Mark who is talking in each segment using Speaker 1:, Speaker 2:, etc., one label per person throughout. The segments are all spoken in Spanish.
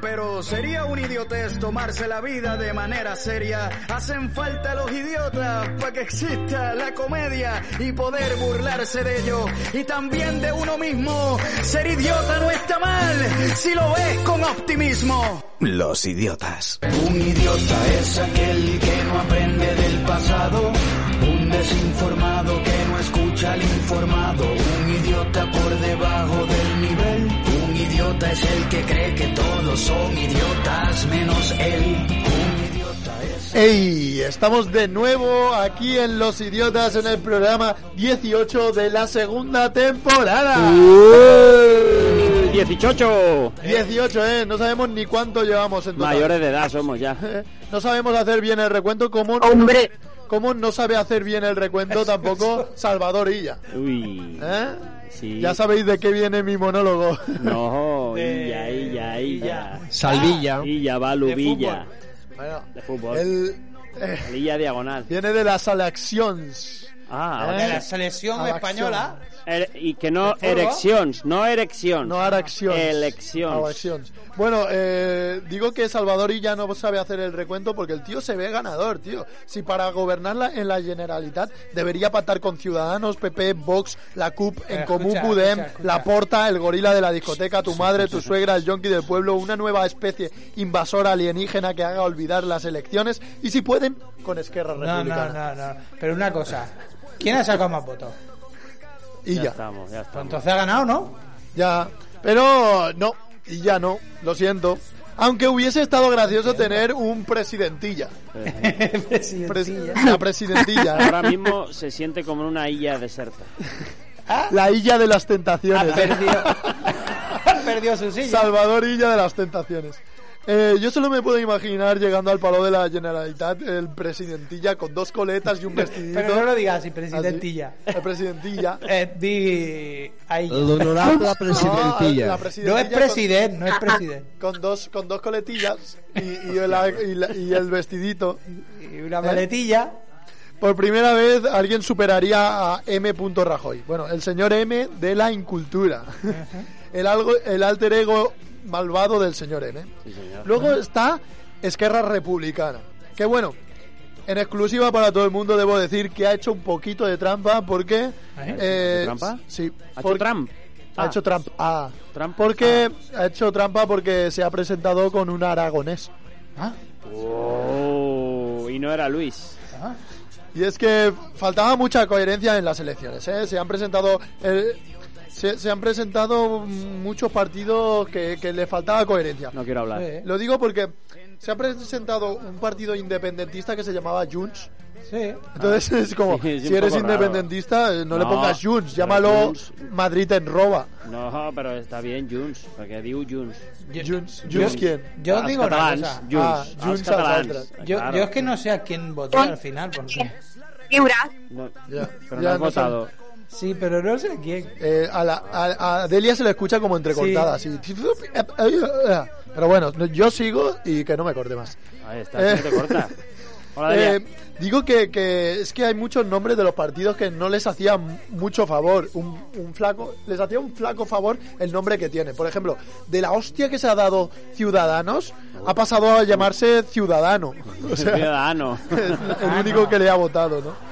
Speaker 1: Pero sería un idiotez tomarse la vida de manera seria. Hacen falta los idiotas para que exista la comedia y poder burlarse de ello. Y también de uno mismo. Ser idiota no está mal si lo ves con optimismo.
Speaker 2: Los idiotas.
Speaker 3: Un idiota es aquel que no aprende del pasado. Un desinformado que no escucha al informado. Un idiota por debajo del nivel. Un idiota es el que cree que todos son idiotas menos él. Un idiota es...
Speaker 4: ¡Ey! Estamos de nuevo aquí en Los Idiotas en el programa 18 de la segunda temporada.
Speaker 5: 18
Speaker 4: 18, ¿eh? No sabemos ni cuánto llevamos en total.
Speaker 5: mayores de edad somos ya.
Speaker 4: Eh, No sabemos hacer bien el recuento como...
Speaker 6: Hombre,
Speaker 4: Como no sabe hacer bien el recuento tampoco Salvador Illa.
Speaker 5: Uy.
Speaker 4: ¿Eh?
Speaker 5: Sí.
Speaker 4: Ya sabéis de qué viene mi monólogo.
Speaker 5: No, Illa, Illa, Illa.
Speaker 7: Salvilla.
Speaker 5: Illa, Balu, Villa.
Speaker 4: Bueno,
Speaker 5: De fútbol.
Speaker 4: él, eh,
Speaker 5: La Illa diagonal.
Speaker 4: viene de las elecciones.
Speaker 5: Ah,
Speaker 4: ¿Eh?
Speaker 8: De la selección
Speaker 4: Elecciones.
Speaker 8: española.
Speaker 5: er- y que no
Speaker 8: fútbol?
Speaker 5: erecciones, no erección.
Speaker 4: No hará acciones.
Speaker 5: Elecciones.
Speaker 4: Elecciones. Bueno, eh, digo que Salvador Illa no sabe hacer el recuento porque el tío se ve ganador, tío. Si para gobernarla en la Generalitat debería patar con Ciudadanos, PP, Vox, la CUP, en
Speaker 8: Escucha,
Speaker 4: común
Speaker 8: Eh, escucha,
Speaker 4: Budem,
Speaker 8: escucha.
Speaker 4: la Porta, el gorila de la discoteca, tu madre, tu suegra, el yonki del pueblo, una nueva especie invasora alienígena que haga olvidar las elecciones y si pueden, con Esquerra
Speaker 8: No, no,
Speaker 4: Republicana.
Speaker 8: no, no. Pero una cosa. ¿Quién ha sacado más votos?
Speaker 4: Y
Speaker 5: Ya
Speaker 4: ya.
Speaker 5: estamos, ya estamos.
Speaker 8: Entonces ha ganado, ¿no?
Speaker 4: Ya, pero no, y ya no, lo siento. Aunque hubiese estado gracioso tener un presidentilla.
Speaker 8: Presidentilla.
Speaker 4: Pres- la presidentilla. ¿eh?
Speaker 5: Ahora mismo se siente como en una Illa deserta.
Speaker 4: La Illa de las
Speaker 8: Ha
Speaker 4: Tentaciones.
Speaker 8: perdido. ha perdido su silla.
Speaker 4: Salvador Illa de las Tentaciones. Eh, yo solo me puedo imaginar llegando al palo de la Generalitat el presidentilla con dos coletas y un vestidito.
Speaker 8: Pero no lo digas así,
Speaker 4: Así.
Speaker 8: presidentilla.
Speaker 4: El presidentilla.
Speaker 8: Eh, di. ahí.
Speaker 7: El honorable la
Speaker 4: No, la
Speaker 7: presidentilla.
Speaker 8: No
Speaker 4: presidentilla
Speaker 8: es presidente, no es presidente.
Speaker 4: Con, con dos, con dos coletillas y, y la-
Speaker 8: pues.
Speaker 4: y la- y el vestidito.
Speaker 8: Y una maletilla.
Speaker 4: Por primera vez alguien superaría a M. Rajoy. Bueno, el señor M de la incultura. El, algo, el alter ego malvado del señor M. Luego está Esquerra Republicana. Que bueno, en exclusiva para todo el mundo debo decir que ha hecho un poquito de trampa porque... eh,
Speaker 5: ¿Trampa?
Speaker 4: Sí.
Speaker 5: ¿Ha hecho
Speaker 4: porque-
Speaker 5: Trump?
Speaker 4: Ha
Speaker 5: Ah,
Speaker 4: hecho trampa. Ah,
Speaker 5: Trampa. Ah.
Speaker 4: porque ha hecho trampa porque se ha presentado con un aragonés.
Speaker 8: ¿Ah?
Speaker 5: Oh, y no era Luis.
Speaker 4: Y es que faltaba mucha coherencia en las elecciones. ¿eh? Se han presentado el- se, se han presentado muchos partidos que, que le faltaba coherencia.
Speaker 5: No quiero hablar.
Speaker 4: Lo digo porque se ha presentado un partido independentista que se llamaba Junts.
Speaker 8: Sí.
Speaker 4: Entonces es como,
Speaker 5: Ah. Sí, es un
Speaker 4: si eres
Speaker 5: poco raro.
Speaker 4: independentista, eh, no, le
Speaker 5: No,
Speaker 4: pongas Junts,
Speaker 5: pero
Speaker 4: llámalo
Speaker 5: Junts-
Speaker 4: Madrid en roba.
Speaker 5: No, pero está bien Junts, porque diu Junts.
Speaker 4: Junts,
Speaker 8: Yo- Ah,
Speaker 4: Junts quién?
Speaker 8: Yo
Speaker 5: Els
Speaker 8: digo una
Speaker 5: catalans,
Speaker 8: cosa.
Speaker 5: Junts.
Speaker 4: Ah,
Speaker 5: Els
Speaker 4: Junts als
Speaker 5: catalans.
Speaker 4: altres.
Speaker 8: Yo,
Speaker 5: Claro.
Speaker 8: yo es que no sé a quién voté al final. porque-
Speaker 6: figuras.
Speaker 5: No,
Speaker 4: Ya,
Speaker 5: pero
Speaker 4: ya
Speaker 5: no has
Speaker 4: no
Speaker 5: votado.
Speaker 8: Sí, pero no sé a quién.
Speaker 4: Eh, a, la- a- a Delia se le escucha como entrecortada,
Speaker 8: Sí.
Speaker 4: así. Pero bueno, no- yo sigo y que no me corte más.
Speaker 5: Ahí está,
Speaker 4: Eh.
Speaker 5: se te corta. Hola,
Speaker 4: Eh,
Speaker 5: Delia.
Speaker 4: digo que, que es que hay muchos nombres de los partidos que no les hacían mucho favor. Un, un flaco, les hacía un flaco favor el nombre que tiene. Por ejemplo, de la hostia que se ha dado Ciudadanos, ha pasado a llamarse Ciudadano. O sea,
Speaker 5: Ciudadano.
Speaker 4: es el único que le ha votado, ¿no?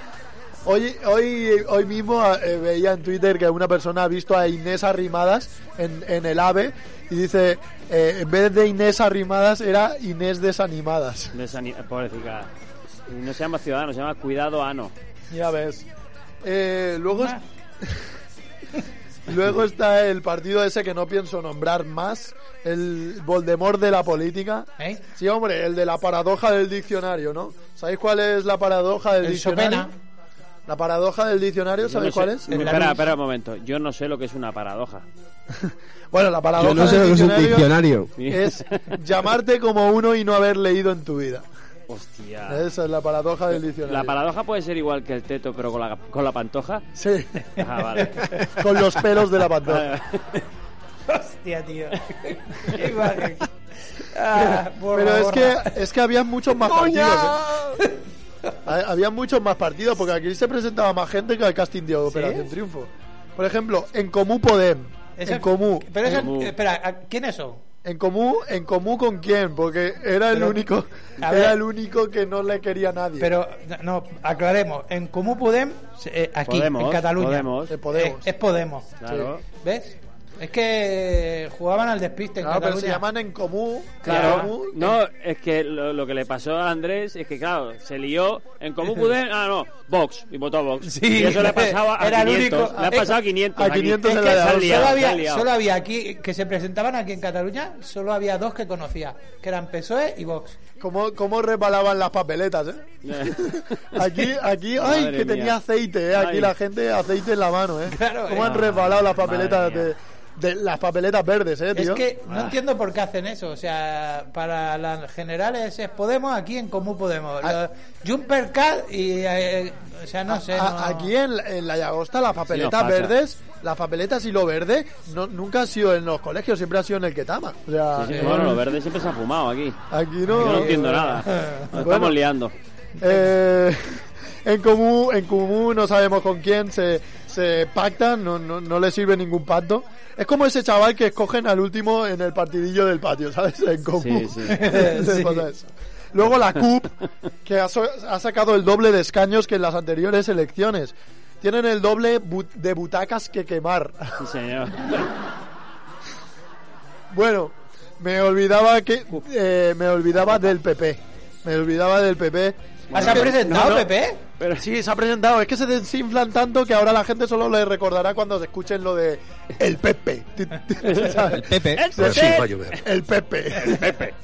Speaker 4: Hoy, hoy, hoy mismo eh, veía en Twitter que una persona ha visto a Inés Arrimadas en, en el AVE y dice, eh, en vez de Inés Arrimadas era Inés Desanimadas.
Speaker 5: Desani- Pobrecita. No se llama Ciudadano, se llama Cuidado Ano.
Speaker 4: Ya ves. Eh, luego, es- luego está el partido ese que no pienso nombrar más, el Voldemort de la política.
Speaker 8: ¿Eh?
Speaker 4: Sí, hombre, el de la paradoja del diccionario, ¿no? ¿Sabéis cuál es la paradoja del
Speaker 8: El
Speaker 4: diccionario?
Speaker 8: Chopina.
Speaker 4: La paradoja del diccionario,
Speaker 5: Yo no
Speaker 4: ¿sabéis
Speaker 5: sé-
Speaker 4: cuál es?
Speaker 5: Espera,
Speaker 8: El
Speaker 5: espera,
Speaker 8: Lanús.
Speaker 5: espera un momento. Yo no sé lo que es una paradoja.
Speaker 4: Bueno, la paradoja
Speaker 7: Yo no sé lo
Speaker 4: del
Speaker 7: que es un
Speaker 4: diccionario
Speaker 7: diccionario.
Speaker 4: es llamarte como uno y no haber leído en tu vida.
Speaker 5: Hostia.
Speaker 4: Esa es la paradoja del diccionario.
Speaker 5: La paradoja puede ser igual que el teto, pero con la, con la pantoja.
Speaker 4: Sí,
Speaker 5: Ah, vale.
Speaker 4: con los pelos de la pantalla.
Speaker 5: Vale,
Speaker 8: Hostia, tío. Qué imagen. Ah, borra,
Speaker 4: Pero es
Speaker 8: borra.
Speaker 4: que, es que había muchos más partidos. ¿eh? Ha- Había muchos más partidos, porque aquí se presentaba más gente que al casting de Operación Triunfo. Por ejemplo, en Comú Podem.
Speaker 8: Es
Speaker 4: en
Speaker 8: el-
Speaker 4: Comú.
Speaker 8: Pero es el-
Speaker 5: Comú.
Speaker 8: Espera, ¿a- ¿quiénes son?
Speaker 4: ¿En común, en común con quién? Porque era el
Speaker 8: Pero-
Speaker 4: único era
Speaker 8: a ver.
Speaker 4: el único que no le quería a nadie.
Speaker 8: Pero, no, aclaremos. En Comú Podem, eh, aquí,
Speaker 5: Podemos,
Speaker 8: en Cataluña. Eh,
Speaker 5: Podemos.
Speaker 4: De Podemos.
Speaker 8: Es, es Podemos.
Speaker 5: Claro.
Speaker 8: ¿Ves? Es que jugaban al despiste en
Speaker 4: Claro, pero
Speaker 8: Cataluña.
Speaker 4: se llaman en común.
Speaker 5: Claro,
Speaker 4: en común,
Speaker 5: no, es que lo, lo que le pasó a Andrés es que, claro, se lió en Comú Podem, ah, no, Vox, y votó a Vox.
Speaker 8: Sí.
Speaker 5: y eso le ha pasado a
Speaker 8: Era el
Speaker 5: 500,
Speaker 8: único-
Speaker 5: le ha
Speaker 8: es-
Speaker 5: pasado a 500.
Speaker 4: a
Speaker 5: aquí.
Speaker 4: 500
Speaker 5: Es
Speaker 4: en
Speaker 5: que
Speaker 4: la
Speaker 5: se han
Speaker 4: de-
Speaker 5: liado,
Speaker 8: solo,
Speaker 5: se
Speaker 8: había,
Speaker 5: han liado.
Speaker 8: solo había aquí, que se presentaban aquí en Cataluña, solo había dos que conocía, que eran PSOE E y Vox.
Speaker 4: ¿Cómo, cómo resbalaban las papeletas, eh? Aquí, aquí, ay,
Speaker 5: Madre
Speaker 4: que
Speaker 5: mía.
Speaker 4: tenía aceite, eh. Aquí
Speaker 5: Ay.
Speaker 4: la gente aceite en la mano, eh.
Speaker 8: Claro,
Speaker 4: ¿Cómo
Speaker 8: eh.
Speaker 4: han resbalado las papeletas
Speaker 5: Madre
Speaker 4: de,
Speaker 5: mía.
Speaker 4: de- las papeletas verdes, eh,
Speaker 8: Es
Speaker 4: tío?
Speaker 8: que no entiendo por qué hacen eso. O sea, para las generales es Podemos, aquí en Comú Podemos.
Speaker 4: Ah.
Speaker 8: Los Jumper Cat y. eh, o sea, no sé.
Speaker 4: A-
Speaker 8: no-
Speaker 4: Ah, Aquí en, en la Llagosta las papeletas
Speaker 5: pasa.
Speaker 4: verdes, las papeletas y lo verde, no- nunca ha sido en los colegios, siempre ha sido en el Ketama. O sea,
Speaker 5: Sí, sí,
Speaker 4: eh,
Speaker 5: bueno, lo verde siempre se ha fumado aquí.
Speaker 4: aquí
Speaker 5: Yo
Speaker 4: no.
Speaker 5: no entiendo nada. Nos
Speaker 4: Bueno.
Speaker 5: estamos liando.
Speaker 4: Eh, en común, en común no sabemos con quién se, se pactan, no, no, no le sirve ningún pacto. Es como ese chaval que escogen al último en el partidillo del patio, ¿sabes? En común.
Speaker 5: Sí, sí.
Speaker 4: Se
Speaker 8: Sí.
Speaker 4: pasa eso. Luego la CUP, que ha, so- ha sacado el doble de escaños que en las anteriores elecciones. Tienen el doble bu- de butacas que quemar.
Speaker 5: Sí, señor.
Speaker 4: Bueno, me olvidaba que eh, me olvidaba del PP. Me olvidaba del PP.
Speaker 8: ¿Ah, ¿Se ha presentado,
Speaker 5: no, no.
Speaker 8: Pepe?
Speaker 5: Pero
Speaker 4: Sí, se ha presentado. Es que se desinflan tanto que ahora la gente solo le recordará cuando se escuchen lo de el Pepe. ¿Sabes?
Speaker 2: Pepe.
Speaker 6: Pero sí, va a llover.
Speaker 4: el Pepe.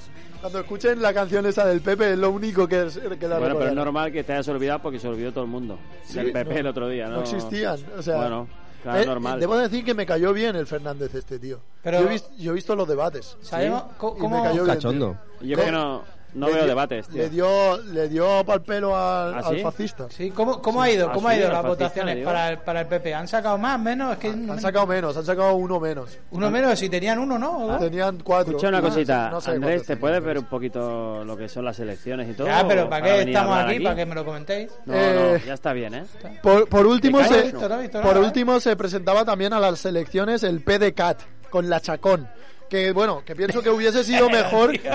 Speaker 4: Cuando escuchen la canción esa del Pepe es lo único que, es- que la
Speaker 5: Bueno, pero es
Speaker 4: recordarán.
Speaker 5: normal que te hayas olvidado porque se olvidó todo el mundo. el PP el otro día, ¿no?
Speaker 4: No existían. O sea,
Speaker 5: Bueno, claro,
Speaker 4: eh,
Speaker 5: normal.
Speaker 4: Debo decir que me cayó bien el Fernández este tío.
Speaker 8: Pero-
Speaker 4: yo, he vis- yo he visto, los debates.
Speaker 8: ¿Sabemos co-
Speaker 4: Y me
Speaker 8: cómo.?
Speaker 4: cayó bien,
Speaker 2: Cachondo.
Speaker 4: tío.
Speaker 5: Yo es que no, no
Speaker 4: Le
Speaker 5: veo
Speaker 4: dio-
Speaker 5: debates, tío.
Speaker 4: Le dio, le dio pal pelo al,
Speaker 5: ¿Ah,
Speaker 4: al
Speaker 5: sí?
Speaker 4: fascista.
Speaker 8: Sí, ¿cómo, cómo ha ido,
Speaker 5: Ah,
Speaker 8: cómo ha
Speaker 5: sí,
Speaker 8: ido
Speaker 5: la
Speaker 8: las
Speaker 5: fascista,
Speaker 8: votaciones
Speaker 5: digo.
Speaker 8: para el, para el PP? ¿Han sacado más, menos? Es que
Speaker 4: Han sacado menos, han sacado uno menos.
Speaker 8: uno menos, si tenían uno, ¿no? ¿O dos?
Speaker 4: Tenían cuatro.
Speaker 5: Escucha una
Speaker 4: No sé-
Speaker 5: cosita,
Speaker 4: no sé
Speaker 5: Andrés,
Speaker 4: cuántos
Speaker 5: ¿te
Speaker 4: tenían,
Speaker 5: puedes
Speaker 4: pero
Speaker 5: ver un poquito lo que son las elecciones y todo?
Speaker 8: Ah,
Speaker 5: o
Speaker 8: pero ¿para qué
Speaker 5: venir a
Speaker 8: estamos
Speaker 5: hablar
Speaker 8: aquí? ¿Para que me lo comentéis?
Speaker 5: No,
Speaker 4: Eh,
Speaker 5: no, ya está bien, ¿eh?
Speaker 4: Por, por último,
Speaker 5: Me cae
Speaker 4: se,
Speaker 5: esto, no
Speaker 8: he visto
Speaker 4: por
Speaker 8: nada,
Speaker 4: último se presentaba también a las elecciones el PDCAT con la Chacón. Que bueno, que pienso que hubiese sido mejor que.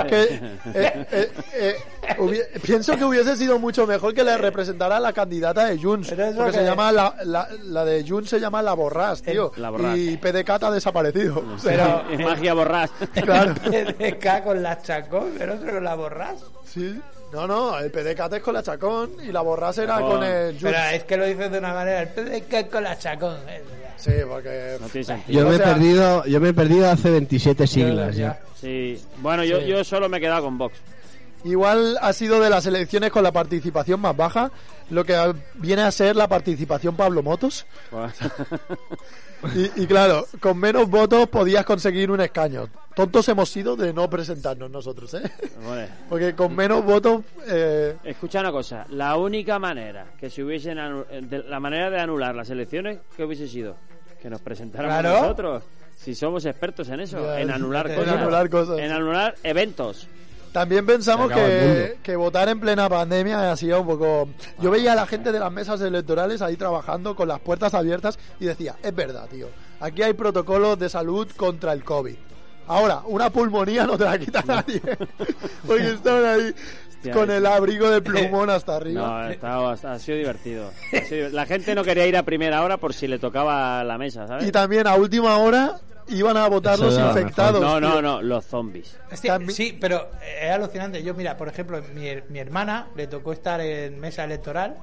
Speaker 4: eh, eh, eh, hubie- pienso que hubiese sido mucho mejor que le representara la candidata de Junts.
Speaker 8: Pero es lo
Speaker 4: Porque se
Speaker 8: que-
Speaker 4: llama la, la, la de Junts se llama La Borrás, tío.
Speaker 5: La Borràs.
Speaker 4: Y PDCAT ha desaparecido.
Speaker 8: Pero.
Speaker 5: Es magia borrás.
Speaker 4: Claro.
Speaker 8: PDK con las chacón, pero otro con la borrás.
Speaker 4: Sí. No, no, el PDCAT es con la Chacón y la Borrás era
Speaker 5: Chacón.
Speaker 4: con el Junts.
Speaker 8: Pero
Speaker 5: eh,
Speaker 8: es que lo dices de una manera, el PDK con la chacón. eh,
Speaker 4: Sí, porque.
Speaker 5: No tiene sentido.
Speaker 2: Yo
Speaker 4: O
Speaker 2: me, he
Speaker 4: sea-
Speaker 2: perdido, yo me he perdido hace 27 siglas ya.
Speaker 5: Sí. Bueno, yo, yo solo me he quedado con Vox.
Speaker 4: Igual ha sido de las elecciones con la participación más baja, lo que a- viene a ser la participación Pablo Motos. Y, y claro, con menos votos podías conseguir un escaño. Tontos hemos sido de no presentarnos nosotros, ¿eh?
Speaker 5: Vale.
Speaker 4: Porque con menos votos... eh,
Speaker 5: Escucha una cosa, la única manera que se hubiesen anu- eh, de- la manera de anular las elecciones que hubiese sido que nos presentáramos
Speaker 8: Claro.
Speaker 5: nosotros, si somos expertos en eso,
Speaker 4: Ya,
Speaker 5: en
Speaker 4: sí,
Speaker 5: anular
Speaker 4: en
Speaker 5: cosas,
Speaker 4: anular cosas.
Speaker 5: en anular eventos.
Speaker 4: También pensamos
Speaker 2: Se acaba el
Speaker 4: que,
Speaker 2: mundo.
Speaker 4: que votar en plena pandemia ha sido un poco... Yo veía a la gente de las mesas electorales ahí trabajando con las puertas abiertas y decía, es verdad, tío, aquí hay protocolos de salud contra el COVID. Ahora, una pulmonía no te la quita nadie. Porque estaban ahí con el abrigo de plumón hasta arriba.
Speaker 5: No, está- ha sido divertido. Ha sido- La gente no quería ir a primera hora por si le tocaba la mesa,
Speaker 4: Y
Speaker 5: ¿sabes?
Speaker 4: también a última hora iban a votar
Speaker 2: Eso
Speaker 4: los
Speaker 2: era lo
Speaker 4: infectados.
Speaker 5: No, no,
Speaker 4: tío.
Speaker 5: no, los zombies.
Speaker 8: Sí,
Speaker 4: También-
Speaker 8: sí, pero eh, es alucinante. Yo, mira, por ejemplo, mi, her- mi hermana le tocó estar en mesa electoral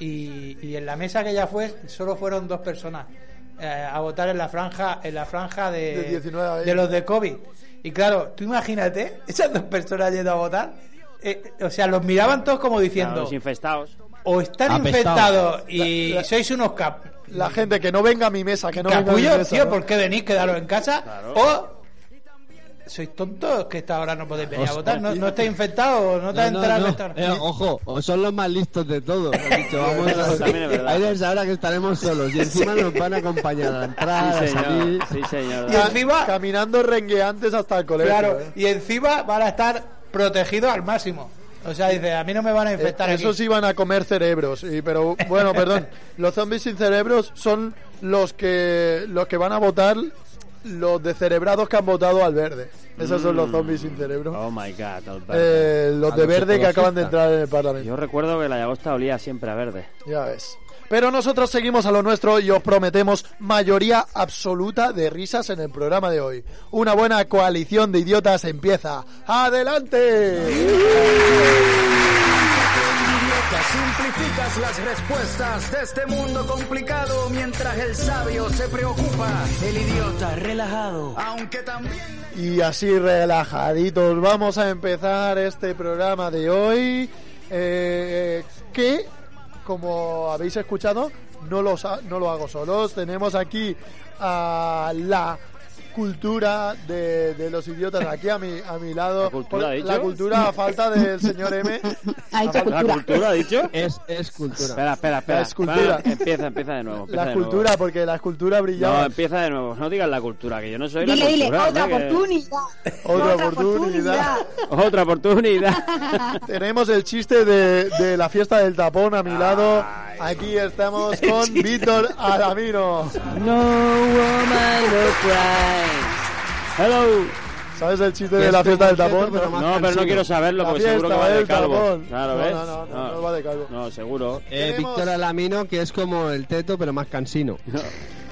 Speaker 8: y, y en la mesa que ella fue solo fueron dos personas eh, a votar en la franja en la franja de,
Speaker 4: De 19 a 20.
Speaker 8: de los de COVID. Y claro, tú imagínate esas dos personas yendo a votar. eh, o sea, los miraban todos como
Speaker 5: Claro,
Speaker 8: diciendo,
Speaker 5: los infestados.
Speaker 8: o están
Speaker 2: Apestados.
Speaker 8: infectados y
Speaker 4: La- la-
Speaker 8: sois unos cap
Speaker 4: La gente que no venga a mi mesa, que no venga a
Speaker 8: capullos,
Speaker 4: mi mesa.
Speaker 8: tío,
Speaker 4: ¿no?
Speaker 8: ¿por qué venís? Quedaros en casa. O sois tontos que esta hora no podéis venir a
Speaker 2: Hostia,
Speaker 8: votar. No, no estáis infectados, no estáis
Speaker 2: No, no,
Speaker 8: enterados.
Speaker 2: no.
Speaker 8: que estar-
Speaker 2: Eh, ojo, o son los más listos de todos. Han dicho, vamos a-
Speaker 5: Eso también es verdad.
Speaker 2: Ahí ves ahora que estaremos solos y encima nos van a acompañar a la entrada,
Speaker 5: Sí,
Speaker 2: a salir.
Speaker 5: señor. Sí, señor.
Speaker 8: Y encima-
Speaker 4: Caminando rengueantes hasta el colegio.
Speaker 8: Claro,
Speaker 4: ¿eh?
Speaker 8: y encima van a estar protegidos al máximo. O sea, dice, a mí no me van a infectar
Speaker 4: Eh, Esos
Speaker 8: aquí.
Speaker 4: iban a comer cerebros, y, pero bueno, perdón. Los zombies sin cerebros son los que los que van a votar los descerebrados que han votado al verde. Esos son los zombies sin cerebro.
Speaker 5: Oh my god, al verde.
Speaker 4: Eh, los
Speaker 2: Mm. A
Speaker 4: de
Speaker 2: los
Speaker 4: verde que acaban de
Speaker 2: ecologistas.
Speaker 4: entrar en el Parlamento.
Speaker 5: Yo recuerdo que la llagosta olía siempre a verde.
Speaker 4: Ya ves. Pero nosotros seguimos a lo nuestro y os prometemos mayoría absoluta de risas en el programa de hoy. Una buena coalición de idiotas empieza. ¡Adelante!
Speaker 1: idiota, simplificas las respuestas de este mundo complicado mientras el sabio se preocupa, el idiota relajado, aunque también...
Speaker 4: Y así relajaditos vamos a empezar este programa de hoy eh, que, como habéis escuchado, no lo, sa- no lo hago solos. Tenemos aquí a la cultura de, de los idiotas aquí a mi, a mi lado.
Speaker 5: ¿La cultura, ha dicho?
Speaker 4: cultura a falta del señor M.
Speaker 6: Ha dicho
Speaker 5: ¿La
Speaker 6: cultura.
Speaker 5: cultura, ha dicho?
Speaker 2: Es, es cultura.
Speaker 5: Espera, espera, espera.
Speaker 4: La escultura.
Speaker 5: Espera, empieza, empieza de nuevo. empieza
Speaker 4: La
Speaker 5: de nuevo.
Speaker 4: escultura, porque la escultura
Speaker 5: No,
Speaker 4: brillaba.
Speaker 5: empieza de nuevo. No digas la cultura, que yo no soy
Speaker 6: Dile,
Speaker 5: la
Speaker 6: dile,
Speaker 5: cultura.
Speaker 6: otra
Speaker 5: hombre, que-
Speaker 6: oportunidad.
Speaker 4: Otra oportunidad.
Speaker 5: Otra oportunidad.
Speaker 4: Tenemos el chiste de, de la fiesta del tapón a mi lado.
Speaker 5: Ay.
Speaker 4: Aquí estamos con Víctor Alamino.
Speaker 5: No woman, no cry. Hello.
Speaker 4: ¿Sabes el chiste de la fiesta del tapón?
Speaker 2: Pero
Speaker 5: No,
Speaker 2: más
Speaker 5: Pues pero no
Speaker 2: cansino.
Speaker 5: quiero saberlo
Speaker 4: La
Speaker 5: porque seguro que
Speaker 4: fiesta
Speaker 5: va de
Speaker 4: del
Speaker 5: calvo.
Speaker 4: tapón.
Speaker 5: Claro,
Speaker 4: No,
Speaker 5: ¿ves? Ah.
Speaker 4: no, no, no, no va de calvo.
Speaker 5: No, seguro.
Speaker 2: Eh,
Speaker 4: Tenemos-
Speaker 2: Víctor Alamino, que es como el teto, pero más cansino.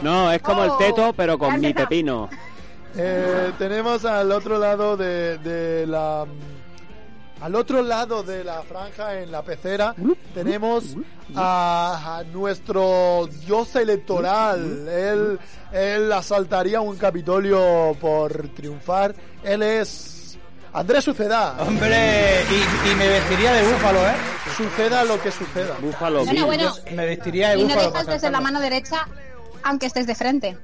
Speaker 5: No, es
Speaker 6: Oh,
Speaker 5: como el teto, pero con mi pepino.
Speaker 4: Eh, tenemos al otro lado de, de la mm, al otro lado de la franja en la pecera tenemos a, a nuestro dios electoral. Él, él asaltaría un capitolio por triunfar. Él es Andrés Suceda.
Speaker 8: Hombre, y, y me vestiría de búfalo, ¿eh?
Speaker 4: Suceda lo que suceda.
Speaker 5: Búfalo
Speaker 6: Bueno,
Speaker 5: Bill.
Speaker 6: bueno,
Speaker 8: Me vestiría de
Speaker 6: y no
Speaker 8: búfalo.
Speaker 6: dejas
Speaker 8: para
Speaker 6: de ser la
Speaker 8: cantarlo.
Speaker 6: mano derecha, aunque estés de frente.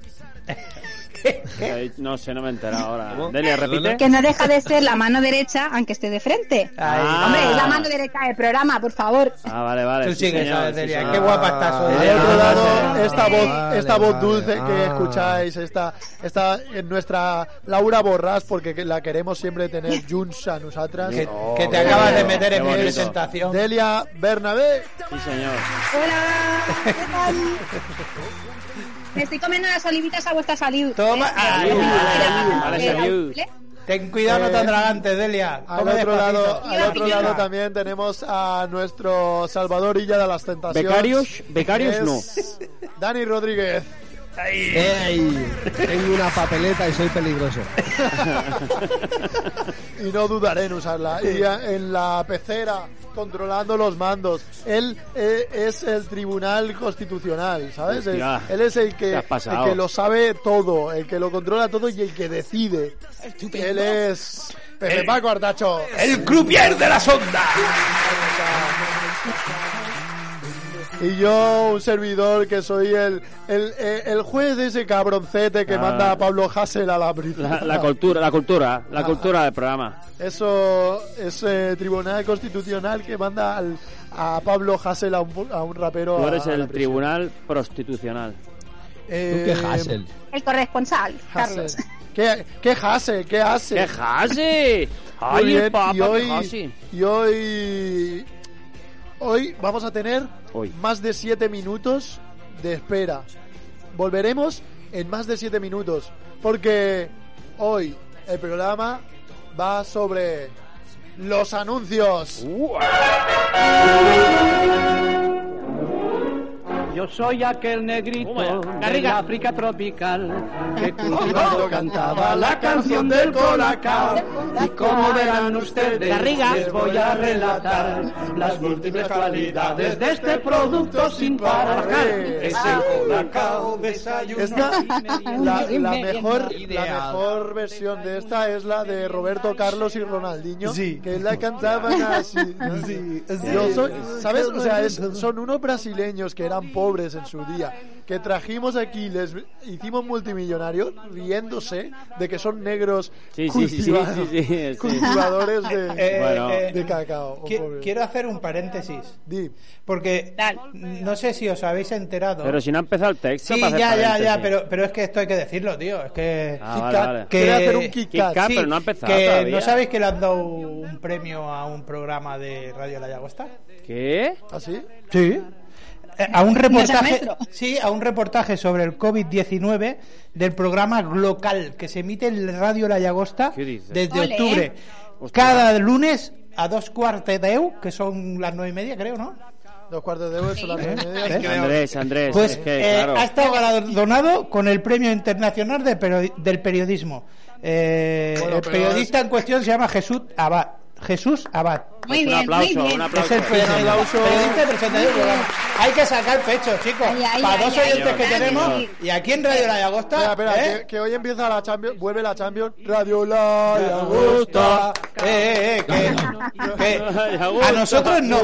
Speaker 5: Eh, No sé, no me he enterado ahora. Delia,
Speaker 6: Que
Speaker 5: repite.
Speaker 6: no deja de ser la mano derecha, aunque esté de frente.
Speaker 8: Ahí.
Speaker 5: Ah.
Speaker 6: Hombre, es la mano derecha del programa, por favor.
Speaker 5: Ah, vale, vale.
Speaker 8: Tú
Speaker 5: sí,
Speaker 8: sí que
Speaker 5: señor, sí,
Speaker 8: sabes, Delia.
Speaker 5: señor.
Speaker 8: Qué guapa estás hoy.
Speaker 4: Al
Speaker 5: Ah,
Speaker 4: otro
Speaker 5: vale,
Speaker 4: lado,
Speaker 5: vale,
Speaker 4: esta voz,
Speaker 2: eh, vale,
Speaker 4: esta voz
Speaker 2: vale,
Speaker 4: dulce que
Speaker 2: ah.
Speaker 4: escucháis, esta, esta eh, nuestra Laura Borrás, porque que- la queremos siempre tener junts a nosotras.
Speaker 8: Que, que te acabas de meter
Speaker 5: qué
Speaker 8: en mi
Speaker 5: bonito.
Speaker 8: presentación.
Speaker 4: Delia Bernabé.
Speaker 5: Sí, señor.
Speaker 6: Hola, ¿qué tal? Me estoy comiendo las olivitas a vuestra salud.
Speaker 8: Toma,
Speaker 5: ah,
Speaker 8: ahí,
Speaker 5: Vale,
Speaker 6: Eh,
Speaker 5: salud.
Speaker 6: ¿vale?
Speaker 8: Ten cuidado, no te atragantes, Delia.
Speaker 4: Al
Speaker 8: Come
Speaker 4: otro
Speaker 8: despacito.
Speaker 4: lado, al
Speaker 6: Mira,
Speaker 4: otro
Speaker 6: mira.
Speaker 4: lado también tenemos a nuestro Salvador Illa de las Tentaciones.
Speaker 5: Becarios, becarios no.
Speaker 4: Es Dani Rodríguez.
Speaker 2: ¡Ey! Tengo una papeleta y soy peligroso.
Speaker 4: Eh, Y no dudaré en usarla. Y a- en la pecera, controlando los mandos. Él eh, es el tribunal constitucional, ¿sabes? Él,
Speaker 5: Hostia,
Speaker 4: él es el que,
Speaker 5: te has pasado.
Speaker 4: el que lo sabe todo, el que lo controla todo y el que decide. Él es
Speaker 5: Eh.
Speaker 4: Pepe Paco Artacho.
Speaker 3: El croupier de la sonda.
Speaker 4: Y yo, un servidor que soy el, el, eh, el juez de ese cabroncete que
Speaker 5: Ah.
Speaker 4: manda a Pablo Hassel a la prisión.
Speaker 5: La, la cultura, la cultura, la cultura del programa.
Speaker 4: Eso, ese tribunal constitucional que manda al- a Pablo Hassel a un, pu- a un rapero.
Speaker 7: Oh,
Speaker 5: Tú
Speaker 4: a-
Speaker 5: eres
Speaker 4: a la
Speaker 5: el
Speaker 4: prisión.
Speaker 5: tribunal prostitucional.
Speaker 4: Eh,
Speaker 2: Tú qué Hassel.
Speaker 6: El corresponsal,
Speaker 4: Hassel.
Speaker 6: Carlos.
Speaker 4: ¿Qué, qué Hassel? ¿Qué hace?
Speaker 5: ¡Qué
Speaker 4: Muy
Speaker 5: jasi! ¡Ay,
Speaker 4: bien,
Speaker 5: el papa,
Speaker 4: y hoy,
Speaker 5: qué jasi!
Speaker 4: y hoy, hoy vamos a tener
Speaker 5: Hoy.
Speaker 4: más de 7 minutos de espera. Volveremos en más de 7 minutos, porque hoy el programa va sobre los anuncios.
Speaker 7: Yo soy aquel negrito
Speaker 5: Toma ya.
Speaker 7: del
Speaker 5: Garriga.
Speaker 7: África tropical que
Speaker 4: Cuando
Speaker 7: cultivando cantaba la canción del colacao. Y como verán ustedes,
Speaker 5: Garriga.
Speaker 7: les voy a relatar las múltiples cualidades de este producto sin parar.
Speaker 4: Arre.
Speaker 7: Es el colacao, desayuno
Speaker 4: Esta,
Speaker 7: y merienda.
Speaker 4: Ah. la, la mejor, la mejor versión de esta es la de Roberto Carlos y Ronaldinho, que la cantaban así. Yo soy- ¿Sabes? O sea, es- son unos brasileños que eran pobres en su día, que trajimos aquí, les hicimos multimillonarios riéndose de que son negros
Speaker 5: Sí, sí, sí, sí,
Speaker 4: cultiva-
Speaker 5: sí, sí, sí.
Speaker 4: cultivadores de,
Speaker 8: Eh,
Speaker 5: Bueno.
Speaker 8: eh,
Speaker 4: de cacao. oh,
Speaker 8: qui-
Speaker 4: pobre.
Speaker 8: quiero hacer un paréntesis.
Speaker 4: Di.
Speaker 8: Porque
Speaker 6: Dale.
Speaker 8: no sé si os habéis enterado.
Speaker 5: Pero si no ha empezado el texto,
Speaker 8: sí,
Speaker 5: para hacer
Speaker 8: ya, ya, ya,
Speaker 5: paréntesis.
Speaker 8: pero, pero es que esto hay que decirlo, tío. Es que.
Speaker 5: Ah,
Speaker 4: Kit
Speaker 5: vale,
Speaker 4: Kat.
Speaker 5: vale.
Speaker 8: Que-
Speaker 4: Quiero hacer un Kit
Speaker 5: Kit
Speaker 4: Kat.
Speaker 5: Kat, pero no ha empezado
Speaker 8: que
Speaker 5: todavía.
Speaker 8: ¿No sabéis que le han dado un
Speaker 4: ¿Ah,
Speaker 8: premio a un programa de Radio La Llagosta?
Speaker 5: ¿Qué?
Speaker 4: ¿Así?
Speaker 8: Sí. eh, a un reportaje,
Speaker 6: nuestro.
Speaker 8: sí, a un reportaje sobre el COVID-19 del programa Glocal que se emite en Radio La Llagosta
Speaker 5: ¿Qué dices?
Speaker 8: desde
Speaker 6: Ole.
Speaker 8: octubre.
Speaker 5: Hostia.
Speaker 8: Cada lunes a dos cuartos de EU, que son las nueve y media, creo, ¿no?
Speaker 4: Dos cuartos de euros, las nueve y media.
Speaker 8: ¿Eh?
Speaker 5: Andrés, Andrés,
Speaker 8: Pues
Speaker 5: es que,
Speaker 8: eh,
Speaker 5: claro.
Speaker 8: ha estado galardonado con el Premio Internacional de Peri- del Periodismo. Eh,
Speaker 4: Bueno,
Speaker 8: el
Speaker 4: pero
Speaker 8: periodista en cuestión se llama Jesús Abad. Jesús Abad.
Speaker 6: Muy
Speaker 5: un
Speaker 6: bien,
Speaker 5: aplauso,
Speaker 6: muy bien.
Speaker 5: un aplauso.
Speaker 8: Es el periodista.
Speaker 4: aplauso.
Speaker 8: Periodista y presentador del programa. Hay que sacar pecho, chicos.
Speaker 6: Ay, ay,
Speaker 8: Para
Speaker 6: ay,
Speaker 8: dos
Speaker 6: ay,
Speaker 8: oyentes
Speaker 5: ay,
Speaker 8: que
Speaker 5: ay,
Speaker 8: tenemos.
Speaker 6: ay.
Speaker 8: Y aquí en Radio La Llagosta.
Speaker 4: Espera, espera,
Speaker 8: ¿eh?
Speaker 4: que, que hoy empieza la Champions, vuelve la Champions. Radio La Llagosta.
Speaker 8: Eh, eh, eh, que- que
Speaker 5: Llagosta.
Speaker 8: a nosotros no,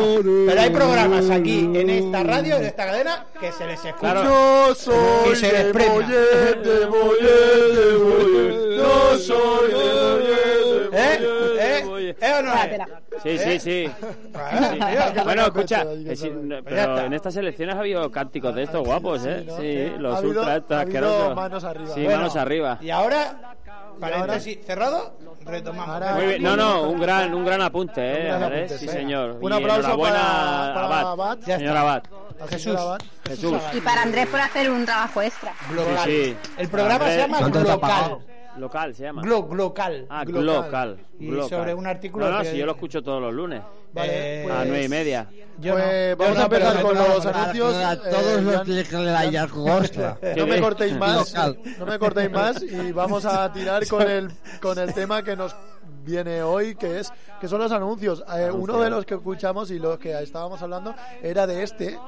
Speaker 8: pero hay programas aquí en esta radio, en esta cadena, que se les escucha.
Speaker 5: Claro.
Speaker 4: No soy
Speaker 8: Y se
Speaker 4: de
Speaker 8: desprenda.
Speaker 4: Mollet, de Mollet, de Mollet. No soy de Mollet, de
Speaker 8: ¿Eh?
Speaker 4: Mollet.
Speaker 8: ¿Eh? ¿Eh o no?
Speaker 6: Espérate.
Speaker 5: Sí, sí, sí.
Speaker 4: Ah,
Speaker 5: Sí.
Speaker 8: Claro.
Speaker 5: Bueno, escucha,
Speaker 4: Hay que
Speaker 5: eh, sí,
Speaker 4: saber.
Speaker 5: no,
Speaker 8: ya
Speaker 5: pero
Speaker 8: está.
Speaker 5: en estas elecciones ha habido cánticos de estos guapos, ¿eh?
Speaker 4: ¿no?
Speaker 5: Sí,
Speaker 4: Ha
Speaker 5: los
Speaker 4: habido-
Speaker 5: ultra estos
Speaker 4: ha habido
Speaker 5: asquerosos.
Speaker 4: manos arriba.
Speaker 5: Sí,
Speaker 4: Bueno.
Speaker 5: manos arriba.
Speaker 8: Y ahora, paréntesis cerrado, retomamos.
Speaker 4: Ahora-
Speaker 5: Muy bien. No, no, un gran, un gran apunte, ¿eh?
Speaker 4: gran
Speaker 5: Andrés?
Speaker 4: apunte,
Speaker 5: sí,
Speaker 4: venga.
Speaker 5: señor.
Speaker 4: Un
Speaker 5: Y
Speaker 4: aplauso
Speaker 5: enhorabuena
Speaker 4: para- para
Speaker 5: Abad.
Speaker 4: Abad. Ya
Speaker 8: está.
Speaker 5: Señor Abad.
Speaker 4: La
Speaker 8: Jesús.
Speaker 4: señora Abad.
Speaker 5: Jesús.
Speaker 6: Y para Andrés por hacer un trabajo extra.
Speaker 8: Glocal.
Speaker 5: Sí, sí.
Speaker 8: El programa
Speaker 5: Andrés.
Speaker 8: se llama
Speaker 2: ¿Cuánto te ha
Speaker 8: Glocal.
Speaker 2: pagado?
Speaker 5: Local se llama.
Speaker 8: Glo- Glocal.
Speaker 5: Ah,
Speaker 4: Glocal.
Speaker 5: Glocal.
Speaker 8: Y
Speaker 5: Glocal.
Speaker 8: sobre un artículo
Speaker 5: No, no,
Speaker 8: que-
Speaker 5: si yo lo escucho Ah, todos los lunes.
Speaker 8: Vale, Eh,
Speaker 4: Vale,
Speaker 5: A nueve y media.
Speaker 8: Yo
Speaker 4: Pues
Speaker 8: no.
Speaker 4: vamos
Speaker 8: Yo
Speaker 4: a
Speaker 8: no, pero
Speaker 4: empezar con
Speaker 8: retomamos
Speaker 4: los
Speaker 8: ahora.
Speaker 4: anuncios.
Speaker 2: A
Speaker 4: eh,
Speaker 2: todos los
Speaker 4: Joan,
Speaker 2: de la Llagosta.
Speaker 4: No me
Speaker 5: Sí.
Speaker 4: cortéis más,
Speaker 2: Local.
Speaker 4: no me cortéis más y vamos a tirar con el con el tema que nos viene hoy, que es que son los anuncios. Eh, uno de los que escuchamos y los que estábamos hablando era de este,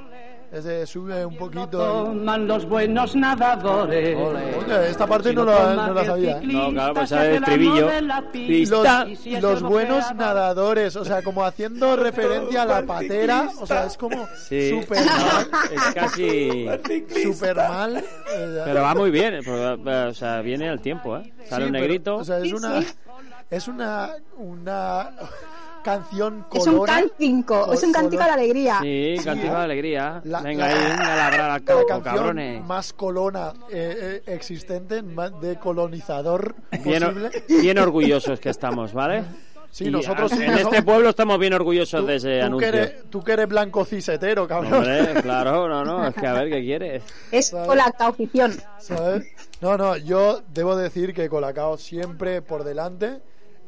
Speaker 4: es de sube un poquito.
Speaker 7: Toman los buenos nadadores.
Speaker 4: Oye, esta parte no la, no la sabía. ¿eh?
Speaker 5: No, claro, pues sabe el estribillo.
Speaker 4: Los,
Speaker 5: Pista.
Speaker 4: los buenos nadadores, o sea, como haciendo referencia a la patera, o sea, es como
Speaker 5: Sí.
Speaker 4: super mal,
Speaker 5: Es casi.
Speaker 4: super mal. eh,
Speaker 5: Pero va muy bien. eh, pero, eh, O sea, viene al tiempo, ¿eh? Sale
Speaker 4: Sí, pero,
Speaker 5: un negrito.
Speaker 4: o sea, es
Speaker 6: Sí,
Speaker 4: una.
Speaker 6: sí.
Speaker 4: Es una. Una canción
Speaker 6: Es un
Speaker 4: colora.
Speaker 6: cántico,
Speaker 4: Col-
Speaker 6: es un cántico de
Speaker 4: color-
Speaker 6: alegría.
Speaker 5: Sí,
Speaker 4: Sí,
Speaker 5: cantidad
Speaker 4: ¿eh?
Speaker 5: de alegría.
Speaker 4: La-
Speaker 5: venga
Speaker 4: la-
Speaker 5: ahí, venga, labrar al
Speaker 4: La
Speaker 5: campo,
Speaker 4: canción
Speaker 5: Oh, cabrones.
Speaker 4: más colona eh, eh, existente, más de colonizador
Speaker 5: Bien,
Speaker 4: posible.
Speaker 5: bien orgullosos que estamos, ¿vale?
Speaker 4: Sí,
Speaker 5: Y
Speaker 4: nosotros
Speaker 5: En
Speaker 4: somos-
Speaker 5: este pueblo estamos bien orgullosos de ese
Speaker 4: tú, que
Speaker 5: eh, anuncio.
Speaker 4: eres, tú que eres blanco cisetero, cabrón.
Speaker 5: Hombre, claro, no, no, es que a ver qué quieres.
Speaker 6: Es con la caufición.
Speaker 4: ¿Sabes? No, no, yo debo decir que Colacao siempre por delante.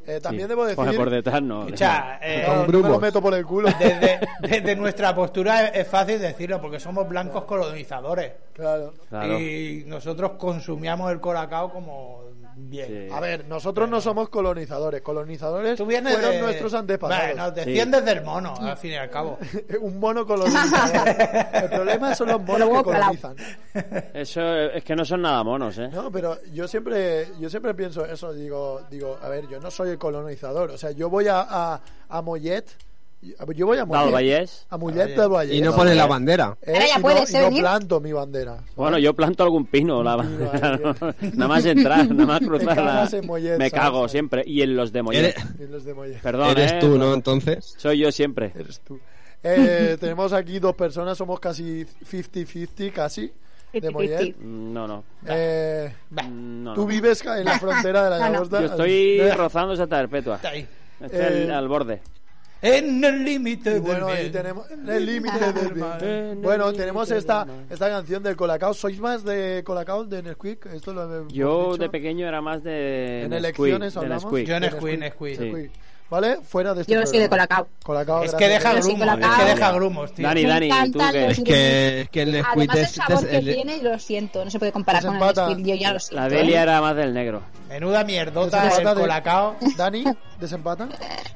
Speaker 4: Eh, también
Speaker 5: Sí.
Speaker 4: debo decir.
Speaker 5: Joder, por detrás no.
Speaker 8: Escucha, eh,
Speaker 4: No, no me
Speaker 2: Brumos.
Speaker 4: lo meto por el culo.
Speaker 8: desde, desde nuestra postura es es fácil decirlo, porque somos blancos colonizadores.
Speaker 4: Claro.
Speaker 5: Claro.
Speaker 4: eh,
Speaker 8: Y nosotros consumíamos el colacao como bien.
Speaker 5: Sí.
Speaker 4: A ver, nosotros no somos colonizadores. Colonizadores
Speaker 8: Tú vienes
Speaker 4: fueron
Speaker 8: de-
Speaker 4: nuestros antepasados.
Speaker 8: Bueno, desciendes del mono, al fin y al cabo.
Speaker 4: Un mono colonizador. El problema son los monos que
Speaker 6: Luego, claro.
Speaker 4: colonizan.
Speaker 5: Eso es que no son nada monos, ¿eh?
Speaker 4: No, pero yo siempre, yo siempre pienso eso. Digo, digo, a ver, yo no soy el colonizador. O sea, yo voy a, a, a Mollet. Yo voy a Mollet.
Speaker 5: Dal Vallés.
Speaker 4: A Mollet del Vallés.
Speaker 2: Y no pone la bandera.
Speaker 4: Eh,
Speaker 6: Ahora ya
Speaker 4: y
Speaker 6: puedes,
Speaker 4: no,
Speaker 6: ¿eh,
Speaker 4: y no
Speaker 6: venir?
Speaker 4: planto mi bandera.
Speaker 5: Bueno, yo planto algún pino, la
Speaker 4: ahí, eh.
Speaker 5: nada más entrar, nada más cruzar
Speaker 4: cagas
Speaker 5: la-
Speaker 4: en Mollet,
Speaker 5: Me
Speaker 4: ¿sabes?
Speaker 5: cago siempre. Y en los de Mollet.
Speaker 2: Eres,
Speaker 4: Y los de Mollet.
Speaker 5: Perdón,
Speaker 2: eres
Speaker 5: ¿eh?
Speaker 2: tú, ¿no? Entonces.
Speaker 5: Soy yo siempre.
Speaker 4: Eres tú. Eh, tenemos aquí dos personas, somos casi 50-50, casi, de Mollet.
Speaker 5: Mm, No, no.
Speaker 4: Eh,
Speaker 8: Bah,
Speaker 5: Mm, no,
Speaker 4: Tú
Speaker 5: no.
Speaker 4: vives ca- en la frontera de la
Speaker 6: No, no.
Speaker 4: Llagosta.
Speaker 5: Yo estoy
Speaker 4: Eh,
Speaker 5: rozando Santa Perpetua.
Speaker 8: está ahí.
Speaker 5: Estoy al-
Speaker 4: Eh,
Speaker 5: al borde.
Speaker 8: En el límite
Speaker 4: Bueno,
Speaker 8: del
Speaker 4: ahí
Speaker 8: bien.
Speaker 4: tenemos el límite del bien. Bueno, tenemos esta, esta canción del Colacao. ¿Sois más de Colacao, de Nesquik? Esto lo hemos
Speaker 5: Yo
Speaker 4: dicho.
Speaker 5: de pequeño era más de
Speaker 4: En
Speaker 5: Nesquik,
Speaker 4: elecciones
Speaker 5: de
Speaker 4: hablamos.
Speaker 5: Nesquik.
Speaker 8: Yo Nesquik, Nesquik.
Speaker 5: Sí.
Speaker 4: Nesquik. ¿Vale? Fuera de este
Speaker 6: Yo soy de
Speaker 4: programa.
Speaker 6: Colacao.
Speaker 4: Colacao,
Speaker 8: Es que
Speaker 4: gracias.
Speaker 8: deja
Speaker 6: Yo soy
Speaker 8: grumos, es que
Speaker 6: colacao.
Speaker 8: deja grumos, tío.
Speaker 5: Ah, Dani,
Speaker 6: Me
Speaker 5: Dani, tú
Speaker 6: encantan
Speaker 5: que...
Speaker 2: Es que, es que el Nesquite
Speaker 6: Además, el
Speaker 2: es,
Speaker 6: sabor que
Speaker 2: el-
Speaker 6: tiene, lo siento, no se puede comparar
Speaker 4: Pues
Speaker 6: con el
Speaker 4: empata.
Speaker 6: Nesquik, yo ya lo siento.
Speaker 5: La
Speaker 6: ¿eh?
Speaker 5: Delia era más del negro.
Speaker 8: Menuda mierdota
Speaker 4: Desempata
Speaker 8: el
Speaker 4: de-
Speaker 8: colacao.
Speaker 4: Dani, ¿desempata?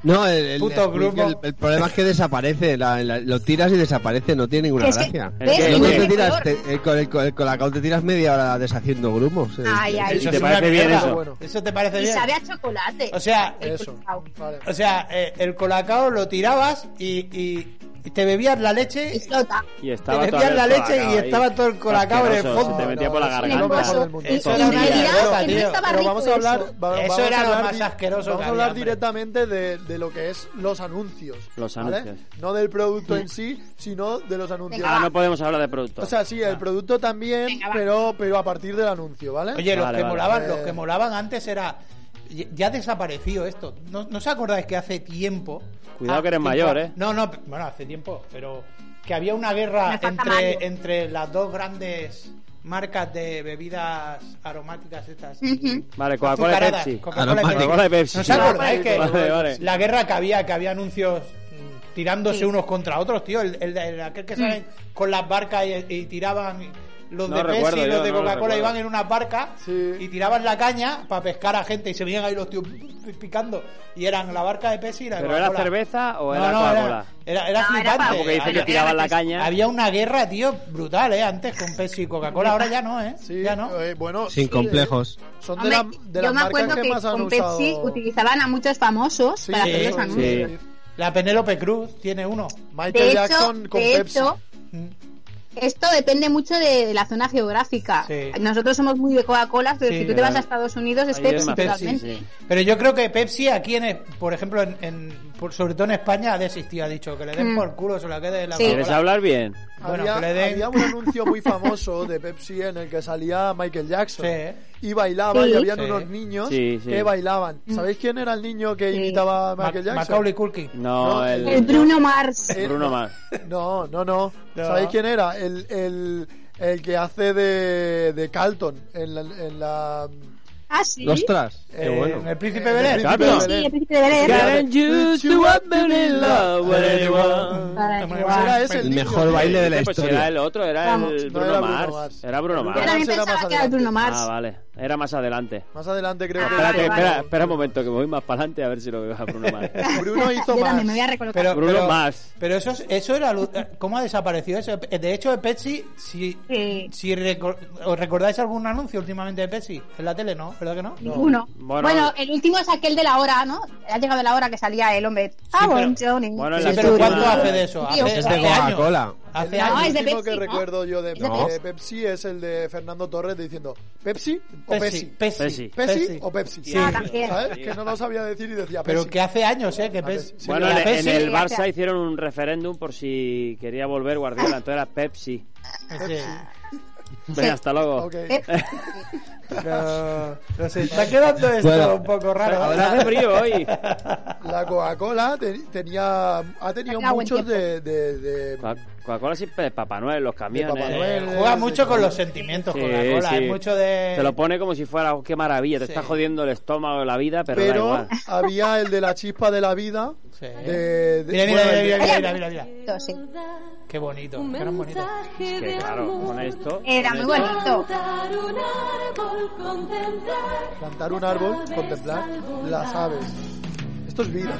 Speaker 2: No, el, el
Speaker 8: Puto
Speaker 2: Nesquik,
Speaker 8: grupo.
Speaker 2: el- el problema es que desaparece. la- la- lo tiras y desaparece, no tiene ninguna
Speaker 6: Es que-
Speaker 2: gracia.
Speaker 5: Es que-
Speaker 2: Yo
Speaker 5: es
Speaker 2: no
Speaker 5: que-
Speaker 2: te tiras, te- eh, con el, con el colacao te tiras media hora deshaciendo grumos. eh.
Speaker 6: Ay, ay,
Speaker 5: Eso
Speaker 8: es
Speaker 5: te
Speaker 8: una
Speaker 5: parece bien
Speaker 8: mierda.
Speaker 5: eso?
Speaker 4: Bueno.
Speaker 8: ¿Eso te parece
Speaker 6: Y
Speaker 8: bien?
Speaker 6: sabe a chocolate.
Speaker 8: O sea,
Speaker 6: El
Speaker 4: Eso.
Speaker 6: colacao.
Speaker 4: Vale.
Speaker 8: o sea eh, el colacao lo tirabas y, y- y te bebías la leche
Speaker 6: Explota.
Speaker 5: Y
Speaker 8: Te
Speaker 5: estaba
Speaker 8: bebías la
Speaker 5: el
Speaker 8: leche
Speaker 5: colacao
Speaker 8: y
Speaker 5: ahí.
Speaker 8: estaba todo el colacao en el
Speaker 5: Asqueroso,
Speaker 8: fondo.
Speaker 5: Se te metía por la
Speaker 4: No,
Speaker 6: En
Speaker 4: no,
Speaker 6: el
Speaker 5: garganta.
Speaker 6: vaso.
Speaker 4: Eso
Speaker 6: Y,
Speaker 5: era
Speaker 6: y
Speaker 5: una
Speaker 6: me dirás
Speaker 8: mierda,
Speaker 6: que
Speaker 8: tío.
Speaker 6: no estaba
Speaker 4: Pero
Speaker 6: rico
Speaker 4: vamos a hablar,
Speaker 6: eso.
Speaker 4: va-
Speaker 8: Eso
Speaker 4: vamos
Speaker 8: era
Speaker 4: a
Speaker 8: lo
Speaker 4: hablar
Speaker 8: más
Speaker 4: di-
Speaker 8: asqueroso
Speaker 4: Vamos
Speaker 8: que
Speaker 4: a
Speaker 8: había,
Speaker 4: hablar
Speaker 8: hombre.
Speaker 4: directamente de, de lo que es los anuncios.
Speaker 5: Los
Speaker 4: ¿vale?
Speaker 5: anuncios.
Speaker 4: No del producto en sí, sino de los anuncios.
Speaker 6: Venga,
Speaker 5: Ahora no podemos hablar de producto.
Speaker 4: o sea, sí,
Speaker 8: Ah.
Speaker 4: el producto también,
Speaker 6: Venga, va.
Speaker 4: pero pero a partir del anuncio, ¿vale?
Speaker 8: Oye, los
Speaker 5: Vale,
Speaker 8: que
Speaker 5: vale.
Speaker 8: molaban,
Speaker 4: Eh.
Speaker 8: los que molaban antes era ya- ya desapareció esto. ¿No, no os acordáis que hace tiempo?
Speaker 5: Cuidado que eres
Speaker 8: tiempo-
Speaker 5: mayor, ¿eh?
Speaker 8: No, no, bueno, hace tiempo, pero que había una guerra
Speaker 6: Me falta Mario.
Speaker 8: entre, entre las dos grandes marcas de bebidas aromáticas estas.
Speaker 6: Ujú.
Speaker 5: Vale, Coca-Cola y
Speaker 8: azucaradas,
Speaker 5: Pepsi.
Speaker 8: Coca-Cola y
Speaker 2: Aromáticas.
Speaker 8: Pepsi.
Speaker 5: Coca-Cola y Pepsi.
Speaker 8: ¿No os acordáis que
Speaker 5: Vale, vale.
Speaker 8: la guerra que había, que había anuncios mm, tirándose unos contra otros, tío? El, el, el- aquel que salen con las barcas y, y tiraban los
Speaker 5: Mm. No
Speaker 8: de Pepsi
Speaker 5: recuerdo
Speaker 8: y
Speaker 5: yo,
Speaker 8: los de
Speaker 5: no lo
Speaker 8: Coca-Cola
Speaker 5: recuerdo.
Speaker 8: iban en unas barcas
Speaker 4: Sí.
Speaker 8: y tiraban la caña para pescar a gente y se venían ahí los tíos pi- picando y eran la barca de Pepsi y la de
Speaker 5: ¿Pero era
Speaker 8: Coca-Cola.
Speaker 5: cerveza o
Speaker 8: No,
Speaker 5: era
Speaker 8: no,
Speaker 5: Coca-Cola?
Speaker 8: Era, era, era
Speaker 6: No, era
Speaker 8: flipante.
Speaker 6: pa-
Speaker 5: Porque dice que
Speaker 8: Había-
Speaker 5: tiraban la caña.
Speaker 8: había una guerra, tío, brutal, ¿eh? Antes con Pepsi y Coca-Cola, ahora ya no, ¿eh?
Speaker 4: Sí,
Speaker 8: ya no.
Speaker 4: eh, bueno,
Speaker 2: Sin
Speaker 4: sí,
Speaker 2: complejos.
Speaker 4: eh, Son de,
Speaker 6: Hombre,
Speaker 4: la- de
Speaker 6: yo
Speaker 4: las
Speaker 6: me
Speaker 4: marcas
Speaker 6: acuerdo
Speaker 4: que,
Speaker 6: que
Speaker 4: más han
Speaker 6: con
Speaker 4: usado.
Speaker 6: Pepsi utilizaban a muchos famosos
Speaker 4: Sí,
Speaker 6: para
Speaker 8: sí,
Speaker 6: hacer los
Speaker 8: sí.
Speaker 6: anuncios.
Speaker 8: La Penélope Cruz tiene uno.
Speaker 4: Michael
Speaker 6: De hecho,
Speaker 4: Jackson con
Speaker 6: de
Speaker 4: Pepsi.
Speaker 6: hecho,
Speaker 8: Mm.
Speaker 6: esto depende mucho de, de la zona geográfica.
Speaker 8: Sí.
Speaker 6: Nosotros somos muy de Coca-Cola, pero
Speaker 8: Sí,
Speaker 6: si tú te
Speaker 8: ¿verdad?
Speaker 6: vas a Estados Unidos es
Speaker 5: Ahí
Speaker 6: Pepsi,
Speaker 5: es más Pepsi,
Speaker 6: totalmente.
Speaker 5: sí.
Speaker 8: Pero yo creo que Pepsi aquí, en, por ejemplo, en, en- por- sobre todo en España, ha desistido, ha dicho que le den
Speaker 6: Mm.
Speaker 8: por culo, se la quede la
Speaker 6: Sí.
Speaker 5: ¿Quieres
Speaker 8: Coca-Cola.
Speaker 5: hablar bien?
Speaker 8: Bueno,
Speaker 4: había,
Speaker 8: que le den-
Speaker 4: había un anuncio muy famoso de Pepsi en el que salía Michael Jackson
Speaker 8: Sí.
Speaker 4: y bailaba y
Speaker 6: Sí. Mm.
Speaker 4: habían
Speaker 8: Sí.
Speaker 4: unos niños
Speaker 5: Sí, sí.
Speaker 4: que bailaban. ¿Sabéis quién era el niño que
Speaker 6: Sí.
Speaker 4: imitaba a
Speaker 8: Ma-
Speaker 4: Michael Jackson?
Speaker 8: Macaulay Culkin.
Speaker 5: No,
Speaker 4: No,
Speaker 5: el,
Speaker 6: El Bruno Mars.
Speaker 4: Eh,
Speaker 5: Bruno Mars.
Speaker 4: No, no, no.
Speaker 8: No.
Speaker 4: ¿Sabéis quién era? El, el, el que hace de, de Carlton en la... En la
Speaker 6: Ah, sí.
Speaker 2: Ostras,
Speaker 8: Eh,
Speaker 2: qué bueno.
Speaker 8: El príncipe
Speaker 4: en
Speaker 8: Belén.
Speaker 4: Príncipe
Speaker 5: Carlton.
Speaker 4: de
Speaker 6: Sí,
Speaker 4: Belén.
Speaker 6: el príncipe de Belén.
Speaker 5: Can't you do what you love, what you want?
Speaker 6: Para
Speaker 8: Bueno,
Speaker 6: jugar.
Speaker 4: Era ese
Speaker 2: El
Speaker 4: niño.
Speaker 2: mejor baile de la
Speaker 5: Sí, pues era
Speaker 2: historia.
Speaker 5: el otro, era
Speaker 6: Vamos.
Speaker 5: el
Speaker 4: No,
Speaker 5: Bruno,
Speaker 4: era Bruno
Speaker 5: Mars.
Speaker 4: Mars.
Speaker 5: Era Bruno
Speaker 4: Bruno
Speaker 6: Yo
Speaker 5: Mars.
Speaker 4: Mars.
Speaker 6: también
Speaker 4: era más
Speaker 6: pensaba que era el
Speaker 4: adelante.
Speaker 6: Bruno Mars.
Speaker 5: Ah, vale. Era más adelante.
Speaker 4: Más adelante creo que...
Speaker 6: Ah,
Speaker 5: Espérate,
Speaker 6: vale,
Speaker 5: espera,
Speaker 6: vale.
Speaker 5: espera un momento, que me voy más para adelante a ver si lo veo a Bruno Mars.
Speaker 4: Bruno hizo
Speaker 6: Yo también me
Speaker 4: más.
Speaker 6: voy a recolocar.
Speaker 8: Pero,
Speaker 5: Bruno
Speaker 8: pero-
Speaker 5: Mars.
Speaker 8: Pero eso, es- eso era. lu- eh, ¿Cómo ha desaparecido eso? De hecho, Pepsi, si,
Speaker 6: Sí.
Speaker 8: si recor- ¿os recordáis algún anuncio últimamente de Pepsi? En la tele, ¿no? ¿Verdad que no?
Speaker 6: Ninguno.
Speaker 5: Bueno.
Speaker 6: Bueno, el último es aquel de la hora, ¿no? Ha llegado la hora que salía el hombre. Ah,
Speaker 8: pero-
Speaker 6: bon, Johnny. este
Speaker 5: Bueno,
Speaker 8: Sí,
Speaker 5: la
Speaker 8: pero
Speaker 5: última-
Speaker 8: ¿cuánto hace de eso? Hace,
Speaker 6: Tío,
Speaker 2: Es de
Speaker 8: hace años.
Speaker 2: Coca-Cola.
Speaker 8: Hace
Speaker 6: No,
Speaker 8: años.
Speaker 6: es de
Speaker 4: El último
Speaker 6: Pepsi,
Speaker 4: que
Speaker 6: ¿no?
Speaker 4: recuerdo yo de,
Speaker 6: Es de
Speaker 4: de
Speaker 2: Pepsi.
Speaker 4: Pepsi es el de Fernando Torres diciendo ¿Pepsi o
Speaker 8: Pepsi,
Speaker 4: Pepsi?
Speaker 8: Pepsi,
Speaker 5: Pepsi.
Speaker 4: ¿Pepsi o Pepsi?
Speaker 8: Sí.
Speaker 6: Ah, también.
Speaker 4: ¿Sabes? Que no lo sabía decir y decía
Speaker 8: Pero
Speaker 4: Pepsi.
Speaker 8: que hace años, ¿eh? Que
Speaker 4: Pepsi.
Speaker 8: Pepsi.
Speaker 4: Sí,
Speaker 5: Bueno,
Speaker 8: la
Speaker 5: en, en
Speaker 8: Pepsi-
Speaker 5: el
Speaker 6: gracias.
Speaker 5: Barça hicieron un referéndum por si quería volver Guardiola, entonces era Pepsi.
Speaker 8: Sí.
Speaker 5: Venga, hasta luego.
Speaker 4: Ok.
Speaker 6: Eh,
Speaker 8: Pero, no sé, está quedando esto
Speaker 2: Bueno,
Speaker 8: un poco raro.
Speaker 5: Ahora hace frío hoy.
Speaker 4: La Coca-Cola te- tenía, ha tenido
Speaker 6: Tenía buen
Speaker 4: muchos
Speaker 6: tiempo.
Speaker 4: de, de, de-
Speaker 8: Ah,
Speaker 5: Coca- Coca-Cola siempre de Papá Noel, los camiones.
Speaker 4: Papá
Speaker 5: eh.
Speaker 4: Noel.
Speaker 8: Juega mucho con los sentimientos
Speaker 5: Sí,
Speaker 8: Coca-Cola.
Speaker 5: sí.
Speaker 8: Hay mucho de.
Speaker 5: Te lo pone como si fuera, oh, qué maravilla, te
Speaker 8: Sí.
Speaker 5: está jodiendo el estómago, la vida, pero, da
Speaker 4: Pero
Speaker 5: igual.
Speaker 4: había el de la chispa de la vida.
Speaker 8: Sí.
Speaker 4: de- de-
Speaker 8: Mira, mira,
Speaker 4: bueno, el
Speaker 8: mira,
Speaker 4: de-
Speaker 6: Eh,
Speaker 8: mira, mira, mira, mira.
Speaker 6: sí.
Speaker 8: Qué bonito, qué gran bonito.
Speaker 5: Es que claro, con esto...
Speaker 6: Era
Speaker 5: con
Speaker 6: muy
Speaker 5: esto-
Speaker 6: bonito.
Speaker 4: Plantar un árbol, contemplar las aves. Esto es vida.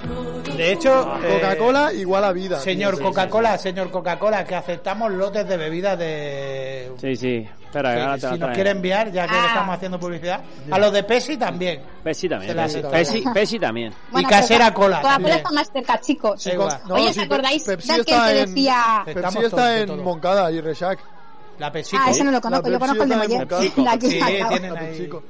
Speaker 8: De hecho,
Speaker 5: Ah,
Speaker 8: eh,
Speaker 4: Coca-Cola igual a vida.
Speaker 8: Señor Coca-Cola, señor Coca-Cola, que aceptamos lotes de bebidas de.
Speaker 5: Sí, sí. Espera,
Speaker 8: que
Speaker 5: ahora te la
Speaker 8: si nos
Speaker 5: traen.
Speaker 8: quiere enviar, ya que
Speaker 6: Ah.
Speaker 8: le estamos haciendo publicidad. A los de Pepsi también.
Speaker 5: Pesi
Speaker 8: Se
Speaker 5: también.
Speaker 8: la
Speaker 5: Pesi,
Speaker 8: acepto.
Speaker 5: Pesi, Pesi también.
Speaker 6: Bueno,
Speaker 8: casera
Speaker 6: Coca-
Speaker 8: cola
Speaker 6: Coca-Cola
Speaker 8: también.
Speaker 6: está más cerca, chicos.
Speaker 8: Da igual.
Speaker 4: No,
Speaker 6: Oye, ¿os
Speaker 4: sí, Pe-
Speaker 6: acordáis de
Speaker 4: Pepsi
Speaker 6: aquel
Speaker 4: está
Speaker 6: que
Speaker 4: en-
Speaker 6: decía...
Speaker 4: Pepsi
Speaker 8: Estamos
Speaker 4: está
Speaker 8: tontos
Speaker 4: en
Speaker 8: todos.
Speaker 4: Moncada y Rechac.
Speaker 8: La Pepsico.
Speaker 6: Ah, ese no lo conozco,
Speaker 4: La
Speaker 6: yo conozco el de
Speaker 4: Pepsi
Speaker 6: Moller.
Speaker 4: está
Speaker 5: en Moncada.
Speaker 6: La que
Speaker 8: Sí,
Speaker 6: faltaba.
Speaker 8: tienen
Speaker 4: La
Speaker 8: ahí.
Speaker 4: Pepsico.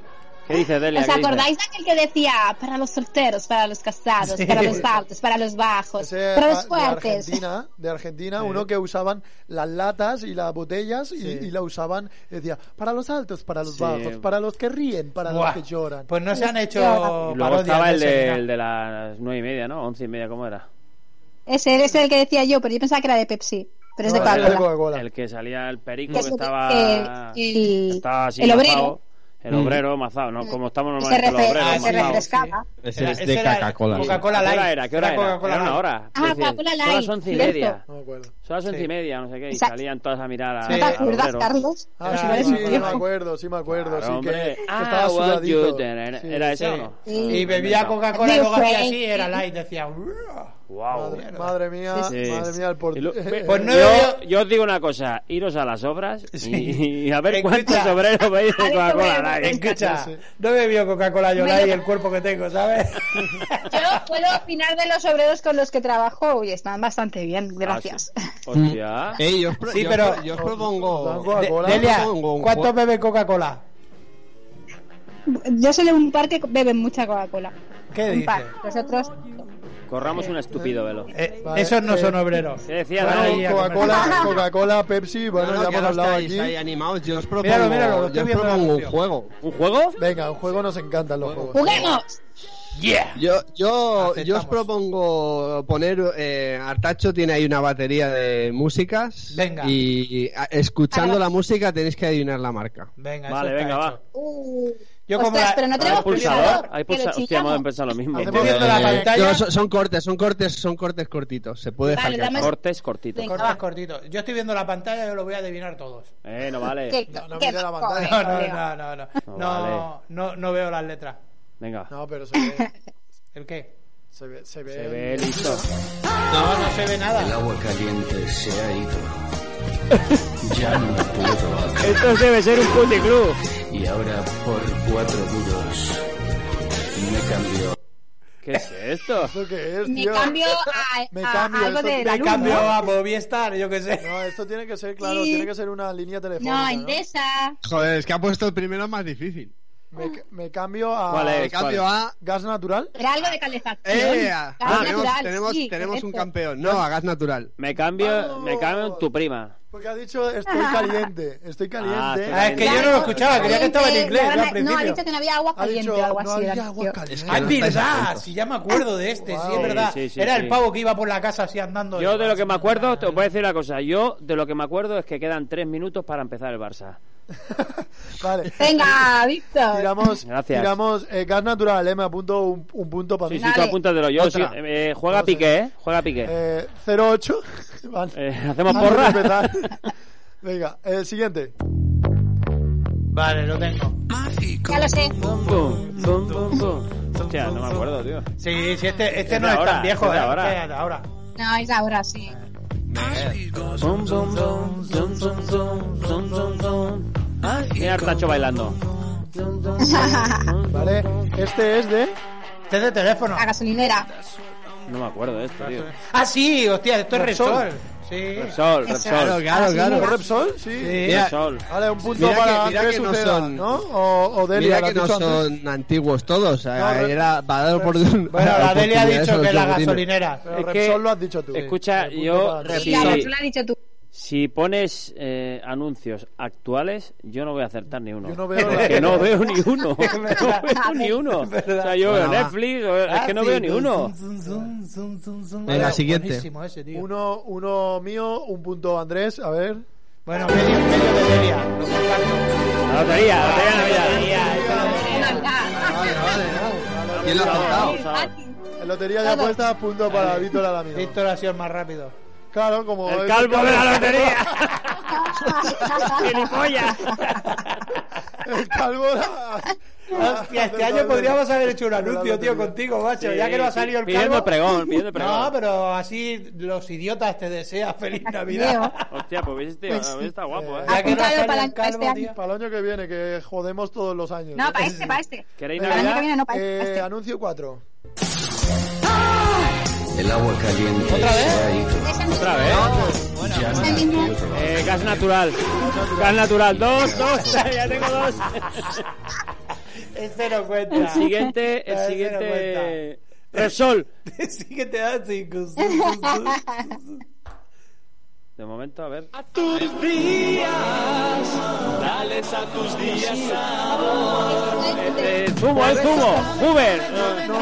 Speaker 5: ¿Qué dices, Delia?
Speaker 6: ¿Os
Speaker 5: ¿Qué dices?
Speaker 6: acordáis de aquel que decía para los solteros, para los casados,
Speaker 8: Sí.
Speaker 6: para los altos, para los bajos,
Speaker 5: Pues,
Speaker 4: Ese
Speaker 6: para los
Speaker 4: de
Speaker 6: fuertes?
Speaker 4: Argentina, de Argentina uno que usaban las latas y las botellas y, y la usaban, decía, para los altos, para los
Speaker 5: Sí.
Speaker 4: bajos, para los que ríen, para
Speaker 8: Buah.
Speaker 4: los que lloran.
Speaker 8: Pues no se han hecho
Speaker 5: Y luego
Speaker 8: parodias
Speaker 5: estaba el
Speaker 8: ese,
Speaker 5: de,
Speaker 8: mira.
Speaker 5: el de las nueve y media, ¿no? Once y media, ¿cómo era?
Speaker 6: Ese ese es el que decía yo, pero yo pensaba que era de Pepsi, pero es de
Speaker 4: No, era
Speaker 6: Coca-Cola.
Speaker 4: Coca-Cola.
Speaker 5: El que salía el perico que
Speaker 6: Que es el-
Speaker 5: estaba...
Speaker 6: que el-
Speaker 5: estaba así
Speaker 6: el
Speaker 5: mazao.
Speaker 6: obrero.
Speaker 5: El obrero mazado, ¿no? Como estamos
Speaker 6: se,
Speaker 5: normalmente los
Speaker 6: refe-
Speaker 5: obreros
Speaker 8: Ah,
Speaker 6: se
Speaker 5: mazaos.
Speaker 6: refrescaba.
Speaker 2: Ese
Speaker 8: Era-
Speaker 2: es
Speaker 8: ese
Speaker 2: de
Speaker 8: era
Speaker 2: Coca-Cola.
Speaker 8: Coca-Cola
Speaker 5: ¿Qué
Speaker 8: Light.
Speaker 5: hora era? ¿Qué hora
Speaker 8: Era
Speaker 5: era?
Speaker 8: Coca-Cola
Speaker 5: Era una
Speaker 8: Light.
Speaker 5: hora.
Speaker 6: Ah,
Speaker 5: Es decir,
Speaker 6: Coca-Cola
Speaker 5: Son las
Speaker 6: Light,
Speaker 5: once y
Speaker 6: cierto.
Speaker 5: media.
Speaker 4: No me acuerdo.
Speaker 5: Son las once
Speaker 8: Sí.
Speaker 5: y media, no sé qué. Y
Speaker 6: Exacto.
Speaker 5: salían todas a mirar a,
Speaker 6: ¿No te
Speaker 5: al
Speaker 6: acuerdas,
Speaker 5: obrero.
Speaker 6: Carlos? Pues
Speaker 4: Ah,
Speaker 8: Era
Speaker 4: sí,
Speaker 8: algo
Speaker 4: sí,
Speaker 8: así.
Speaker 4: yo me acuerdo, sí me acuerdo.
Speaker 5: Claro,
Speaker 4: sí que,
Speaker 5: hombre.
Speaker 4: que
Speaker 5: Ah,
Speaker 4: estaba
Speaker 5: what
Speaker 4: sudadito.
Speaker 5: you did, era-
Speaker 4: Sí.
Speaker 5: era ese o no?
Speaker 8: Y bebía Coca-Cola y
Speaker 6: New
Speaker 8: luego hacía
Speaker 6: Friends.
Speaker 8: así, era light, decía. "Uah".
Speaker 5: Wow.
Speaker 4: Madre, madre mía,
Speaker 5: Sí.
Speaker 4: madre mía, el por...
Speaker 5: Y lo-
Speaker 8: Pues no
Speaker 5: yo,
Speaker 8: había-
Speaker 5: yo os digo una cosa, iros a las obras y- y, a ver
Speaker 8: Escucha.
Speaker 5: cuántos obreros veis
Speaker 6: A
Speaker 5: de
Speaker 6: ver,
Speaker 5: Coca-Cola
Speaker 6: obreros.
Speaker 5: Light.
Speaker 8: Escucha, no bebió Coca-Cola yo
Speaker 6: Me
Speaker 8: light
Speaker 6: lo-
Speaker 8: y el cuerpo que tengo, ¿sabes?
Speaker 6: Yo puedo opinar de los obreros con los que trabajo y están bastante bien, gracias.
Speaker 5: Hostia.
Speaker 2: Ey, yo, os pro-
Speaker 8: Sí,
Speaker 2: yo os
Speaker 8: pero-
Speaker 2: pro- yo os propongo.
Speaker 4: Coca-Cola.
Speaker 8: De-
Speaker 4: Coca-Cola,
Speaker 8: Delia,
Speaker 2: supongo, un
Speaker 8: ¿cuánto
Speaker 2: jue-
Speaker 8: bebe Coca-Cola?
Speaker 6: Yo soy de un par que beben mucha Coca-Cola.
Speaker 8: ¿Qué
Speaker 6: Un
Speaker 8: dices?
Speaker 6: par. Los otros. no.
Speaker 5: Pues Corramos un estúpido velo.
Speaker 8: Eh,
Speaker 4: Vale,
Speaker 8: esos no
Speaker 4: eh,
Speaker 8: son obreros.
Speaker 5: ¿Qué decías,
Speaker 8: Bueno,
Speaker 5: Dani?
Speaker 8: y a
Speaker 4: Coca-Cola, Coca-Cola, Pepsi, bueno,
Speaker 2: No, no,
Speaker 4: ya
Speaker 2: que
Speaker 4: hemos
Speaker 2: no
Speaker 4: hablado
Speaker 2: estáis
Speaker 4: aquí.
Speaker 2: ahí animados. Yo os propongo,
Speaker 8: Míralo, míralo, lo estoy
Speaker 2: yo os
Speaker 8: viendo en la
Speaker 2: propongo un
Speaker 8: opción.
Speaker 2: juego.
Speaker 5: ¿Un juego?
Speaker 4: Venga, un juego nos encantan los juegos.
Speaker 6: ¡Juguemos!
Speaker 8: Yeah.
Speaker 2: Yo, yo, yo os
Speaker 8: Aceptamos.
Speaker 2: propongo poner. Eh, Artacho tiene ahí una batería de músicas.
Speaker 8: Venga.
Speaker 2: Y a- escuchando la música tenéis que adivinar la marca.
Speaker 8: Venga, eso
Speaker 5: Vale,
Speaker 8: está
Speaker 5: venga,
Speaker 8: hecho.
Speaker 5: va.
Speaker 6: Uh,
Speaker 8: Yo como
Speaker 6: ostras,
Speaker 8: la-
Speaker 6: pero no
Speaker 5: ¿Hay
Speaker 6: tenemos
Speaker 5: pulsador?
Speaker 6: pulsador.
Speaker 5: ¿Hay
Speaker 6: que lo
Speaker 5: pulsador? Hostia,
Speaker 6: chillamos.
Speaker 5: hemos empezado lo mismo.
Speaker 8: Estoy viendo la pantalla.
Speaker 2: No, Eh, son, son cortes, son cortes, son cortes cortitos. Se puede
Speaker 6: Vale,
Speaker 2: hackear.
Speaker 6: dame-
Speaker 5: Cortes cortitos.
Speaker 6: Venga,
Speaker 8: Cortos
Speaker 6: va.
Speaker 8: cortitos. Yo estoy viendo la pantalla, yo lo voy a adivinar todos.
Speaker 5: Eh, no vale.
Speaker 6: ¿Qué-
Speaker 4: No, no
Speaker 6: qué
Speaker 4: mire la pantalla.
Speaker 8: No,
Speaker 6: cojones,
Speaker 8: no,
Speaker 6: colega?
Speaker 8: no, no, no.
Speaker 5: No,
Speaker 8: No, no, no veo las letras.
Speaker 5: Venga.
Speaker 4: No, pero se ve.
Speaker 8: ¿El qué?
Speaker 4: Se ve. Se ve,
Speaker 5: Se ve listo.
Speaker 8: No, no se ve
Speaker 3: El
Speaker 8: nada.
Speaker 3: agua caliente se ha ido. Ya no puedo acabar.
Speaker 5: Esto debe ser un puticlub.
Speaker 3: Y ahora por cuatro duros me cambió.
Speaker 5: ¿Qué es esto?
Speaker 4: ¿Esto qué es,
Speaker 6: Me
Speaker 4: tío?
Speaker 6: cambio a,
Speaker 4: Me
Speaker 6: a-
Speaker 4: cambio,
Speaker 6: a algo
Speaker 4: esto-
Speaker 6: de
Speaker 4: me
Speaker 6: la
Speaker 8: Me
Speaker 6: luz.
Speaker 8: cambio
Speaker 6: ¿no?
Speaker 8: a Movistar, yo qué sé.
Speaker 4: No, esto tiene que ser, claro,
Speaker 6: Sí.
Speaker 4: tiene que ser una línea telefónica.
Speaker 6: No,
Speaker 4: ¿no?
Speaker 6: Endesa.
Speaker 9: Joder, es que ha puesto el primero más difícil.
Speaker 4: Me, ca- me cambio a
Speaker 5: ¿Cuál
Speaker 2: Eh,
Speaker 9: Me
Speaker 5: es?
Speaker 9: cambio
Speaker 5: ¿Cuál?
Speaker 9: a.
Speaker 4: gas natural.
Speaker 6: Era algo de calefacción.
Speaker 9: ¡Eh!
Speaker 6: Gas
Speaker 9: Ah, tenemos
Speaker 6: natural,
Speaker 9: tenemos,
Speaker 6: sí, este.
Speaker 9: tenemos un
Speaker 6: correcto.
Speaker 9: campeón. No, a gas natural.
Speaker 5: Me cambio, me cambio en tu prima.
Speaker 4: Porque ha dicho estoy caliente, estoy
Speaker 5: Ah,
Speaker 4: caliente.
Speaker 8: Ah, es que yo no lo escuchaba, creía que estaba en inglés. yo
Speaker 6: Caliente,
Speaker 8: al
Speaker 6: la- No, ha
Speaker 8: principio.
Speaker 6: dicho que no había agua
Speaker 4: ha
Speaker 6: caliente
Speaker 4: dicho
Speaker 6: o algo
Speaker 4: no
Speaker 6: así. era
Speaker 4: había
Speaker 6: la
Speaker 4: agua
Speaker 6: cuestión.
Speaker 4: caliente.
Speaker 8: Ah,
Speaker 9: no
Speaker 8: es
Speaker 9: estáis
Speaker 8: verdad,
Speaker 9: atentos.
Speaker 8: si ya me acuerdo de este, sí, es
Speaker 4: Sí,
Speaker 8: verdad.
Speaker 5: sí, sí,
Speaker 8: Era
Speaker 5: sí.
Speaker 8: el pavo que iba por la casa así andando.
Speaker 5: Yo de lo que me acuerdo, te voy a decir una cosa. Yo de lo que me acuerdo es que quedan tres minutos para empezar el Barça.
Speaker 4: Vale.
Speaker 6: Venga, Víctor.
Speaker 4: Tiramos,
Speaker 5: Gracias.
Speaker 4: tiramos eh, gas natural, eh, me apunto un, un punto para
Speaker 5: Sí,
Speaker 4: mí.
Speaker 5: sí, tú
Speaker 6: Dale.
Speaker 5: apúntatelo. Yo,
Speaker 4: Otra.
Speaker 5: sí, eh, juega
Speaker 4: No sé.
Speaker 5: Piqué, ¿eh? Juega Piqué.
Speaker 4: Eh, 0-8. Vale.
Speaker 5: Eh, ¿Hacemos
Speaker 4: Antes de
Speaker 5: porra?
Speaker 4: empezar. Venga, el siguiente.
Speaker 8: Vale, lo tengo.
Speaker 6: Ya lo sé.
Speaker 5: Bum, bum, bum, bum, bum. Hostia, no me acuerdo, tío.
Speaker 8: Sí, sí, este, este
Speaker 5: Es
Speaker 8: no
Speaker 5: de
Speaker 8: es
Speaker 5: ahora,
Speaker 8: tan viejo,
Speaker 5: es de
Speaker 8: eh,
Speaker 5: ahora.
Speaker 8: este es de ahora.
Speaker 6: No, es ahora sí.
Speaker 5: Bum, bum, bum, zum, zum, zum, zum, zum, zum. Mira el tacho bailando.
Speaker 4: Vale, este es de.
Speaker 8: Este es de teléfono.
Speaker 6: La gasolinera.
Speaker 5: No me acuerdo de esto, tío.
Speaker 8: Ah, sí, hostia, esto es
Speaker 4: Repsol.
Speaker 8: Repsol. Sí.
Speaker 5: Repsol,
Speaker 2: Claro,
Speaker 5: Repsol.
Speaker 2: claro,
Speaker 4: ¿Es
Speaker 2: claro.
Speaker 4: Repsol? Sí.
Speaker 8: Sí.
Speaker 2: Mira,
Speaker 5: Repsol.
Speaker 4: Vale, un punto
Speaker 2: Mira
Speaker 4: para
Speaker 2: que- mira
Speaker 4: Andrés
Speaker 2: que no
Speaker 4: Uceda,
Speaker 2: son-
Speaker 4: ¿no? O, o Delia, ¿lo
Speaker 2: Mira que
Speaker 4: has
Speaker 2: no
Speaker 4: dicho antes?
Speaker 2: son antiguos todos.
Speaker 4: No,
Speaker 2: eh, Era, va a dar por
Speaker 8: Bueno, la Delia ha dicho que la gasolinera.
Speaker 4: Pero
Speaker 5: Es que-
Speaker 4: Repsol lo has dicho tú.
Speaker 5: Escucha,
Speaker 4: El punto
Speaker 5: yo
Speaker 4: para ti.
Speaker 6: Sí,
Speaker 5: repito,
Speaker 6: la gasolina has dicho tú.
Speaker 5: si pones eh, anuncios actuales, yo no voy a acertar ni uno.
Speaker 4: Yo no veo la-
Speaker 5: que no veo ni uno. No
Speaker 8: verdad.
Speaker 5: veo ni uno. O sea, yo veo
Speaker 2: Bueno,
Speaker 4: ah.
Speaker 2: va.
Speaker 5: Netflix, o- es
Speaker 8: Ah,
Speaker 5: que no veo ni uno.
Speaker 2: Venga, siguiente.
Speaker 8: Buenísimo ese, tío.
Speaker 4: Uno, uno mío, un punto Andrés, a ver.
Speaker 8: Bueno, medio, medio de Delia.
Speaker 5: La lotería, la lotería de Navidad.
Speaker 6: Navidad.
Speaker 2: ¿Quién lo ha acertado?
Speaker 4: En lotería de
Speaker 6: Todo.
Speaker 4: apuestas, punto para Víctor Alamino.
Speaker 8: Víctor ha sido el más rápido.
Speaker 4: Claro, como.
Speaker 5: El
Speaker 4: es-
Speaker 5: calvo de la lotería. ¡Gilipollas!
Speaker 4: El calvo. la-
Speaker 8: Hostia, este año podríamos haber hecho un anuncio, tío, contigo, macho. ya que no ha salido el
Speaker 5: Pidiendo
Speaker 8: calvo.
Speaker 5: pregón, pidiendo pregón.
Speaker 8: No, pero así los idiotas te desean feliz Navidad.
Speaker 5: Hostia, pues hubiese tío, hubiese estado guapo, ¿eh?
Speaker 8: Ya que no ha
Speaker 6: Apúntalo
Speaker 8: salido
Speaker 6: para
Speaker 8: el
Speaker 6: para este
Speaker 8: calvo,
Speaker 6: año.
Speaker 8: tío.
Speaker 4: Para el año que viene, que jodemos todos los años.
Speaker 6: No, para este, para este.
Speaker 5: ¿Queréis
Speaker 6: Para el año que
Speaker 5: Navidad?
Speaker 6: viene, no, para
Speaker 4: Eh,
Speaker 6: este.
Speaker 4: Anuncio 4.
Speaker 3: El agua caliente se ha ido.
Speaker 6: Es el mismo.
Speaker 5: otra vez?
Speaker 3: Ya
Speaker 6: Es el mismo.
Speaker 3: no puedo
Speaker 5: Eh, gas natural. Gas natural. Dos, dos. Ya tengo dos.
Speaker 8: Este no
Speaker 5: El
Speaker 8: cuenta.
Speaker 5: siguiente, el
Speaker 8: Ese no
Speaker 5: siguiente. Repsol.
Speaker 8: Sí que te da cinco.
Speaker 5: De momento, a ver. Eh, zumo, es zumo. Uber.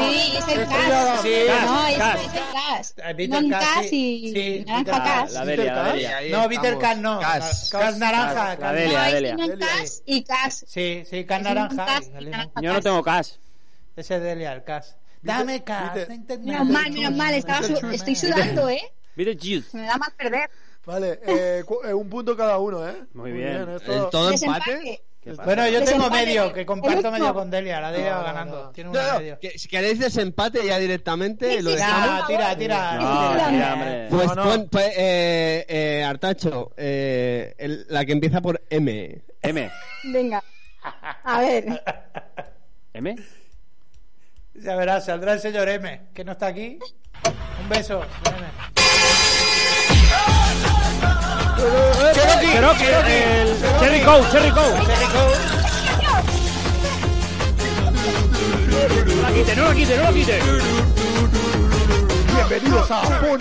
Speaker 6: Sí, es el gas.
Speaker 8: Sí,
Speaker 6: No,
Speaker 5: gas,
Speaker 6: es,
Speaker 5: gas.
Speaker 6: es el gas.
Speaker 8: Ah, Peter
Speaker 6: Non
Speaker 8: Gas,
Speaker 6: gas
Speaker 8: sí. Sí,
Speaker 6: y naranja
Speaker 8: Peter
Speaker 5: La,
Speaker 6: gas.
Speaker 5: la Delia, la Delia.
Speaker 8: No, Peter Can no.
Speaker 9: Gas.
Speaker 8: Can naranja.
Speaker 5: Gas,
Speaker 8: Can-
Speaker 5: la Delia.
Speaker 6: no, es
Speaker 5: Delia.
Speaker 6: non gas y gas.
Speaker 8: Sí, sí, Can
Speaker 6: Es non
Speaker 8: naranja.
Speaker 6: gas y
Speaker 8: Dale,
Speaker 6: naranja
Speaker 5: Yo no
Speaker 6: gas.
Speaker 5: tengo gas.
Speaker 8: Ese es Delia, el Cas. Dame Cas.
Speaker 4: Peter-
Speaker 6: Menos mal, menos mal. Estaba su- estoy sudando, ¿eh?
Speaker 5: Vite juice.
Speaker 6: Me da mal perder.
Speaker 4: Vale, eh, cu- eh, un punto cada uno, ¿eh?
Speaker 5: Muy bien.
Speaker 4: esto-
Speaker 9: ¿El todo
Speaker 6: Desempate.
Speaker 9: empate?
Speaker 5: ¿Qué pasa?
Speaker 8: Bueno, yo tengo
Speaker 6: Desempate,
Speaker 8: medio, que
Speaker 6: Pues el
Speaker 8: comparto
Speaker 6: último.
Speaker 8: medio con Delia. La Delia
Speaker 4: No,
Speaker 8: va
Speaker 4: no,
Speaker 8: ganando.
Speaker 4: no.
Speaker 8: Tiene un
Speaker 9: No, no,
Speaker 8: medio.
Speaker 9: que- si queréis desempate ya directamente
Speaker 6: Sí,
Speaker 9: lo
Speaker 6: sí, sí.
Speaker 9: dejamos.
Speaker 8: Tira, tira, tira.
Speaker 5: No,
Speaker 6: Sí,
Speaker 5: tira,
Speaker 6: hombre.
Speaker 5: hombre.
Speaker 2: Pues
Speaker 4: No, no.
Speaker 2: pon, pues, eh, eh, Artacho, eh, el- la que empieza por M.
Speaker 5: M.
Speaker 6: Venga. A ver.
Speaker 5: M.
Speaker 8: Ya verás, saldrá el señor M, que no está aquí. Un beso, señor M.
Speaker 5: Cherokee. El Cherry Coke, Cherry Coke. No la quite, no la quite, no la quite.
Speaker 4: Bienvenidos a Japón.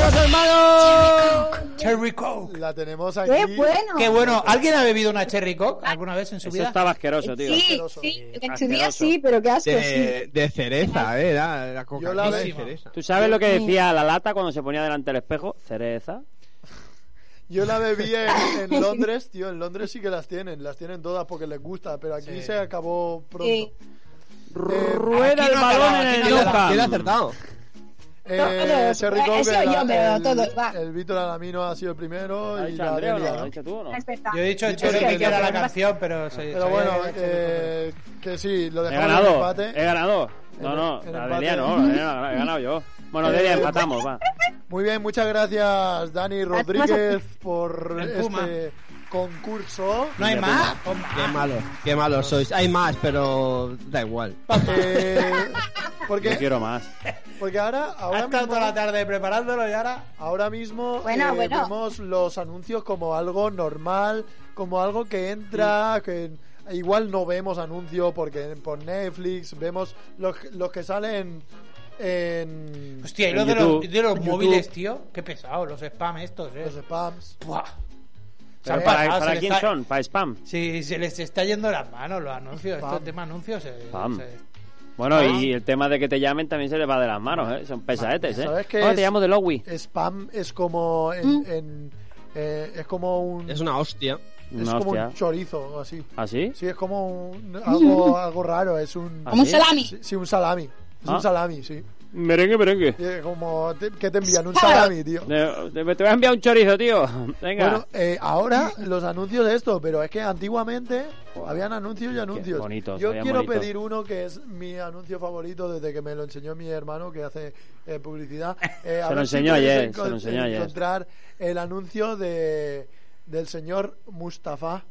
Speaker 5: ¡Adiós, hermano!
Speaker 8: Cherry Coke.
Speaker 4: La tenemos aquí.
Speaker 6: ¡Qué bueno!
Speaker 8: Qué bueno. ¿Alguien ha bebido una Cherry Coke alguna vez en su
Speaker 5: Eso
Speaker 8: vida?
Speaker 5: estaba asqueroso, tío.
Speaker 6: Eh, Sí, sí, en su día sí, pero qué asco. sí.
Speaker 9: De, de cereza, eh, era la cocaína de
Speaker 4: veo.
Speaker 9: cereza.
Speaker 5: ¿Tú sabes lo que decía la lata cuando se ponía delante del espejo? Cereza.
Speaker 4: Yo la bebí en, en Londres, tío. En Londres sí que las tienen. Las tienen todas porque les gusta, pero aquí se acabó pronto. Eh,
Speaker 6: Sí.
Speaker 5: Rueda el balón en el
Speaker 4: acaba,
Speaker 5: Camp.
Speaker 9: ¿Quién ha acertado?
Speaker 6: No,
Speaker 4: Eh,
Speaker 6: pero-
Speaker 4: se ricó
Speaker 6: eso
Speaker 4: que
Speaker 6: yo
Speaker 4: la-
Speaker 6: veo,
Speaker 4: el,
Speaker 6: todo, va.
Speaker 4: el Víctor Alamino ha sido el ¿eh? primero
Speaker 5: ¿Lo ha
Speaker 4: y
Speaker 5: dicho
Speaker 4: la
Speaker 5: Andrea o no?
Speaker 4: Delia,
Speaker 5: ¿Lo ha
Speaker 4: ¿no?
Speaker 5: dicho tú o no?
Speaker 6: Es verdad.
Speaker 8: Yo he dicho
Speaker 4: Sí,
Speaker 8: Cherry
Speaker 4: pero-
Speaker 8: Coke, que era la
Speaker 6: pero-
Speaker 8: canción, pero... se-
Speaker 4: Pero
Speaker 8: sabía
Speaker 4: bueno,
Speaker 8: que era Cherry Coke.
Speaker 4: eh, que sí, lo
Speaker 5: He
Speaker 4: dejamos en
Speaker 5: ganado.
Speaker 4: empate.
Speaker 5: He ganado. No,
Speaker 4: El-
Speaker 5: no,
Speaker 4: el
Speaker 5: la
Speaker 4: empate.
Speaker 5: Delia no, la Delia no, he ganado yo. Bueno, Delia,
Speaker 4: Eh,
Speaker 5: empatamos, va.
Speaker 4: Muy bien, muchas gracias Dani Rodríguez por
Speaker 8: El Puma.
Speaker 4: este concurso.
Speaker 8: ¿No hay más? Hombre.
Speaker 9: Qué malo, qué malo sois. Hay más, pero da igual.
Speaker 4: Eh,
Speaker 5: Yo
Speaker 4: porque,
Speaker 5: quiero más.
Speaker 4: porque ahora,
Speaker 8: Ha
Speaker 4: ahora
Speaker 8: estado
Speaker 4: mismo,
Speaker 8: toda la tarde preparándolo y ahora...
Speaker 4: ahora mismo
Speaker 6: Bueno,
Speaker 4: eh,
Speaker 6: bueno.
Speaker 4: vemos los anuncios como algo normal, como algo que entra, que igual no vemos anuncios porque por Netflix vemos los, los que salen en
Speaker 8: Hostia, y
Speaker 5: En
Speaker 8: los de los,
Speaker 5: YouTube.
Speaker 8: de los
Speaker 4: En
Speaker 8: móviles, tío. Qué pesado, los spam estos, eh.
Speaker 4: los spams.
Speaker 8: Buah. Se
Speaker 5: Pero
Speaker 8: han
Speaker 5: ¿Para,
Speaker 8: pasado, se
Speaker 5: para
Speaker 8: les
Speaker 5: quién
Speaker 8: está-
Speaker 5: son? ¿Para spam?
Speaker 8: Sí, se les está yendo las manos los anuncios.
Speaker 4: Spam.
Speaker 8: Estos temas anuncios. eh,
Speaker 5: Spam.
Speaker 8: se-
Speaker 5: Bueno,
Speaker 4: ¿Ah?
Speaker 5: y el tema de que te llamen también se les va de las manos, ¿eh? Son pesadetes, ¿eh?
Speaker 4: ¿Sabes qué
Speaker 5: Ahora
Speaker 4: es?
Speaker 5: te llamo de Lowy.
Speaker 4: Spam es como en, en, eh, es como un
Speaker 9: Es una hostia.
Speaker 4: es
Speaker 5: No,
Speaker 4: como
Speaker 5: hostia. Ah.
Speaker 4: un chorizo o así.
Speaker 5: ¿Así?
Speaker 4: Sí, es como un, algo, algo raro, es un,
Speaker 5: Ah.
Speaker 6: Como un
Speaker 5: ¿Sí?
Speaker 6: salami.
Speaker 4: sí, sí, un salami. Es
Speaker 5: Ah.
Speaker 4: un salami, sí.
Speaker 5: Merengue, merengue.
Speaker 4: Eh, Como te- que te envían un salami, tío.
Speaker 5: Eh, Te te voy a enviar un chorizo, tío. Venga.
Speaker 4: Bueno, eh, ahora los anuncios de esto, pero es que antiguamente habían anuncios y anuncios.
Speaker 5: bonitos,
Speaker 4: Yo
Speaker 5: habían
Speaker 4: quiero
Speaker 5: bonitos.
Speaker 4: pedir uno que es mi anuncio favorito desde que me lo enseñó mi hermano que hace eh, publicidad. Eh, a
Speaker 5: Se lo
Speaker 4: ver si
Speaker 5: enseñó
Speaker 4: puedes
Speaker 5: ayer, se lo
Speaker 4: encon-
Speaker 5: enseñó ayer.
Speaker 4: Encontrar el anuncio de del señor Mustafa.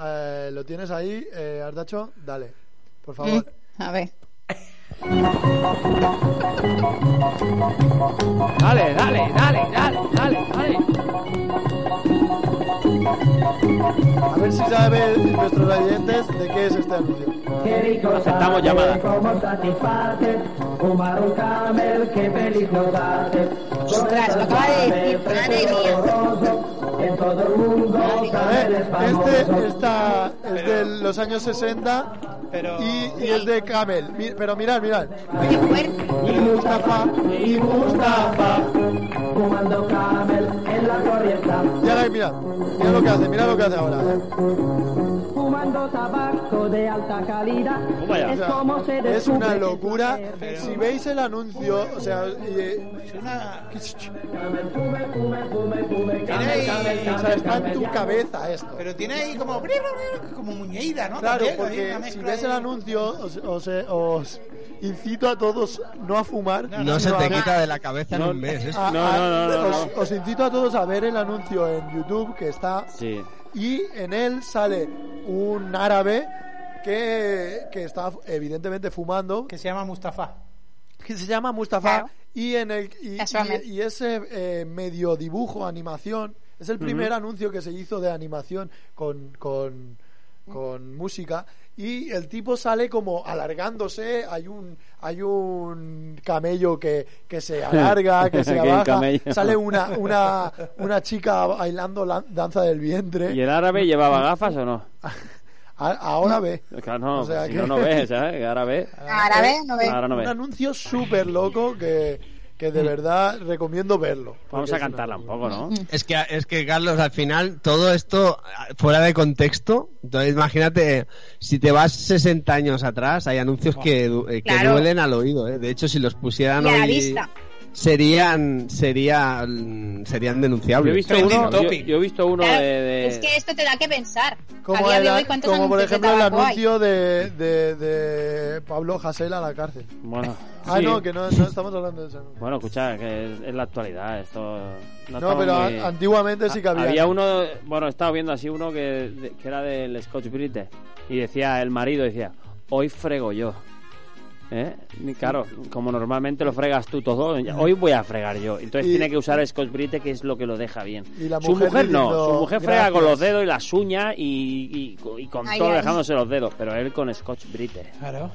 Speaker 4: Eh, ¿Lo tienes ahí, eh, Ardacho? Dale, por favor.
Speaker 6: Mm. A ver.
Speaker 5: Dale, dale, dale, dale, dale, dale.
Speaker 4: A ver si saben nuestros oyentes de qué es este anuncio.
Speaker 7: Qué rico
Speaker 5: Aceptamos llamadas.
Speaker 7: Como satisface, fumar un camel, qué feliz nos hace.
Speaker 6: Ostras, lo acaba de decir, qué alegría.
Speaker 7: Oloroso, En todo el mundo, camel
Speaker 4: Eh,
Speaker 7: es famoso.
Speaker 4: Este está, es de los años 60
Speaker 8: Pero-
Speaker 4: y, y es de Camel. Mi- pero mirad, mirad.
Speaker 6: Qué fuerte.
Speaker 4: Y Mustafa, y Mustafa.
Speaker 7: Fumando camel en la glorieta.
Speaker 4: Y ahora mirad, mirad lo que hace, mirad lo que hace ahora.
Speaker 7: Fumando tabaco de alta calidad.
Speaker 5: Toma ya.
Speaker 4: O
Speaker 7: Es
Speaker 4: sea,
Speaker 7: como se
Speaker 4: es una
Speaker 7: descubre que
Speaker 4: locura.
Speaker 7: su ser-
Speaker 4: Si veis el anuncio, o sea, y, eh,
Speaker 8: Es una...
Speaker 7: Camel, fume, fume, fume, fume, camel,
Speaker 8: Tiene
Speaker 7: camel,
Speaker 8: ahí-
Speaker 4: o
Speaker 7: camel,
Speaker 4: sea, está en
Speaker 7: camel,
Speaker 4: tu
Speaker 7: ya.
Speaker 4: cabeza esto.
Speaker 8: Pero tiene ahí como... Como muñeira, ¿no?
Speaker 4: Claro,
Speaker 8: También, ahí
Speaker 4: porque
Speaker 8: una
Speaker 4: si
Speaker 8: mezcla
Speaker 4: ves el
Speaker 8: ahí.
Speaker 4: anuncio, os, os, eh, os incito a todos no a fumar.
Speaker 9: No se
Speaker 4: sino
Speaker 9: te
Speaker 4: a-
Speaker 9: quita de la cabeza en un mes. esto.
Speaker 4: a-
Speaker 5: No,
Speaker 4: a-
Speaker 5: no, no, no,
Speaker 4: Ah, os-
Speaker 5: no.
Speaker 4: os incito a todos a ver el anuncio en YouTube que está
Speaker 5: Sí.
Speaker 4: y en él sale un árabe que, que está evidentemente fumando
Speaker 8: Que se llama Mustafa.
Speaker 4: que se llama Mustafa
Speaker 6: Claro.
Speaker 4: y en el y,
Speaker 6: Es ramen.
Speaker 4: y- y ese eh, medio dibujo animación es el primer anuncio que se hizo de animación con, con con música y el tipo sale como alargándose hay un hay un camello que, que se alarga que se
Speaker 5: Que hay un
Speaker 4: abaja
Speaker 5: camello.
Speaker 4: sale una, una una chica bailando la danza del vientre
Speaker 5: ¿Y el árabe llevaba gafas o no?
Speaker 4: A- ahora ve
Speaker 5: Claro, no,
Speaker 4: O sea
Speaker 5: si
Speaker 4: que-
Speaker 5: no, no ves, ¿sabes? Ahora ves.
Speaker 6: Ahora ve, no ve.
Speaker 5: Ahora no
Speaker 4: un
Speaker 5: ves.
Speaker 4: anuncio súper loco que, que de verdad recomiendo verlo.
Speaker 5: Vamos a cantarla un poco,
Speaker 6: Mm.
Speaker 5: ¿no?
Speaker 9: Es que, es que, Carlos, al final todo esto ah, fuera de contexto. Entonces, imagínate, si te vas 60 años atrás, hay anuncios que, du- eh, que
Speaker 6: Claro.
Speaker 9: duelen al oído. ¿eh? De hecho, si los pusieran
Speaker 6: Y a la
Speaker 9: hoy,
Speaker 6: vista.
Speaker 9: serían serían serían
Speaker 5: Yo he
Speaker 9: denunciables.
Speaker 5: visto
Speaker 8: Trending
Speaker 5: uno, yo,
Speaker 8: topic.
Speaker 5: yo he visto uno
Speaker 6: Claro,
Speaker 5: de, de-
Speaker 6: Es que esto te da que pensar. A
Speaker 4: Como,
Speaker 6: día de
Speaker 4: el-
Speaker 6: hoy, ¿cuántos
Speaker 4: como por
Speaker 6: anuncios de
Speaker 4: ejemplo el
Speaker 6: tabaco hay?
Speaker 4: anuncio de, de, de Pablo Hasel a la cárcel.
Speaker 5: Bueno,
Speaker 4: Ah,
Speaker 5: sí.
Speaker 4: no, que no, no estamos hablando de eso. no.
Speaker 5: Bueno, escucha, que es, es la actualidad. Esto. No,
Speaker 4: No,
Speaker 5: estamos
Speaker 4: pero
Speaker 5: muy-
Speaker 4: a- antiguamente sí que había.
Speaker 5: Había uno, bueno, estaba viendo así uno que, de- que era del Scotch Brite y decía, el marido decía, hoy frego yo. ¿Eh? Y Claro, como normalmente lo fregas tú todo, hoy voy a fregar yo. Entonces
Speaker 4: Y-
Speaker 5: tiene que usar el Scotch Brite que es lo que lo deja bien.
Speaker 4: Y la
Speaker 5: su
Speaker 4: mujer
Speaker 5: mujer no,
Speaker 4: diciendo,
Speaker 5: su mujer frega con
Speaker 4: "Gracias".
Speaker 5: los dedos y las uñas y, y- y con
Speaker 6: Ay,
Speaker 5: todo
Speaker 6: ay.
Speaker 5: dejándose los dedos, pero él con Scotch Brite.
Speaker 8: Claro.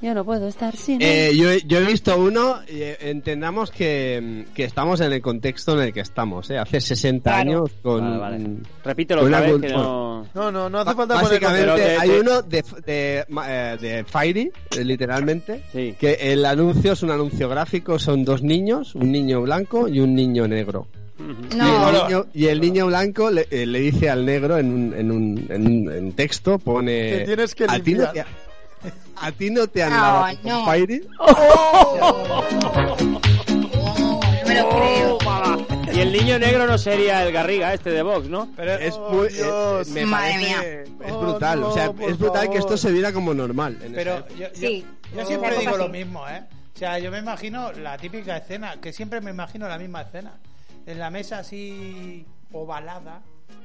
Speaker 5: Yo no puedo estar sin
Speaker 2: Eh, yo, he- yo he visto uno, y, eh, entendamos que, que estamos en el contexto en el que estamos, ¿eh? hace 60
Speaker 6: Claro.
Speaker 2: años con...
Speaker 5: Vale, vale. Repítelo
Speaker 2: con
Speaker 5: otra
Speaker 2: una
Speaker 5: vez
Speaker 2: cult-
Speaker 5: que no...
Speaker 4: No, no, no hace
Speaker 2: Ba-
Speaker 4: falta poner
Speaker 2: Básicamente
Speaker 5: Pero que-
Speaker 2: hay
Speaker 5: que-
Speaker 2: uno de, de, ma- eh, de Fairy, eh, literalmente,
Speaker 5: Sí.
Speaker 2: que el anuncio es un anuncio gráfico, son dos niños, un niño blanco y un niño negro. Y, el
Speaker 6: No,
Speaker 2: niño, y el niño blanco le, eh, le dice al negro en un, en un, en un- en texto, pone...
Speaker 4: Te tienes que
Speaker 2: a ti no
Speaker 4: limpiar".
Speaker 2: te, a ti no te han lavado
Speaker 6: No,
Speaker 2: con
Speaker 6: Ah, no.
Speaker 2: Fairy.
Speaker 4: Oh,
Speaker 6: no
Speaker 4: Oh,
Speaker 6: me lo creo.
Speaker 5: Y el niño negro no sería el Garriga este de Vox, ¿no?
Speaker 2: Es,
Speaker 4: Oh,
Speaker 2: muy-
Speaker 4: Dios.
Speaker 2: eh, me
Speaker 6: Madre
Speaker 2: parece-
Speaker 6: mía.
Speaker 2: es
Speaker 4: Oh,
Speaker 2: brutal.
Speaker 4: no,
Speaker 2: o sea,
Speaker 4: por
Speaker 2: es brutal que
Speaker 4: favor.
Speaker 2: esto se viera como normal. en esa
Speaker 8: Pero
Speaker 2: época.
Speaker 8: yo, yo-
Speaker 6: Sí,
Speaker 8: yo
Speaker 6: en
Speaker 8: siempre
Speaker 6: esa
Speaker 8: digo
Speaker 6: época
Speaker 8: lo
Speaker 6: sí.
Speaker 8: mismo, ¿eh? O sea, yo me imagino la típica escena, que siempre me imagino la misma escena. En la mesa así ovalada,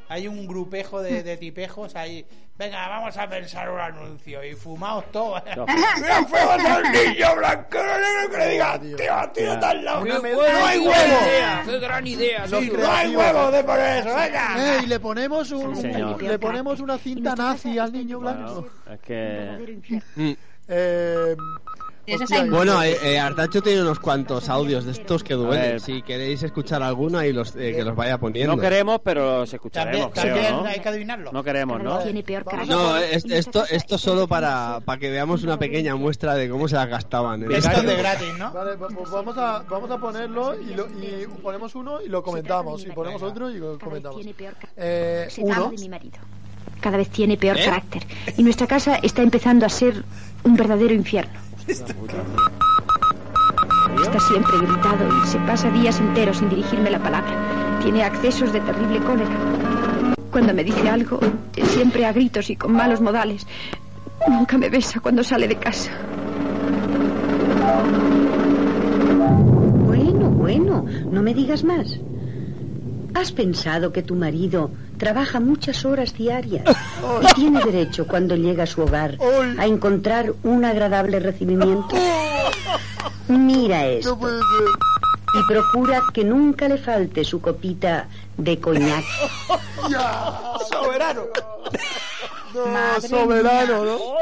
Speaker 8: hay un grupejo de, de tipejos ahí. Venga, vamos a pensar un anuncio y fumaos ¿eh? todos.
Speaker 5: No.
Speaker 8: ¡Mira fuegos al niño blanco negro que le diga, tío, tío, tal loco!
Speaker 4: Una mesa-
Speaker 8: ¡No hay huevo!
Speaker 5: ¡Qué gran idea!
Speaker 4: Lo
Speaker 8: ¡No hay
Speaker 4: creativo.
Speaker 8: huevo de poner eso, venga!
Speaker 4: Eh, y le ponemos un,
Speaker 5: Sí, señor.
Speaker 4: le ponemos una cinta nazi al niño blanco.
Speaker 5: es que...
Speaker 4: Eh,
Speaker 6: Eso es
Speaker 4: hostia,
Speaker 6: ahí.
Speaker 2: Bueno, eh, eh, Artacho tiene unos cuantos audios de estos que
Speaker 5: A ver.
Speaker 2: duelen. Si queréis escuchar alguno, ahí los, eh, que los vaya poniendo.
Speaker 5: No queremos, pero los escucharemos,
Speaker 8: También,
Speaker 5: creo,
Speaker 8: también
Speaker 5: ¿no?
Speaker 8: hay que adivinarlo.
Speaker 5: No queremos, ¿no?
Speaker 2: No, es- esto, esto solo para, para que veamos una pequeña muestra de cómo se la gastaban. ¿eh?
Speaker 8: Esto es de gratis, ¿no?
Speaker 4: Vale, pues pues vamos a, vamos a ponerlo y, lo- y ponemos uno y lo comentamos. Y ponemos otro y lo comentamos. Eh, uno.
Speaker 10: Cada vez tiene peor
Speaker 4: ¿Eh?
Speaker 10: carácter. Y nuestra casa está empezando a ser un verdadero infierno. Está siempre gritado y se pasa días enteros sin dirigirme la palabra. Tiene accesos de terrible cólera. Cuando me dice algo, siempre a gritos y con malos modales. Nunca me besa cuando sale de casa.
Speaker 11: Bueno, bueno, no me digas más. ¿Has pensado que tu marido trabaja muchas horas diarias y tiene derecho cuando llega a su hogar
Speaker 4: Ay.
Speaker 11: a encontrar un agradable recibimiento? Mira
Speaker 4: No
Speaker 11: esto
Speaker 4: puede ser.
Speaker 11: y procura que nunca le falte su copita de coñac.
Speaker 8: ¡Soberano!
Speaker 4: No,
Speaker 6: Madre
Speaker 4: soberano, ¿no? Oh,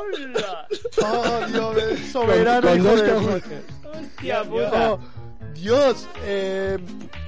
Speaker 4: Dios, eh, soberano.
Speaker 2: Con- con
Speaker 4: hijo
Speaker 2: dos
Speaker 4: de
Speaker 2: cajones.
Speaker 4: puta.
Speaker 5: ¡Hostia
Speaker 4: Oh, Dios, eh,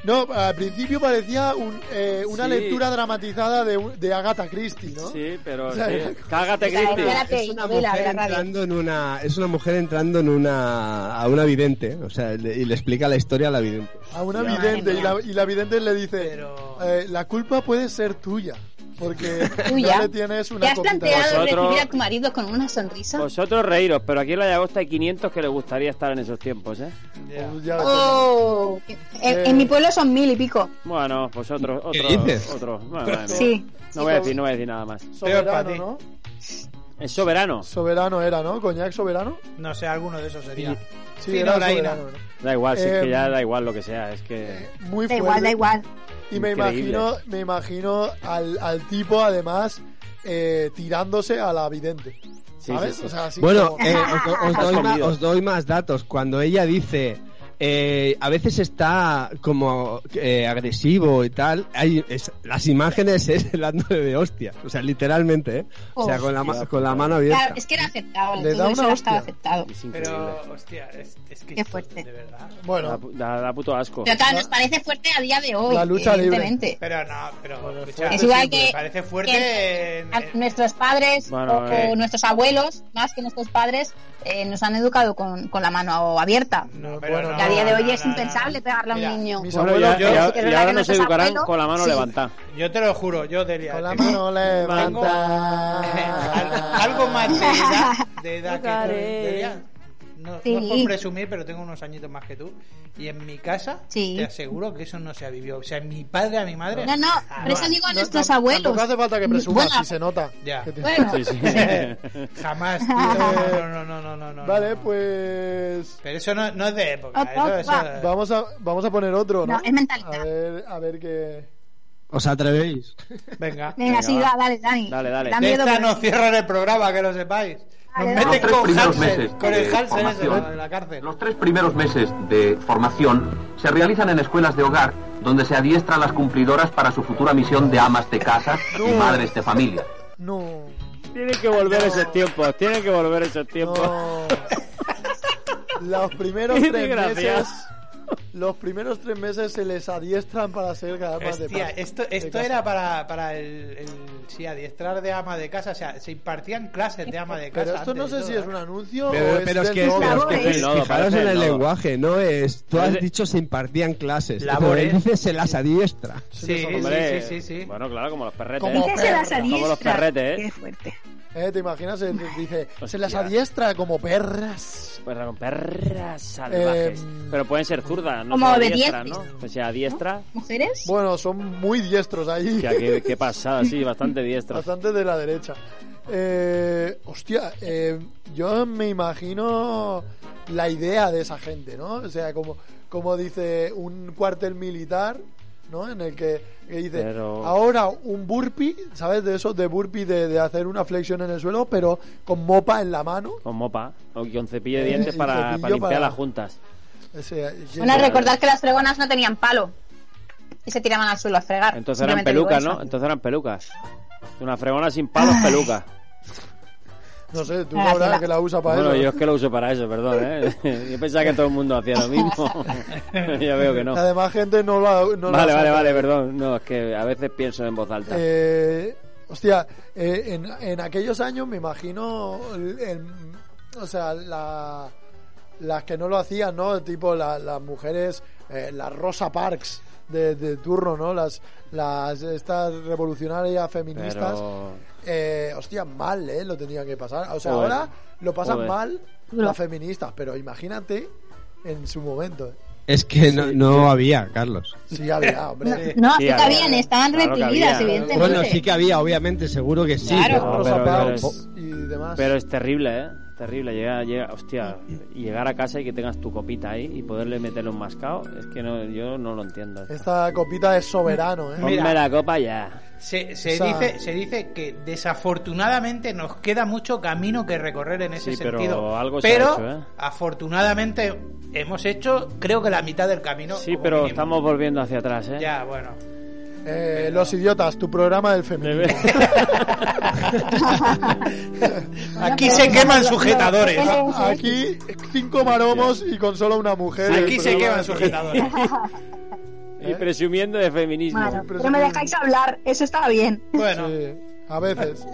Speaker 4: no, al principio parecía un, eh, una
Speaker 5: Sí.
Speaker 4: lectura dramatizada de, un- de Agatha Christie, ¿no?
Speaker 5: Sí, pero...
Speaker 4: O sea,
Speaker 5: sí. Cágate,
Speaker 6: Espera,
Speaker 5: Cristi.
Speaker 6: espera.
Speaker 2: Es una
Speaker 6: novela de
Speaker 2: mujer
Speaker 6: la radio.
Speaker 2: entrando en una, es una mujer entrando en una, a una vidente, o sea, le- y le explica la historia a la vidente.
Speaker 4: A una
Speaker 6: Madre
Speaker 4: vidente y
Speaker 6: mía.
Speaker 4: la, y la vidente le dice,
Speaker 8: Pero-
Speaker 4: eh, la culpa puede ser tuya, porque
Speaker 6: Tuya.
Speaker 4: no le tienes
Speaker 6: ¿Te
Speaker 4: una
Speaker 6: has
Speaker 4: copita.
Speaker 6: planteado
Speaker 5: Vosotros-
Speaker 6: recibir a tu marido con una sonrisa?
Speaker 5: Vosotros reíros, pero aquí en la de agosto hay 500 que les gustaría estar en esos tiempos, ¿eh?
Speaker 4: Oh, ya,
Speaker 6: Oh, en, en
Speaker 4: Eh.
Speaker 6: mi pueblo son mil y pico.
Speaker 5: Bueno, vosotros, otros,
Speaker 2: ¿Qué dices?
Speaker 5: otros. Bueno, madre mía.
Speaker 6: Sí.
Speaker 5: No voy a decir, no voy a decir nada más.
Speaker 8: Peor para
Speaker 4: Soberano,
Speaker 8: ti.
Speaker 4: ¿no?
Speaker 5: Es soberano.
Speaker 4: Soberano era, ¿no? ¿Coñac soberano?
Speaker 8: No sé, alguno de esos sería.
Speaker 4: Sí,
Speaker 8: Sí,
Speaker 4: era
Speaker 8: no, la Ina.
Speaker 4: soberano, ¿no?
Speaker 5: Da igual, si es que
Speaker 4: Eh,
Speaker 5: ya da igual lo que sea, es que...
Speaker 4: Muy fuerte.
Speaker 6: Da igual, da igual.
Speaker 4: Y me
Speaker 5: Increíble.
Speaker 4: imagino, me imagino al, al tipo, además, eh, tirándose a la vidente.
Speaker 5: Sí,
Speaker 4: ¿Sabes?
Speaker 5: sí, sí.
Speaker 4: O sea, así
Speaker 2: Bueno,
Speaker 4: como-
Speaker 2: eh, os, do- os
Speaker 5: Has
Speaker 2: doy más,
Speaker 5: comido.
Speaker 2: os doy más datos. Cuando ella dice, eh, a veces está como eh, agresivo y tal, hay, es- las imágenes es el dándole de hostias, o sea, literalmente, ¿eh? O sea, con la, ma- con la mano abierta.
Speaker 6: Claro, es que era aceptable.
Speaker 4: Le
Speaker 6: todo
Speaker 4: da
Speaker 6: eso
Speaker 4: una
Speaker 6: ya estaba
Speaker 4: hostia.
Speaker 6: aceptado.
Speaker 5: Es increíble.
Speaker 8: Pero, hostia, es, es que.
Speaker 6: Qué fuerte.
Speaker 8: De verdad.
Speaker 5: Da,
Speaker 4: bueno,
Speaker 5: pu- da- da puto asco.
Speaker 6: Pero claro, nos parece fuerte a día de hoy.
Speaker 4: La lucha libre.
Speaker 6: evidentemente.
Speaker 8: Pero no, pero. escucha,
Speaker 6: Es igual que-
Speaker 8: me parece fuerte.
Speaker 6: que-
Speaker 8: en-
Speaker 6: A
Speaker 8: en-
Speaker 6: nuestros padres
Speaker 5: Bueno,
Speaker 6: o,
Speaker 5: eh.
Speaker 6: o nuestros abuelos, más que nuestros padres, eh, nos han educado con, con la mano abierta.
Speaker 8: no,
Speaker 4: bueno,
Speaker 6: Y a día de hoy
Speaker 8: no,
Speaker 6: es
Speaker 8: no,
Speaker 6: impensable
Speaker 8: no.
Speaker 6: pegarle a
Speaker 8: Mira,
Speaker 6: un niño.
Speaker 4: mis
Speaker 5: Bueno,
Speaker 4: abuelos,
Speaker 5: ya,
Speaker 4: yo-
Speaker 5: ya-
Speaker 6: sí que
Speaker 5: ya
Speaker 6: es verdad
Speaker 5: ahora
Speaker 6: que
Speaker 5: nos
Speaker 6: nuestros
Speaker 5: educarán
Speaker 6: abuelos-
Speaker 5: con la mano
Speaker 6: sí.
Speaker 5: levantada.
Speaker 8: Yo te lo juro, yo Delia.
Speaker 4: con la
Speaker 8: te-
Speaker 4: mano
Speaker 8: Tengo-
Speaker 4: levanta.
Speaker 8: Al- algo más de edad, de edad que tú, Delia. No, no es
Speaker 6: Sí.
Speaker 8: por presumir, pero tengo unos añitos más que tú. Y en mi casa,
Speaker 6: Sí.
Speaker 8: te aseguro que eso no se ha vivido. O sea, mi padre a mi madre.
Speaker 6: No, no,
Speaker 8: jamás.
Speaker 6: por eso digo a
Speaker 4: No,
Speaker 6: nuestros
Speaker 4: no,
Speaker 6: abuelos.
Speaker 4: Tampoco hace falta que presumas,
Speaker 6: Bueno,
Speaker 4: si se nota.
Speaker 8: Ya.
Speaker 4: que te-
Speaker 6: Bueno,
Speaker 5: Sí, sí.
Speaker 8: Jamás, tío. No, no, no, no, no, no.
Speaker 4: Vale,
Speaker 8: no.
Speaker 4: pues
Speaker 8: Pero eso no, no es de época.
Speaker 6: Op,
Speaker 8: eso-
Speaker 6: op,
Speaker 8: eso-
Speaker 6: va.
Speaker 4: vamos a, vamos a poner otro, ¿no?
Speaker 6: No, es mentalidad.
Speaker 4: A ver, a ver qué...
Speaker 2: ¿Os atrevéis?
Speaker 8: Venga.
Speaker 6: Venga, sí,
Speaker 5: va.
Speaker 6: va, dale, Dani.
Speaker 5: Dale, dale.
Speaker 6: Da
Speaker 8: De
Speaker 6: miedo
Speaker 8: esta
Speaker 6: porque-
Speaker 8: no cierran el programa, que lo sepáis. Nos
Speaker 6: Dale, dale.
Speaker 8: meten con Hansen,
Speaker 7: meses
Speaker 8: con el
Speaker 7: de
Speaker 8: Hansen ese,
Speaker 7: formación.
Speaker 8: lo de la cárcel.
Speaker 7: Los tres primeros meses de formación se realizan en escuelas de hogar, donde se adiestran las cumplidoras para su futura misión de amas de casa y madres de familia.
Speaker 4: No,
Speaker 5: Tienen que volver esos tiempos, tienen que volver esos tiempos.
Speaker 4: no... Los primeros
Speaker 5: Qué
Speaker 4: tres
Speaker 5: desgraciado.
Speaker 4: meses. Los primeros tres meses se les adiestran para ser cada más de
Speaker 8: Hostia,
Speaker 4: paz-
Speaker 8: esto,
Speaker 4: de
Speaker 8: esto
Speaker 4: casa.
Speaker 8: era para, para el, el- sí, adiestrar de ama de casa, o sea, se impartían clases de ama de casa.
Speaker 4: Pero esto no sé si es un anuncio o
Speaker 9: Pero,
Speaker 4: es,
Speaker 9: pero es
Speaker 4: del
Speaker 9: que,
Speaker 4: novio.
Speaker 9: pero es que
Speaker 5: Labores.
Speaker 9: fi-
Speaker 5: Lodo,
Speaker 9: fijaros
Speaker 5: parece
Speaker 9: en el
Speaker 5: lodo.
Speaker 9: lenguaje, no es. Tú has
Speaker 5: Parece-
Speaker 9: dicho se impartían clases. Pero
Speaker 8: Labores.
Speaker 9: él dice se las adiestra.
Speaker 8: Sí,
Speaker 5: Hombre,
Speaker 8: sí, sí, sí, sí.
Speaker 5: Bueno, claro, como los perretes.
Speaker 4: Como
Speaker 5: ¿eh?
Speaker 4: perro.
Speaker 6: se las
Speaker 5: Como los
Speaker 6: adiestra.
Speaker 5: perretes, ¿eh?
Speaker 6: Qué fuerte.
Speaker 4: Eh, ¿Te imaginas? Eh, Dice, se
Speaker 5: Hostia.
Speaker 4: las adiestra como perras.
Speaker 5: Perra- Pues con perras salvajes.
Speaker 4: Eh,
Speaker 5: Pero pueden ser zurdas, no
Speaker 6: como
Speaker 5: solo
Speaker 6: de
Speaker 5: diestras, ¿no?
Speaker 6: diestris.
Speaker 5: O sea, diestra.
Speaker 6: ¿Mujeres?
Speaker 4: Bueno, son muy diestros ahí.
Speaker 5: Hostia, qué, qué pasada, sí, bastante diestra.
Speaker 4: Bastante de la derecha. Eh, hostia, eh, yo me imagino la idea de esa gente, ¿no? O sea, como, como dice un cuartel militar, ¿no? En el que, que dice,
Speaker 5: Pero-
Speaker 4: ahora un burpee, ¿sabes? De eso, de burpee, de, de hacer una flexión en el suelo, pero con mopa en la mano.
Speaker 5: Con mopa. O con cepillo de
Speaker 4: Eh,
Speaker 5: dientes
Speaker 4: y
Speaker 5: para,
Speaker 4: cepillo
Speaker 5: para limpiar
Speaker 4: para-
Speaker 5: las juntas.
Speaker 4: O sea, y-
Speaker 6: Bueno, recordad que las fregonas no tenían palo. Y se tiraban al suelo a fregar.
Speaker 5: Entonces eran
Speaker 6: Simplemente digo
Speaker 5: pelucas,
Speaker 6: eso.
Speaker 5: ¿no? Entonces eran pelucas. Una fregona sin palos, peluca.
Speaker 4: no sé, tú
Speaker 6: Ah,
Speaker 4: sabrás
Speaker 6: que la-
Speaker 4: que la usa para
Speaker 5: Bueno,
Speaker 4: eso.
Speaker 5: yo es que lo uso para eso, perdón, ¿eh? Yo pensaba que todo el mundo hacía lo mismo. ya veo que no.
Speaker 4: Además, gente no la no la
Speaker 5: vale, vale,
Speaker 4: saca.
Speaker 5: vale, perdón. No, es que a veces pienso en voz alta.
Speaker 4: Eh, hostia, eh, en, en aquellos años me imagino, el- el- o sea, la- las que no lo hacían, ¿no? Tipo la- las mujeres, eh, las Rosa Parks de, de turno, ¿no? Las, las estas revolucionarias feministas.
Speaker 5: Pero-
Speaker 4: Eh, hostia, mal, ¿eh? Lo tenían que pasar. O sea,
Speaker 5: Joder.
Speaker 4: ahora lo pasan
Speaker 5: Joder.
Speaker 4: mal las feministas, pero imagínate en su momento. ¿eh?
Speaker 9: Es que no, no había, Carlos.
Speaker 4: Sí, había, hombre.
Speaker 6: No,
Speaker 5: Sí,
Speaker 6: sí que
Speaker 5: había.
Speaker 6: habían, estaban
Speaker 5: Claro que
Speaker 6: reprimidas,
Speaker 5: había.
Speaker 6: evidentemente.
Speaker 9: Bueno, sí que había, obviamente, seguro que sí.
Speaker 6: Claro.
Speaker 5: No,
Speaker 4: Rosa
Speaker 5: pero-
Speaker 4: Parks
Speaker 5: pero-
Speaker 4: y demás.
Speaker 5: Pero es terrible, ¿eh? Terrible. Llega, llega, hostia, llegar a casa y que tengas tu copita ahí y poderle meterle un mascao, es que no, yo no lo entiendo.
Speaker 4: Esta copita es soberano, ¿eh?
Speaker 5: Ponme
Speaker 8: Mira.
Speaker 5: la copa ya.
Speaker 8: Se, se
Speaker 4: Esa-
Speaker 8: dice, se dice que desafortunadamente nos queda mucho camino que recorrer en ese
Speaker 5: Sí, pero
Speaker 8: sentido.
Speaker 5: algo se
Speaker 8: pero
Speaker 5: ha hecho, ¿eh?
Speaker 8: afortunadamente hemos hecho, creo que la mitad del camino.
Speaker 5: Sí,
Speaker 8: como
Speaker 5: pero
Speaker 8: mínimo.
Speaker 5: estamos volviendo hacia atrás, ¿eh?
Speaker 8: Ya, bueno.
Speaker 4: Eh, Los idiotas, tu programa del feminismo.
Speaker 8: Aquí se queman sujetadores.
Speaker 4: Aquí cinco maromos y con solo una mujer.
Speaker 8: Aquí
Speaker 4: El
Speaker 8: se
Speaker 4: programa-
Speaker 8: queman sujetadores.
Speaker 5: Y presumiendo de feminismo.
Speaker 4: Bueno.
Speaker 12: Pero me dejáis hablar, eso está bien.
Speaker 8: Bueno,
Speaker 4: Sí, a veces.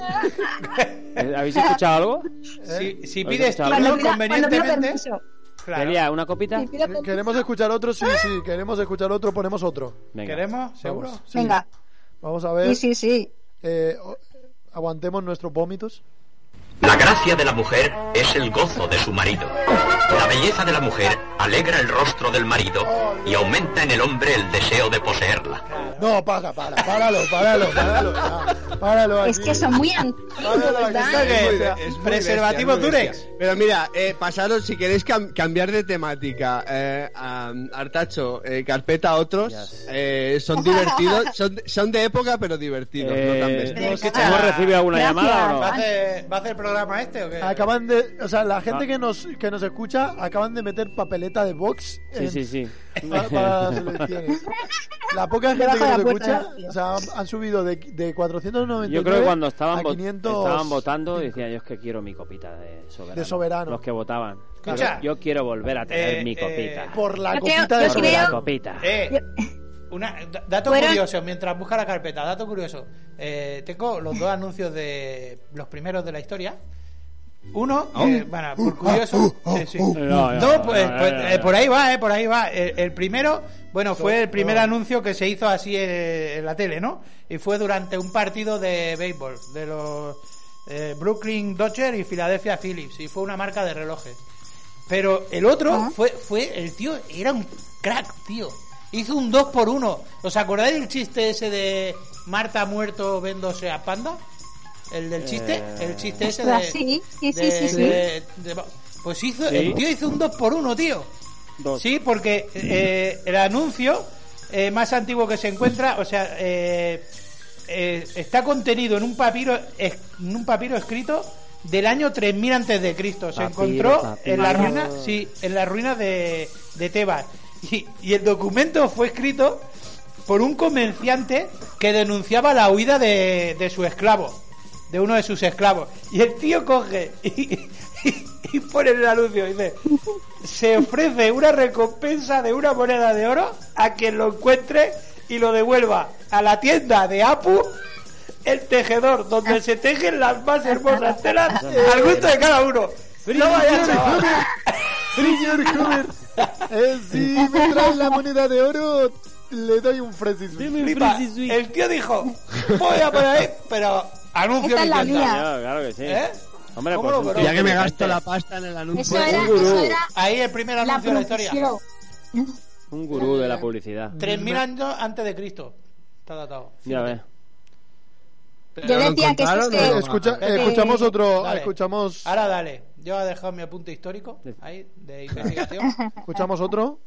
Speaker 5: Eh, ¿Habéis escuchado algo?
Speaker 8: si, si pides
Speaker 5: Cuando
Speaker 12: pida- cuando
Speaker 8: turno
Speaker 12: pida
Speaker 8: convenientemente.
Speaker 12: permiso.
Speaker 8: Claro.
Speaker 5: Celia, ¿Una copita?
Speaker 4: ¿Queremos escuchar otro? Sí, sí. ¿Queremos escuchar otro? Ponemos otro.
Speaker 5: Venga.
Speaker 8: ¿Queremos? ¿Seguro?
Speaker 4: Vamos, sí.
Speaker 12: Venga,
Speaker 4: Vamos a ver.
Speaker 12: sí, sí, sí.
Speaker 4: eh, o- aguantemos nuestros vómitos.
Speaker 7: La gracia de la mujer es el gozo de su marido. La belleza de la mujer alegra el rostro del marido y aumenta en el hombre el deseo de poseerla.
Speaker 4: No, para, para, páralo, páralo, páralo. ya, páralo
Speaker 6: Es
Speaker 4: aquí.
Speaker 6: que son muy antiguos,
Speaker 4: Páralo aquí.
Speaker 6: ¿verdad?
Speaker 8: que-
Speaker 9: be- muy
Speaker 8: preservativo
Speaker 9: muy bestia.
Speaker 8: Durex.
Speaker 9: Pero mira, eh, pasaros si queréis cam- cambiar de temática. eh, a- Artacho, eh, carpeta otros.
Speaker 5: Yes.
Speaker 9: eh, son divertidos, son, son de época pero divertidos, no tan
Speaker 5: Eh,
Speaker 9: bestia.
Speaker 5: ¿Hemos recibido alguna
Speaker 12: Gracias.
Speaker 5: llamada o
Speaker 8: ¿Va a,
Speaker 5: no?
Speaker 8: hacer, ¿Va a hacer programa este o qué?
Speaker 4: Acaban de, o sea, la gente
Speaker 5: Ah.
Speaker 4: que nos que nos escucha acaban de meter papeleta de box
Speaker 5: Sí,
Speaker 4: en-
Speaker 5: sí, sí.
Speaker 4: para, para las elecciones. La poca gente
Speaker 12: Debajo
Speaker 4: que
Speaker 12: de la
Speaker 4: nos
Speaker 12: puerta,
Speaker 4: escucha, o sea, han- han subido de, de
Speaker 8: pues,
Speaker 4: 499
Speaker 5: Yo creo que cuando estaban,
Speaker 4: a
Speaker 5: vo-
Speaker 4: 500
Speaker 5: estaban votando decían, yo es que quiero mi copita de soberano.
Speaker 4: De soberano.
Speaker 5: Los que votaban. Yo,
Speaker 8: Escucha.
Speaker 5: yo quiero volver a tener
Speaker 8: Eh,
Speaker 5: mi
Speaker 8: eh,
Speaker 5: copita.
Speaker 4: por la
Speaker 6: Yo creo-
Speaker 4: copita
Speaker 6: yo
Speaker 4: de
Speaker 5: Por
Speaker 4: soberano.
Speaker 5: la
Speaker 6: creo-
Speaker 5: copita.
Speaker 8: Eh, una, da- dato
Speaker 6: Fueron-
Speaker 8: curioso, mientras busca la carpeta, dato curioso. Eh, tengo los dos anuncios de los primeros de la historia. Uno, eh, bueno, por curioso. sí, sí.
Speaker 5: No, no,
Speaker 8: Dos,
Speaker 5: no,
Speaker 8: pues,
Speaker 5: no,
Speaker 8: pues,
Speaker 5: no, no,
Speaker 8: eh,
Speaker 5: no.
Speaker 8: por ahí va, eh, por ahí va. El, el primero, bueno, fue el primer anuncio que se hizo así eh, en la tele, ¿no? Y fue durante un partido de béisbol de los eh, Brooklyn Dodgers y Philadelphia Phillips. Y fue una marca de relojes. Pero el otro fue, fue, el tío era un crack, tío. Hizo un 2 por 1 ¿Os acordáis del chiste ese de Marta muerto vendose a panda? ¿El del chiste?
Speaker 5: Eh,
Speaker 8: El chiste ese de.
Speaker 12: Ostras, sí, sí, sí,
Speaker 8: de-
Speaker 12: sí, sí.
Speaker 8: de- de- pues hizo,
Speaker 5: Sí.
Speaker 8: el tío hizo un 2 por 1 tío.
Speaker 5: Dos.
Speaker 8: Sí, porque eh, el anuncio eh, más antiguo que se encuentra, o sea, eh, eh, está contenido en un papiro, es- en un papiro escrito del año 3000 antes de Cristo. Se
Speaker 5: Papiro,
Speaker 8: encontró
Speaker 5: papiro.
Speaker 8: en la ruina, sí, en la ruina de, de Tebas. Y, y el documento fue escrito por un comerciante que denunciaba la huida de, de su esclavo. de uno de sus esclavos. Y el tío coge y, y- y pone el anuncio y dice, se ofrece una recompensa de una moneda de oro a quien lo encuentre y lo devuelva a la tienda de Apu. El tejedor,
Speaker 12: Ah.
Speaker 8: donde se tejen las más hermosas telas al gusto de cada uno. No vaya, chaval.
Speaker 4: Señor Homer, eh, si me traes la moneda de oro, le doy un fresis.
Speaker 8: Flipa. El tío dijo, voy a por ahí, pero anuncio
Speaker 12: Esta
Speaker 8: mi
Speaker 12: es la
Speaker 8: cuenta.
Speaker 12: mía.
Speaker 5: Claro, claro que sí.
Speaker 8: ¿Eh?
Speaker 5: Hombre,
Speaker 8: ¿Cómo
Speaker 5: pues
Speaker 8: lo
Speaker 5: un
Speaker 8: conozco?
Speaker 5: tío
Speaker 8: Ya que me
Speaker 2: gasto la pasta en el anuncio.
Speaker 12: Eso era, eso era
Speaker 8: Ahí el primer
Speaker 12: la
Speaker 8: anuncio de la historia.
Speaker 12: producción.
Speaker 5: Un gurú de la publicidad.
Speaker 8: 3.000 años antes de Cristo. Está datado.
Speaker 5: Ya ves.
Speaker 12: Yo decía que eso es que...
Speaker 4: Escucha-
Speaker 12: que-
Speaker 6: eh,
Speaker 4: escuchamos otro,
Speaker 8: Dale.
Speaker 4: escuchamos,
Speaker 8: Ahora dale. Yo he dejado mi apunte histórico ahí de investigación.
Speaker 4: escuchamos otro.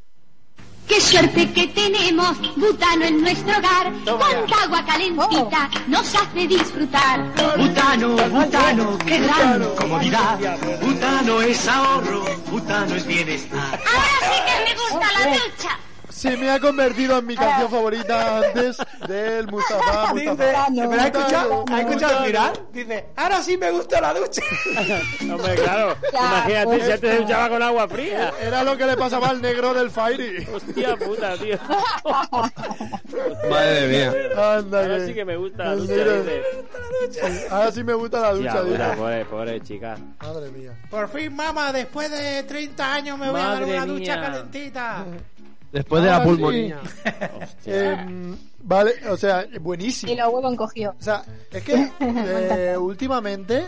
Speaker 10: ¡Qué suerte que tenemos! Butano en nuestro hogar. Cuánta agua calentita
Speaker 12: Oh.
Speaker 10: nos hace disfrutar.
Speaker 3: Butano, butano, qué gran comodidad. Butano es ahorro, butano es bienestar.
Speaker 10: Ahora sí que me gusta
Speaker 12: Oh.
Speaker 10: la ducha.
Speaker 4: Se me ha convertido en mi canción favorita antes del Mustafa.
Speaker 8: Dice,
Speaker 4: Mustafa.
Speaker 8: ¿pero has escuchado,
Speaker 4: Butano,
Speaker 8: has escuchado
Speaker 4: Butano.
Speaker 8: al final? Dice, ahora sí me gusta la ducha.
Speaker 5: Hombre, claro. Imagínate,
Speaker 8: pues.
Speaker 5: si antes se duchaba con agua fría.
Speaker 4: Era lo que le pasaba al negro del Fairy.
Speaker 5: Hostia puta, tío.
Speaker 2: Madre mía.
Speaker 4: Anda,
Speaker 5: Ahora
Speaker 4: que-
Speaker 5: sí que me gusta la
Speaker 4: El
Speaker 5: ducha,
Speaker 4: negro-
Speaker 5: dice.
Speaker 4: Ahora sí me gusta la
Speaker 5: Hostia
Speaker 4: ducha,
Speaker 5: puta,
Speaker 4: dice.
Speaker 5: pobre, pobre chica.
Speaker 4: Madre mía.
Speaker 8: Por fin, mamá, después de 30 años me voy a
Speaker 5: Madre
Speaker 8: dar una ducha
Speaker 5: mía.
Speaker 8: calentita.
Speaker 2: Después de la
Speaker 4: Ahora sí.
Speaker 2: pulmonía.
Speaker 4: Eh, vale, o sea, buenísimo.
Speaker 12: Y los huevos encogió.
Speaker 4: O sea, es que eh, últimamente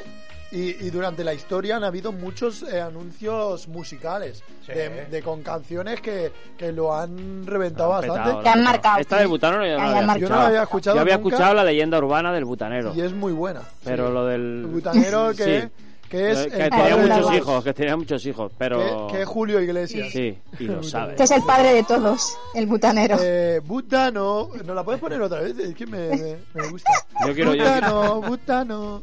Speaker 4: y, y durante la historia han habido muchos eh, anuncios musicales
Speaker 8: Sí.
Speaker 4: de, de- con canciones que, que lo han reventado
Speaker 5: Petado,
Speaker 4: bastante.
Speaker 5: la
Speaker 12: han
Speaker 5: petado.
Speaker 12: marcado.
Speaker 5: Esta de Butano no, yo no
Speaker 12: La
Speaker 5: la
Speaker 12: han
Speaker 5: había
Speaker 12: marcado.
Speaker 4: Yo no
Speaker 5: escuchado.
Speaker 4: la había escuchado
Speaker 5: Yo había
Speaker 4: nunca.
Speaker 5: escuchado la leyenda urbana del butanero.
Speaker 4: Y es muy buena.
Speaker 5: Pero lo
Speaker 4: El
Speaker 5: del.
Speaker 4: butanero
Speaker 5: Mm. Sí.
Speaker 4: que, que es
Speaker 5: Eh,
Speaker 4: el padre
Speaker 5: que tenía
Speaker 4: de
Speaker 5: muchos
Speaker 4: Vox,
Speaker 5: hijos, que tenía muchos hijos, pero.
Speaker 4: que- que es Julio Iglesias.
Speaker 5: Sí, y lo sabe.
Speaker 12: Que Este es el padre de todos, el butanero.
Speaker 4: Eh, butano, ¿nos la puedes poner otra vez? Es que me, me- me gusta.
Speaker 5: Yo quiero- yo
Speaker 4: butano, butano.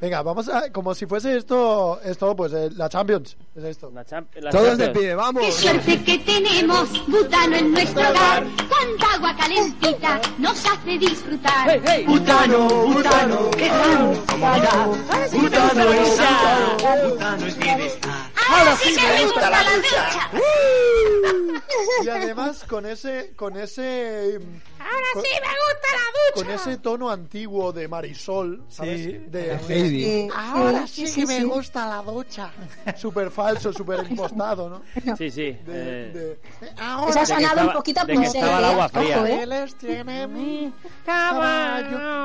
Speaker 4: Venga, vamos a. Como si fuese esto, esto pues eh, la Champions. Es esto.
Speaker 5: La champ- la
Speaker 2: Todos de
Speaker 5: Champions.
Speaker 2: pie, vamos.
Speaker 10: ¡Qué suerte que tenemos! Butano en nuestro hogar. Cuánta agua calentita nos hace disfrutar.
Speaker 3: Butano, butano, qué gran comodidad. Butano es ahorro, butano es bienestar.
Speaker 10: Ahora sí que me gusta la ducha.
Speaker 4: Y además con ese. Con ese. mm,
Speaker 10: Ahora
Speaker 4: Con-
Speaker 10: sí me gusta la ducha.
Speaker 4: Con ese tono antiguo de Marisol, ¿sabes?
Speaker 8: Sí.
Speaker 4: De,
Speaker 2: Heidi.
Speaker 12: Ahora sí, que me gusta.
Speaker 4: super falso, super impostado, ¿no?
Speaker 5: Sí, sí.
Speaker 4: De-
Speaker 5: eh,
Speaker 4: de-
Speaker 12: Eso ha
Speaker 5: de que
Speaker 12: sonado
Speaker 5: estaba-
Speaker 12: un poquito a
Speaker 5: de que estaba el
Speaker 12: ¿eh?
Speaker 5: agua fría.
Speaker 12: Ojo, ¿eh?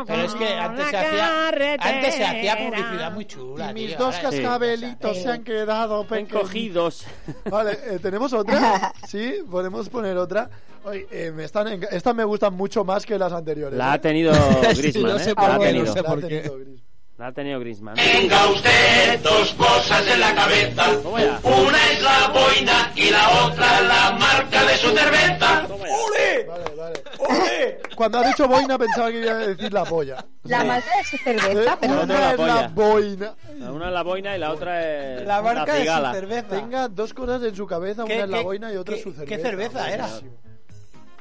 Speaker 8: Pero es que antes se hacía, antes se hacía publicidad muy chula.
Speaker 4: Y mis
Speaker 8: tío,
Speaker 4: dos
Speaker 8: ahora es-
Speaker 4: cascabelitos
Speaker 12: Sí.
Speaker 4: se han quedado pequeños.
Speaker 5: Encogidos.
Speaker 4: Vale, eh, ¿tenemos otra? Sí, podemos poner otra. Oye, eh, me están en- estas me gustan mucho más que las anteriores.
Speaker 5: La ha
Speaker 4: ¿eh?
Speaker 5: tenido Griezmann,
Speaker 2: no sé
Speaker 5: ¿eh?
Speaker 2: por
Speaker 5: La ha
Speaker 2: qué, no
Speaker 5: tenido.
Speaker 2: sé
Speaker 4: La ha
Speaker 2: por qué.
Speaker 4: tenido Gris.
Speaker 5: La ha tenido Griezmann.
Speaker 7: Tenga usted dos cosas en la cabeza.
Speaker 5: Toma ya.
Speaker 7: Una es la boina y la otra la marca de su cerveza.
Speaker 5: Toma ya.
Speaker 8: ¡Ole!
Speaker 4: Vale, vale.
Speaker 8: ¡Ole!
Speaker 4: Cuando ha dicho boina pensaba que iba a decir la polla.
Speaker 12: La marca de su
Speaker 4: Eh,
Speaker 12: cerveza, pero...
Speaker 5: no, no, la
Speaker 4: Una es la
Speaker 5: polla.
Speaker 4: boina.
Speaker 5: Una es la boina y la otra es
Speaker 8: La marca de su
Speaker 5: cigala.
Speaker 8: cerveza.
Speaker 4: Tenga dos cosas en su cabeza, una
Speaker 8: ¿Qué-
Speaker 4: es la
Speaker 8: qué-
Speaker 4: boina y otra
Speaker 8: qué-
Speaker 4: es su cerveza.
Speaker 8: ¿Qué cerveza era?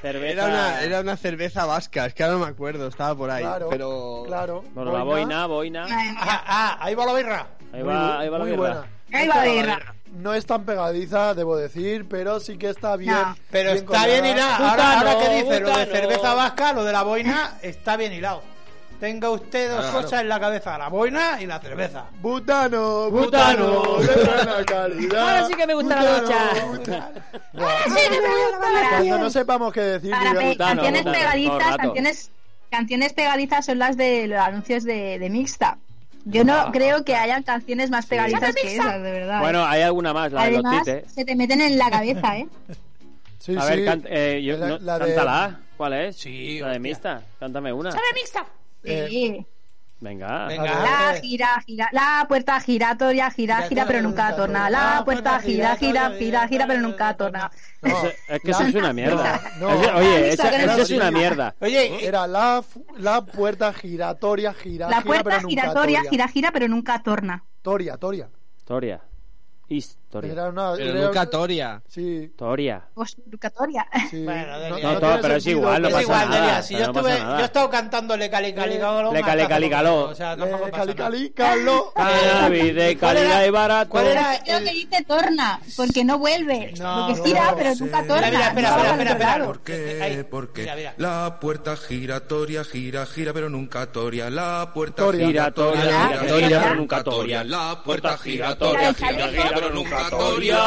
Speaker 5: Cerveza.
Speaker 2: Era una, era una cerveza vasca, es que ahora no me acuerdo, estaba por ahí.
Speaker 4: Claro,
Speaker 2: pero.
Speaker 4: claro.
Speaker 5: Bueno, la boina, boina.
Speaker 8: Ah, ah, ahí va la birra.
Speaker 5: Ahí va, ahí va la
Speaker 4: Muy
Speaker 5: guerra.
Speaker 4: buena.
Speaker 12: Ahí va de guerra.
Speaker 4: No es tan pegadiza, debo decir, pero sí que está bien.
Speaker 12: No.
Speaker 8: Pero
Speaker 4: bien
Speaker 8: está bien
Speaker 4: colgada.
Speaker 8: hilado. Ahora,
Speaker 5: Butano,
Speaker 8: ahora que dice lo de
Speaker 5: butano.
Speaker 8: cerveza vasca, lo de la boina, está bien hilado. Tenga usted dos cosas en la cabeza, la boina y la cerveza.
Speaker 4: Butano,
Speaker 8: Butano.
Speaker 4: butano, de buena calidad.
Speaker 5: Ahora sí que me gusta la
Speaker 4: Butano, buta-
Speaker 5: ducha.
Speaker 12: Sí, me gusta la
Speaker 4: Cuando no sepamos qué decir,
Speaker 12: Para
Speaker 4: diga
Speaker 12: pe-
Speaker 4: butano.
Speaker 5: Butano,
Speaker 12: canciones
Speaker 5: butano, todo el
Speaker 12: pegadizas,
Speaker 5: rato.
Speaker 12: canciones, canciones pegadizas son las de los anuncios de, de Mixta. Yo no creo que hayan canciones más pegadizas que esas, de verdad. ¿eh?
Speaker 5: Bueno, hay alguna más, la de los
Speaker 12: Además,
Speaker 5: tites.
Speaker 12: se te meten en la cabeza, ¿eh?
Speaker 4: Sí,
Speaker 5: A ver,
Speaker 4: sí.
Speaker 5: cant- eh, yo-
Speaker 4: La-
Speaker 5: no-
Speaker 4: la de-
Speaker 5: cántala. ¿Cuál es?
Speaker 8: Sí,
Speaker 5: La de
Speaker 8: hostia.
Speaker 5: Mista. Cántame una.
Speaker 4: Eh,
Speaker 12: Sí.
Speaker 5: Venga.
Speaker 8: Venga,
Speaker 12: La
Speaker 8: hombre.
Speaker 12: gira, gira, la puerta giratoria, gira,
Speaker 8: Giratoria,
Speaker 12: gira, pero nunca
Speaker 8: giratoria.
Speaker 12: torna.
Speaker 8: La
Speaker 12: La
Speaker 8: puerta
Speaker 12: puerta gira, gira,
Speaker 8: giratoria,
Speaker 12: gira, gira, pero nunca torna.
Speaker 4: no,
Speaker 5: Eso- es que
Speaker 4: la-
Speaker 5: eso es una mierda.
Speaker 4: No,
Speaker 5: Ese-
Speaker 4: no.
Speaker 5: oye,
Speaker 12: Avisa
Speaker 5: esa,
Speaker 12: que no
Speaker 5: esa
Speaker 12: lo
Speaker 5: es una
Speaker 12: digas.
Speaker 5: mierda.
Speaker 8: Oye,
Speaker 4: Era la, fu- la puerta giratoria, gira,
Speaker 12: La
Speaker 4: gira, pero
Speaker 12: puerta
Speaker 4: nunca
Speaker 12: giratoria,
Speaker 4: toria.
Speaker 12: gira, gira, pero nunca torna.
Speaker 4: Toria, toria.
Speaker 5: Historia. Historia. Toria.
Speaker 4: Era una-
Speaker 2: Pero
Speaker 4: era-
Speaker 2: Luca Toria.
Speaker 4: Sí.
Speaker 5: Toria.
Speaker 6: Pues, Lucatoria.
Speaker 8: Bueno, Delia.
Speaker 5: No, todo, pero es igual, no
Speaker 8: Es
Speaker 5: pasa
Speaker 8: igual,
Speaker 5: nada.
Speaker 8: Delia, Si
Speaker 5: pero
Speaker 8: yo,
Speaker 5: no pasa
Speaker 8: estuve,
Speaker 5: nada.
Speaker 8: yo he estado cantando Le Cali Cali Caló.
Speaker 5: Le Cali Cali Caló.
Speaker 8: O sea, tampoco pasa nada.
Speaker 4: Caló.
Speaker 5: Cannabis de
Speaker 8: ¿Cuál era-
Speaker 5: calidad y barato.
Speaker 8: cuál era
Speaker 6: Yo creo que dice torna, porque no vuelve. porque
Speaker 8: no,
Speaker 6: sí da,
Speaker 8: no
Speaker 6: pero
Speaker 8: sé.
Speaker 6: nunca torna.
Speaker 8: Mira, mira,
Speaker 6: No
Speaker 8: espera,
Speaker 6: habla
Speaker 8: espera,
Speaker 6: de
Speaker 8: espera.
Speaker 6: raro.
Speaker 1: ¿Por qué? Porque la puerta giratoria gira, gira, pero nunca toria. La puerta
Speaker 5: Toria.
Speaker 1: giratoria,
Speaker 5: Giratoria,
Speaker 1: gira,
Speaker 5: giratoria,
Speaker 1: gira,
Speaker 5: pero nunca toria.
Speaker 1: La puerta giratoria,
Speaker 5: Gira,
Speaker 1: gira,
Speaker 5: gira,
Speaker 1: gira, pero nunca toria.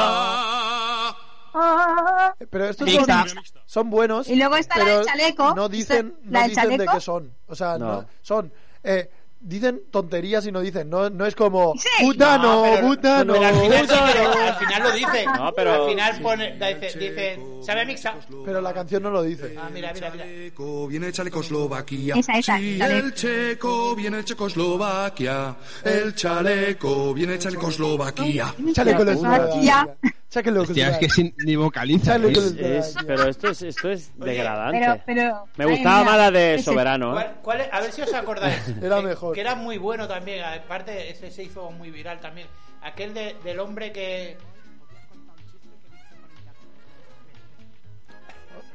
Speaker 4: Pero estos son,
Speaker 1: Mixta.
Speaker 4: son buenos.
Speaker 6: Y luego está la
Speaker 4: pero
Speaker 6: del chaleco.
Speaker 4: No dicen,
Speaker 6: Esa-
Speaker 4: no
Speaker 6: la del
Speaker 4: dicen de
Speaker 6: chaleco.
Speaker 4: qué son. O sea, no.
Speaker 5: No.
Speaker 4: son. eh, dicen tonterías y no dicen. No, no es como.
Speaker 6: Sí.
Speaker 8: No,
Speaker 4: Butano,
Speaker 8: pero-
Speaker 4: butano.
Speaker 8: pero al final,
Speaker 4: butano".
Speaker 8: al final lo dice.
Speaker 5: No, pero-
Speaker 8: Al final pone, dice, dice, ¿sabe a mixa?
Speaker 4: Pero la canción no lo dice.
Speaker 8: Ah, mira, mira, mira.
Speaker 1: Checo, viene Checoslovaquia.
Speaker 8: Esa, esa,
Speaker 1: Sí,
Speaker 8: la de-
Speaker 1: el checo viene Checoslovaquia. El chaleco viene Checoslovaquia.
Speaker 4: Chaleco
Speaker 5: Una-
Speaker 4: Eslovaquia. Chaleco
Speaker 2: Hostia, es que sin, ni vocaliza.
Speaker 5: Es-
Speaker 2: ¿eh?
Speaker 5: es- pero esto es, esto es degradante.
Speaker 6: Pero, pero.
Speaker 5: Me
Speaker 6: ay,
Speaker 5: gustaba
Speaker 6: mira,
Speaker 5: más la de
Speaker 6: ese-
Speaker 5: Soberano, ¿eh?
Speaker 8: ¿Cuál- cuál es? A ver si os acordáis.
Speaker 4: Era mejor.
Speaker 8: Que era muy bueno también. Aparte, ese se hizo muy viral también. Aquel de- del hombre que.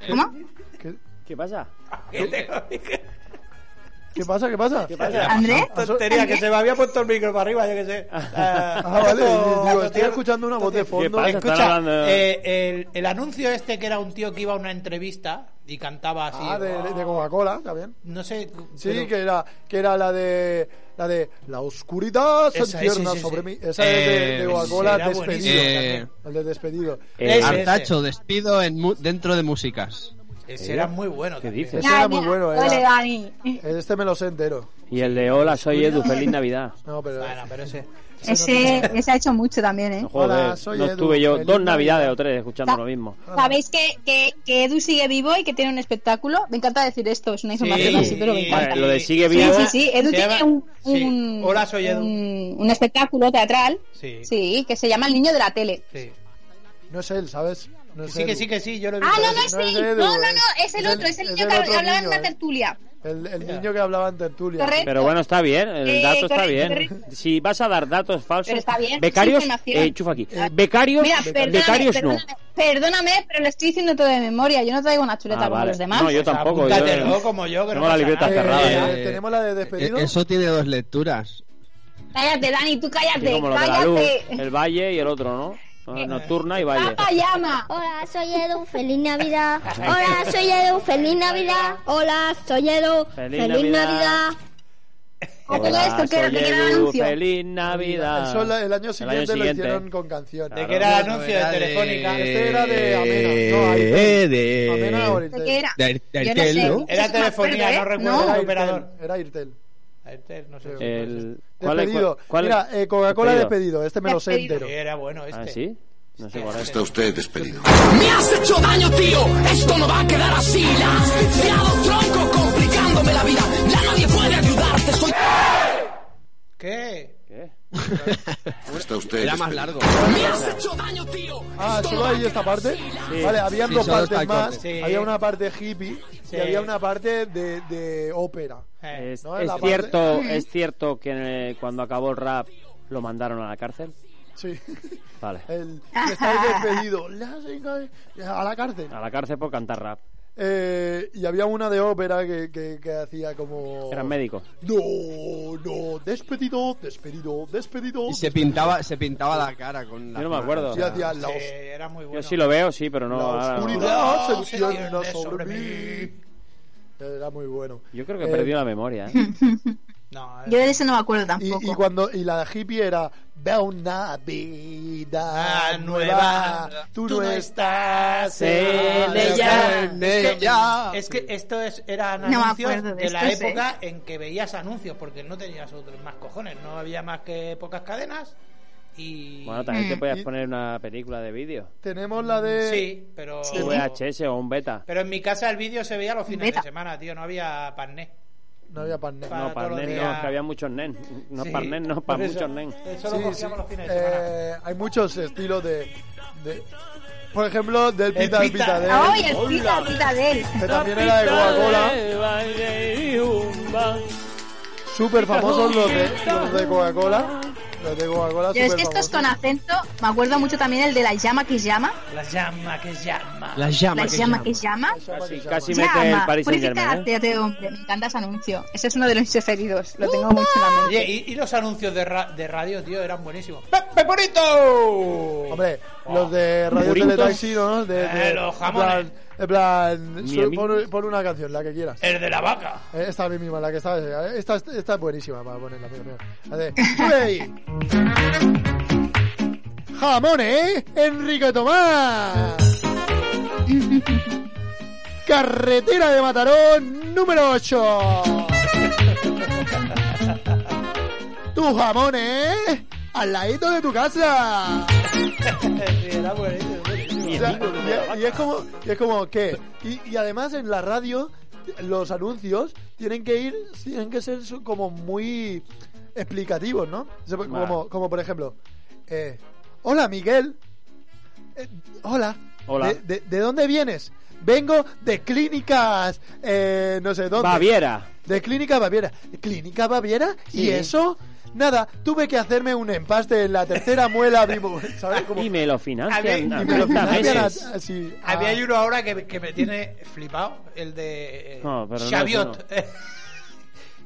Speaker 6: ¿Cómo?
Speaker 4: ¿Qué,
Speaker 5: ¿Qué pasa?
Speaker 4: ¿Qué pasa? ¿Qué pasa?
Speaker 5: ¿Qué pasa?
Speaker 6: ¿Andrés?
Speaker 8: Tontería, que se me había puesto el micro para arriba, yo que sé. Ah,
Speaker 4: Ah, Ah, vale.
Speaker 8: esto-
Speaker 4: Digo, estoy
Speaker 8: esto-
Speaker 4: escuchando una voz de fondo.
Speaker 5: pasa? Están
Speaker 8: Escucha,
Speaker 5: hablando-
Speaker 8: eh, el, el anuncio este que era un tío que iba a una entrevista y cantaba así.
Speaker 4: Ah, de, de Coca-Cola también.
Speaker 8: No sé.
Speaker 4: Sí,
Speaker 8: pero-
Speaker 4: que era que era la de la de la oscuridad se
Speaker 8: Esa,
Speaker 4: entierna
Speaker 8: sí, sí, sí,
Speaker 4: sobre
Speaker 8: sí.
Speaker 4: mí. Esa es de,
Speaker 2: Eh,
Speaker 4: de Coca-Cola
Speaker 8: será
Speaker 4: despedido.
Speaker 8: buenísimo
Speaker 2: también.
Speaker 4: El de despedido.
Speaker 5: Eh,
Speaker 8: Ese,
Speaker 2: Artacho, despido en mu- dentro de músicas.
Speaker 8: Ese era muy bueno.
Speaker 5: ¿Qué
Speaker 8: también.
Speaker 5: dices?
Speaker 4: Ese era muy
Speaker 6: mira,
Speaker 4: bueno.
Speaker 6: ole,
Speaker 4: Era,
Speaker 6: Dani.
Speaker 4: este me lo sé entero.
Speaker 5: Y el de Hola, soy Edu, feliz Navidad.
Speaker 4: No, pero
Speaker 8: Bueno, pero ese.
Speaker 6: Ese, ese ha hecho mucho también, ¿eh?
Speaker 5: Joder,
Speaker 4: Hola, soy
Speaker 5: no
Speaker 4: Edu,
Speaker 5: estuve yo
Speaker 4: feliz
Speaker 5: dos
Speaker 4: Navidad.
Speaker 5: Navidades o tres escuchando lo mismo.
Speaker 6: ¿Sabéis que, que, que Edu sigue vivo y que tiene un espectáculo? Me encanta decir esto, es una información así, pero me encanta.
Speaker 5: Vale, lo de sigue
Speaker 6: Sí,
Speaker 5: vivo.
Speaker 6: sí, sí. Edu
Speaker 8: Se
Speaker 6: tiene
Speaker 8: llama-
Speaker 6: un,
Speaker 8: sí.
Speaker 6: un-
Speaker 8: Hola, soy Edu.
Speaker 6: un- un espectáculo teatral,
Speaker 8: Sí.
Speaker 6: sí, que se llama El Niño de la Tele.
Speaker 8: sí.
Speaker 4: No es él, ¿sabes? No es
Speaker 8: Sí,
Speaker 4: él.
Speaker 8: que sí, que sí, yo lo he visto.
Speaker 6: Ah, no, no es
Speaker 4: No es
Speaker 6: él.
Speaker 4: Edu,
Speaker 6: No, no,
Speaker 4: es-
Speaker 6: no, es el
Speaker 4: es
Speaker 6: otro,
Speaker 4: el-
Speaker 6: es el
Speaker 4: es
Speaker 6: niño
Speaker 4: el
Speaker 6: que
Speaker 4: otro
Speaker 6: hablaba en
Speaker 4: niño,
Speaker 6: una
Speaker 4: eh.
Speaker 6: tertulia.
Speaker 4: El, el niño que hablaba en tertulia.
Speaker 6: Correcto.
Speaker 5: Pero bueno, está bien, el
Speaker 6: Eh,
Speaker 5: dato está
Speaker 6: correcto,
Speaker 5: bien.
Speaker 6: correcto.
Speaker 5: Si vas a dar datos falsos,
Speaker 6: Pero está bien, es
Speaker 5: becarios,
Speaker 6: información.
Speaker 5: eh, chufa aquí. Becarios,
Speaker 6: Mira, perdóname,
Speaker 5: becarios no. Ah,
Speaker 6: perdóname, perdóname, pero lo estoy diciendo todo de memoria. Yo no traigo una chuleta
Speaker 5: Ah,
Speaker 6: como
Speaker 5: vale.
Speaker 6: los demás.
Speaker 5: No, yo tampoco. yo-
Speaker 8: Apúntatelo como yo, que no
Speaker 5: Tengo la
Speaker 8: pasa
Speaker 5: libreta
Speaker 8: nada.
Speaker 5: cerrada.
Speaker 4: Eh,
Speaker 5: ya.
Speaker 2: eh,
Speaker 4: tenemos la de despedido.
Speaker 2: E- Eso tiene dos lecturas.
Speaker 6: Cállate, Dani, tú
Speaker 5: Así
Speaker 6: cállate,
Speaker 5: como los de la luz,
Speaker 6: cállate.
Speaker 5: el Valle y el otro, ¿no? Eh, Nocturna y Valle.
Speaker 6: Papa llama.
Speaker 10: Hola, soy Edu, feliz Navidad. Hola, soy Edu, feliz Navidad. Hola, soy Edu,
Speaker 5: Feliz
Speaker 10: feliz,
Speaker 5: Navidad.
Speaker 10: Navidad.
Speaker 6: A todo
Speaker 5: Hola,
Speaker 6: esto, que era-
Speaker 5: soy
Speaker 6: que era el
Speaker 5: Edu,
Speaker 6: anuncio.
Speaker 5: Feliz Navidad.
Speaker 4: Eso la- el año siguiente, lo hicieron con canciones.
Speaker 8: De
Speaker 5: Claro.
Speaker 8: que era el anuncio de
Speaker 2: Era de-
Speaker 8: Telefónica.
Speaker 4: Este era de Amena. No, ahí
Speaker 2: Eh,
Speaker 4: te-
Speaker 2: de-
Speaker 4: Amena o Irtel.
Speaker 6: ¿De qué era?
Speaker 2: De, de
Speaker 6: Yo no
Speaker 2: Artel,
Speaker 6: sé.
Speaker 8: Era
Speaker 2: ¿no?
Speaker 6: Eso sí me acuerdo,
Speaker 8: telefonía, no
Speaker 6: ¿eh?
Speaker 8: recuerdo
Speaker 4: Era Irtel,
Speaker 8: el operador.
Speaker 4: Era Irtel.
Speaker 8: Este, no sé.
Speaker 5: El... ¿Cuál es-
Speaker 4: Despedido.
Speaker 5: cuál-
Speaker 4: Mira, eh, Coca-Cola
Speaker 5: despedido?
Speaker 4: despedido. Este me lo sé
Speaker 6: Despedido.
Speaker 4: entero.
Speaker 8: Sí, Era bueno este.
Speaker 5: ¿Ah, sí? No sé cuál es.
Speaker 7: Está usted despedido.
Speaker 13: Me has hecho daño, tío. Esto no va a quedar así. La has viciado, tronco, complicándome la vida. Ya nadie puede ayudarte. Soy...
Speaker 8: ¿Qué?
Speaker 5: ¿Qué?
Speaker 7: Está usted
Speaker 2: Era más
Speaker 7: despedido.
Speaker 2: largo.
Speaker 13: Me has hecho daño, tío.
Speaker 4: Ah, solo hay esta parte. Vale, habían
Speaker 2: Sí,
Speaker 4: dos
Speaker 2: solo
Speaker 4: partes
Speaker 2: está
Speaker 4: más.
Speaker 2: corte.
Speaker 8: Sí.
Speaker 4: Había una parte hippie
Speaker 8: Sí.
Speaker 4: y había una parte de, de ópera.
Speaker 8: Eh,
Speaker 5: Es,
Speaker 4: No, en
Speaker 5: es
Speaker 4: la parte-
Speaker 5: cierto, es cierto que eh, cuando acabó el rap lo mandaron a la cárcel.
Speaker 4: Sí.
Speaker 5: Vale.
Speaker 4: El que está despedido. Le has enga- A la cárcel.
Speaker 5: A la cárcel por cantar rap.
Speaker 4: Eh, y había una de ópera que, que, que hacía como.
Speaker 5: Eran médicos.
Speaker 4: No, no, despedido, despedido, despedido.
Speaker 2: Y se pintaba, se pintaba la cara con la
Speaker 5: Yo no me
Speaker 2: mano.
Speaker 5: acuerdo.
Speaker 4: Y hacía la,
Speaker 8: sí,
Speaker 4: os-
Speaker 8: era muy bueno.
Speaker 5: Yo sí lo veo, sí, pero no.
Speaker 4: la
Speaker 5: ahora no.
Speaker 4: oscuridad
Speaker 8: No,
Speaker 4: se
Speaker 8: se
Speaker 4: cierne
Speaker 8: cierne
Speaker 4: sobre
Speaker 8: sobre
Speaker 4: mí. Era muy bueno.
Speaker 5: Yo creo que
Speaker 4: Eh,
Speaker 5: perdió la memoria. ¿eh?
Speaker 8: No, eh.
Speaker 6: Yo de ese no me acuerdo
Speaker 4: Y,
Speaker 6: tampoco.
Speaker 4: y cuando y la hippie era ve una vida
Speaker 8: Ah,
Speaker 4: nueva,
Speaker 8: nueva.
Speaker 4: tú,
Speaker 8: Tú
Speaker 4: no
Speaker 8: no
Speaker 4: estás Ah,
Speaker 5: en ella.
Speaker 4: en
Speaker 8: Es que-
Speaker 4: ella.
Speaker 8: Es que esto es, eran
Speaker 6: No me
Speaker 8: anuncios
Speaker 6: acuerdo de
Speaker 8: de la
Speaker 6: estos,
Speaker 8: época en que veías anuncios, porque no tenías otros más cojones, no había más que pocas cadenas y...
Speaker 5: Bueno, también te
Speaker 6: Mm.
Speaker 5: podías poner una película de vídeo.
Speaker 4: Tenemos la de
Speaker 8: sí, pero...
Speaker 6: Sí.
Speaker 5: VHS o un beta.
Speaker 8: Pero en mi casa el vídeo se veía los fines
Speaker 6: Beta.
Speaker 8: de semana, tío, no había pané.
Speaker 4: no había pan negro.
Speaker 8: para
Speaker 5: No, para
Speaker 8: todos
Speaker 5: nen,
Speaker 8: los
Speaker 5: no,
Speaker 8: días.
Speaker 5: es que había muchos nen. No
Speaker 8: Sí,
Speaker 5: para nen, no,
Speaker 8: por
Speaker 5: para
Speaker 8: eso.
Speaker 5: muchos nen.
Speaker 8: Eso lo
Speaker 4: Sí,
Speaker 8: cogíamos
Speaker 4: sí.
Speaker 8: los fines de semana.
Speaker 4: Eh, hay muchos estilos de, de- por ejemplo del pita al
Speaker 8: pita.
Speaker 4: pita de
Speaker 6: ¡Ay, el pita, pita de él!
Speaker 4: que también era de Coca-Cola. Súper famosos los de, los de Coca-Cola. Las de Coca-Cola
Speaker 12: Yo es
Speaker 4: super
Speaker 12: que esto es
Speaker 4: famosas.
Speaker 12: con acento. Me acuerdo mucho también el de la llama que llama.
Speaker 8: La llama que llama.
Speaker 12: La llama, que, llama.
Speaker 5: Casi, casi
Speaker 12: Llama,
Speaker 5: mete el Paris ¿eh? Saint Germain.
Speaker 12: purifícate de hombre. Me encanta ese anuncio. Ese es uno de mis preferidos. Lo tengo mucho en la mente.
Speaker 8: Oye, y, y los anuncios de, ra- de radio, tío, eran buenísimos.
Speaker 4: Hombre, los de Radio
Speaker 8: Burritos.
Speaker 4: Teletaxi, ¿no? De, de-
Speaker 8: Eh, los
Speaker 4: en
Speaker 8: jamones.
Speaker 4: plan- En plan,
Speaker 8: Mi
Speaker 4: su-
Speaker 8: amigo.
Speaker 4: pon, pon una canción, la que quieras.
Speaker 8: El de la vaca.
Speaker 4: Eh, Esta misma, la que estaba. eh, Esta, esta es buenísima para ponerla, pero mira. La de. "Sube ahí". ¡Jamones! ¿eh? ¡Enrique Tomás! Carretera de Matarón número 8. Tus jamones ¿eh? al ladito de tu casa. O sea, y, y es como, y es como que y, y además en la radio los anuncios tienen que ir, tienen que ser su- como muy explicativos, ¿no? O sea, Como,
Speaker 5: Vale.
Speaker 4: como por ejemplo, eh, hola Miguel, Eh, hola,
Speaker 5: Hola.
Speaker 4: ¿De, de, de dónde vienes? Vengo de clínicas, eh, no sé dónde.
Speaker 5: Baviera.
Speaker 4: De Clínica Baviera. ¿Clínica Baviera? ¿Y
Speaker 5: Sí.
Speaker 4: eso? Nada, tuve que hacerme un empaste en la tercera muela. vivo, ¿sabes? Como-
Speaker 5: Y me lo financian. Ah,
Speaker 4: Había-
Speaker 5: a
Speaker 4: y me lo
Speaker 5: 30
Speaker 4: financian a-
Speaker 5: Ah, meses.
Speaker 4: así, a-
Speaker 8: Había uno ahora que, que me tiene flipado, el de eh,
Speaker 5: No, pero no es
Speaker 8: Xaviot.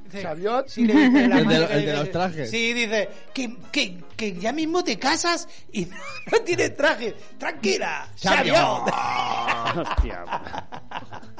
Speaker 8: Dice,
Speaker 4: ¿Xaviot?
Speaker 8: sí, le dice la
Speaker 9: El de
Speaker 8: madre
Speaker 9: lo-
Speaker 8: que
Speaker 9: el
Speaker 8: le
Speaker 9: de
Speaker 8: dice,
Speaker 9: los trajes.
Speaker 8: Sí, dice que, que, que ya mismo te casas y no, tienes traje. Tranquila,
Speaker 4: Xaviot.
Speaker 8: Xaviot.
Speaker 5: Hostia.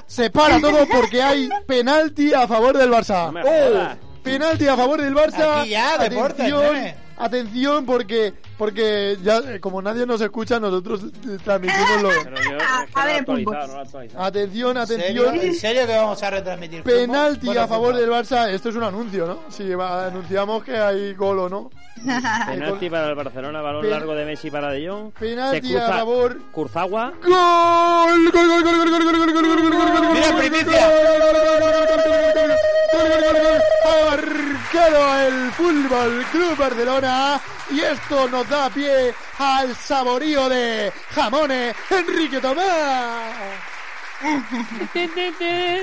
Speaker 4: Se para todo porque hay penalti a favor del Barça. Oh,
Speaker 5: me jodas.
Speaker 4: penalti a favor del Barça.
Speaker 8: Aquí ya, deporte,
Speaker 4: atención,
Speaker 8: nene.
Speaker 4: atención porque porque ya eh, como nadie nos escucha nosotros eh, transmitimos lo.
Speaker 5: Pero yo es que no lo he actualizado, no lo he actualizado.
Speaker 4: Atención,
Speaker 8: ¿En serio?
Speaker 4: atención.
Speaker 8: ¿En serio que vamos a retransmitir? fútbol?
Speaker 4: Penalti
Speaker 8: Bueno, pues
Speaker 4: a favor
Speaker 8: fútbol.
Speaker 4: del Barça. Esto es un anuncio, ¿no? Si va- anunciamos que hay gol o no. Ah,
Speaker 5: Penalti para el Barcelona, balón
Speaker 4: Pen-
Speaker 5: largo de Messi para De Jong.
Speaker 4: Penalti
Speaker 5: Se cruza
Speaker 4: a favor.
Speaker 5: Kurzawa.
Speaker 4: ¡Gol! ¡Gol, gol, gol, gol, gol, gol, gol, gol, gol, gol, gol, gol,
Speaker 8: Mira,
Speaker 4: gol,
Speaker 8: primicia.
Speaker 4: gol, gol, gol, gol, gol, gol, gol, gol, gol! Ha marcado el Fútbol Club Barcelona y esto nos da pie al saborío de jamones Enrique Tomás.